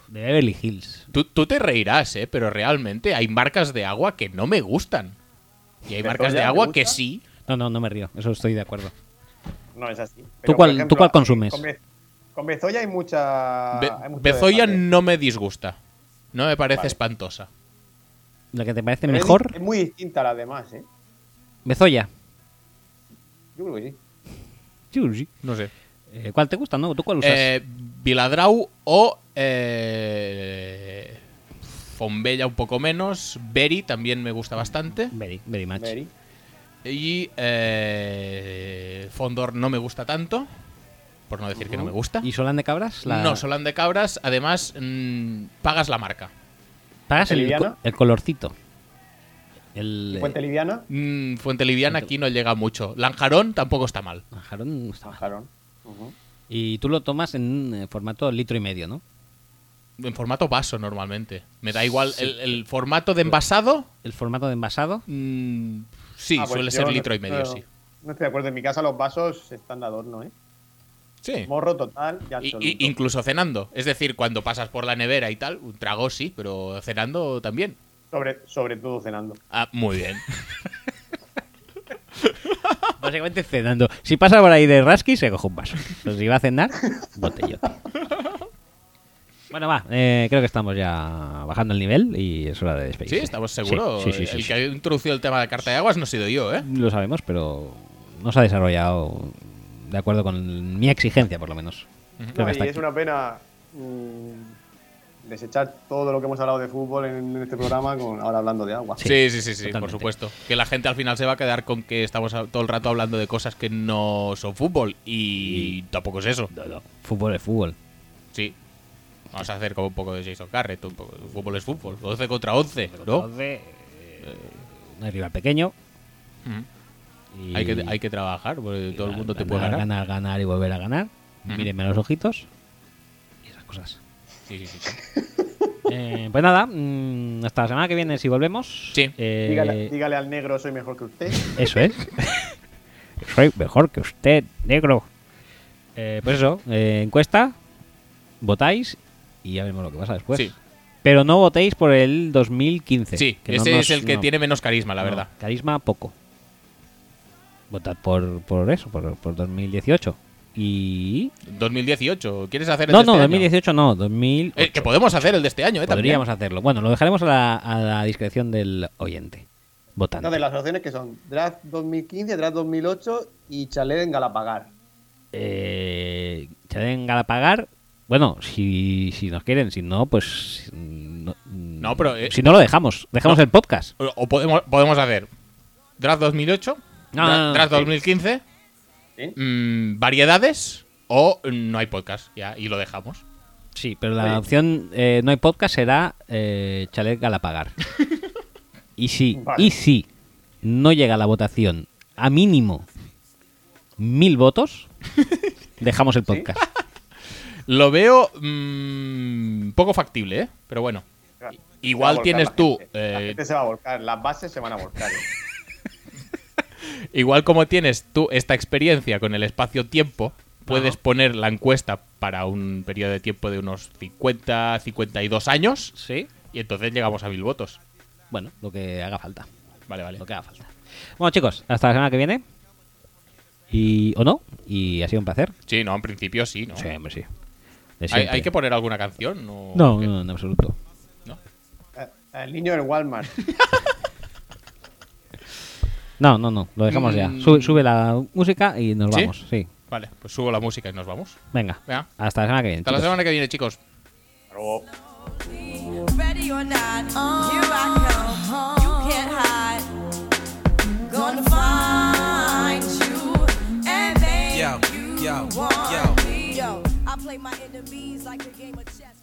[SPEAKER 1] de Beverly Hills.
[SPEAKER 2] Tú, tú te reirás, ¿eh? Pero realmente hay marcas de agua que no me gustan. Y hay
[SPEAKER 3] ¿Pero
[SPEAKER 2] marcas
[SPEAKER 3] ya
[SPEAKER 2] de
[SPEAKER 3] te
[SPEAKER 2] agua que
[SPEAKER 3] gusta?
[SPEAKER 2] sí.
[SPEAKER 1] No, no, no me río, eso estoy de acuerdo.
[SPEAKER 3] No es así.
[SPEAKER 1] cuál-
[SPEAKER 3] por
[SPEAKER 1] tú cuál
[SPEAKER 3] a-
[SPEAKER 1] consumes?
[SPEAKER 3] Con, Be- con Bezoya hay mucha.
[SPEAKER 2] Be-
[SPEAKER 3] Ah, hay mucho
[SPEAKER 2] Bezoya
[SPEAKER 3] debate.
[SPEAKER 2] no me disgusta. No me parece
[SPEAKER 3] Vale.
[SPEAKER 2] espantosa.
[SPEAKER 1] ¿La que te parece
[SPEAKER 3] Pero es
[SPEAKER 1] mejor?
[SPEAKER 3] di- Es muy distinta a las demás, ¿eh?
[SPEAKER 1] Bezoya.
[SPEAKER 3] Yo creo que sí.
[SPEAKER 1] Sí, sí.
[SPEAKER 2] No sé.
[SPEAKER 1] Eh, ¿Cuál te gusta, no? ¿Tú cuál usas?
[SPEAKER 2] Eh, Viladrau o eh, Fombella un poco menos. Berry también me gusta bastante.
[SPEAKER 1] very, very
[SPEAKER 2] Ah,
[SPEAKER 1] much.
[SPEAKER 3] Mary.
[SPEAKER 2] Y eh, Fondor no me gusta tanto. Por no decir que no me gusta.
[SPEAKER 1] ¿Y Solán de Cabras? La...
[SPEAKER 2] No, Solán de Cabras. Además, mm, pagas la marca.
[SPEAKER 1] ¿Pagas el,
[SPEAKER 3] ¿Liviana?
[SPEAKER 1] co- el colorcito? El... eh,
[SPEAKER 3] Fuente Liviana.
[SPEAKER 2] Mm, Fuente Liviana aquí no llega mucho. Lanjarón tampoco está mal.
[SPEAKER 1] eh, Jarón
[SPEAKER 2] Ah.
[SPEAKER 1] está mal.
[SPEAKER 3] Bajaron. Ujú.
[SPEAKER 1] Y tú lo tomas en eh, formato litro y medio, ¿no?
[SPEAKER 2] En formato vaso normalmente. Me da igual. El, el formato de envasado,
[SPEAKER 1] El formato de envasado.
[SPEAKER 2] mm, sí,
[SPEAKER 3] Ah, pues
[SPEAKER 2] suele
[SPEAKER 3] yo
[SPEAKER 2] ser
[SPEAKER 3] no
[SPEAKER 2] litro y medio,
[SPEAKER 3] estoy-
[SPEAKER 2] sí.
[SPEAKER 3] No estoy de acuerdo. En mi casa los vasos están de adorno, ¿eh?
[SPEAKER 2] Sí.
[SPEAKER 3] Morro total y
[SPEAKER 2] Y-
[SPEAKER 3] absoluto.
[SPEAKER 2] y- incluso cenando. Es decir, cuando pasas por la nevera y tal, un trago sí, pero cenando también.
[SPEAKER 3] sobre, sobre todo cenando.
[SPEAKER 2] Ah, muy bien.
[SPEAKER 1] Básicamente cenando. Si pasa por ahí de Rasky, se coge un vaso. Pero si va a cenar, botellote. Bueno, va, eh, creo que estamos ya bajando el nivel y es hora de
[SPEAKER 2] Sí,
[SPEAKER 1] despedirse.
[SPEAKER 2] estamos seguros.
[SPEAKER 1] Sí, sí, sí,
[SPEAKER 2] el
[SPEAKER 1] sí,
[SPEAKER 2] que ha introducido el tema de carta de aguas no he sido yo, ¿eh?
[SPEAKER 1] Lo sabemos, pero no se ha desarrollado de acuerdo con mi exigencia, por lo menos. Creo que
[SPEAKER 3] No, y
[SPEAKER 1] hasta
[SPEAKER 3] es
[SPEAKER 1] aquí.
[SPEAKER 3] una pena mm, desechar todo lo que hemos hablado de fútbol en este programa con ahora hablando de agua.
[SPEAKER 1] Sí,
[SPEAKER 2] Sí, sí, sí, sí, por
[SPEAKER 1] totalmente.
[SPEAKER 2] supuesto. Que la gente al final se va a quedar con que estamos a- todo el rato hablando de cosas que no son fútbol y tampoco es eso.
[SPEAKER 1] No, no, Fútbol es fútbol.
[SPEAKER 2] Sí. Vamos a hacer como un poco de Jason Carrett, un poco de fútbol es fútbol, 12 contra 11, ¿no?
[SPEAKER 1] Entonces, eh, no hay rival pequeño.
[SPEAKER 2] Mm.
[SPEAKER 1] y-
[SPEAKER 2] Hay, que, hay que trabajar, porque todo el mundo te puede ganar.
[SPEAKER 1] Ganar, ganar y volver a ganar.
[SPEAKER 2] Ujú.
[SPEAKER 1] Mírenme a los ojitos. Y esas cosas.
[SPEAKER 2] Sí, sí, sí, sí.
[SPEAKER 1] Eh, pues nada, mm, hasta la semana que viene si volvemos.
[SPEAKER 2] Sí.
[SPEAKER 1] Eh,
[SPEAKER 3] Dígale, dígale al negro, soy mejor que usted.
[SPEAKER 1] Eso es. Soy mejor que usted, negro. Eh, pues eso, eh, encuesta, votáis y ya veremos lo que pasa después.
[SPEAKER 2] Sí.
[SPEAKER 1] Pero no votéis por el 2015.
[SPEAKER 2] Sí,
[SPEAKER 1] que no
[SPEAKER 2] ese
[SPEAKER 1] nos-
[SPEAKER 2] es el que
[SPEAKER 1] no,
[SPEAKER 2] tiene menos carisma, la
[SPEAKER 1] no,
[SPEAKER 2] verdad.
[SPEAKER 1] carisma poco. Votad por, por eso, por, por 2018. Y...
[SPEAKER 2] 2018, ¿quieres hacer el
[SPEAKER 1] No,
[SPEAKER 2] de
[SPEAKER 1] no,
[SPEAKER 2] este año?
[SPEAKER 1] 2018 no, 2000...
[SPEAKER 2] Eh, que podemos hacer el de este año, ¿eh? También.
[SPEAKER 1] Podríamos hacerlo. Bueno, lo dejaremos a la, a la discreción del oyente. Votante.
[SPEAKER 3] Entonces, las opciones que son Draft 2015, Draft 2008 y Chalet en Galapagar.
[SPEAKER 1] eh, Chaden Galapagar. Bueno, si, si nos quieren, si no, pues. No,
[SPEAKER 2] No, pero, eh,
[SPEAKER 1] si no lo dejamos, dejamos el podcast.
[SPEAKER 2] O o podemos, podemos hacer Draft 2008,
[SPEAKER 1] No,
[SPEAKER 2] Dra-
[SPEAKER 1] no, no,
[SPEAKER 2] Draft
[SPEAKER 1] sí.
[SPEAKER 2] 2015,
[SPEAKER 3] ¿Sí?
[SPEAKER 2] mm, variedades o no hay podcast, ya, y lo dejamos.
[SPEAKER 1] Sí, pero la
[SPEAKER 3] Oye.
[SPEAKER 1] opción eh, no hay podcast será eh, Chalet Galapagar. y, si,
[SPEAKER 3] Vale.
[SPEAKER 1] y si no llega la votación a mínimo mil votos, dejamos el podcast.
[SPEAKER 2] Lo veo mm, poco factible, ¿eh? Pero bueno.
[SPEAKER 3] Claro,
[SPEAKER 2] Igual
[SPEAKER 3] se va a volcar
[SPEAKER 2] tienes
[SPEAKER 3] la
[SPEAKER 2] tú,
[SPEAKER 3] gente. La
[SPEAKER 2] eh,
[SPEAKER 3] gente se va a volcar, las bases se van a volcar. ¿eh?
[SPEAKER 2] Igual como tienes tú esta experiencia con el espacio-tiempo, puedes poner la encuesta para un periodo de tiempo de unos 50, 52 años
[SPEAKER 1] Sí.
[SPEAKER 2] y entonces llegamos a mil votos.
[SPEAKER 1] Bueno, lo que haga falta.
[SPEAKER 2] Vale, vale.
[SPEAKER 1] Lo que haga falta. Bueno, chicos, hasta la semana que viene. Y, o no, y ha sido un placer.
[SPEAKER 2] Sí, no, en principio sí, ¿no?
[SPEAKER 1] Sí, hombre, sí. De
[SPEAKER 2] ¿Hay,
[SPEAKER 1] siempre.
[SPEAKER 2] hay que poner alguna canción? ¿o
[SPEAKER 1] No,
[SPEAKER 2] qué?
[SPEAKER 1] no, en absoluto.
[SPEAKER 2] ¿No?
[SPEAKER 3] Eh, El niño del Walmart.
[SPEAKER 1] No, no, no, lo dejamos ya.
[SPEAKER 2] Mm.
[SPEAKER 1] Sube, sube la música y nos
[SPEAKER 2] ¿Sí?
[SPEAKER 1] vamos. Sí,
[SPEAKER 2] Vale, pues subo la música y nos vamos.
[SPEAKER 1] venga.
[SPEAKER 2] Venga.
[SPEAKER 1] Hasta la semana que viene.
[SPEAKER 2] Hasta la
[SPEAKER 1] chicos.
[SPEAKER 2] semana que viene, chicos.
[SPEAKER 3] Pero-
[SPEAKER 5] Ready or not, here I come. You can't hide. Gonna find you and make
[SPEAKER 6] Yo,
[SPEAKER 5] you
[SPEAKER 6] yo,
[SPEAKER 5] want
[SPEAKER 6] yo.
[SPEAKER 5] me. Yo, I play my enemies like a game of chess.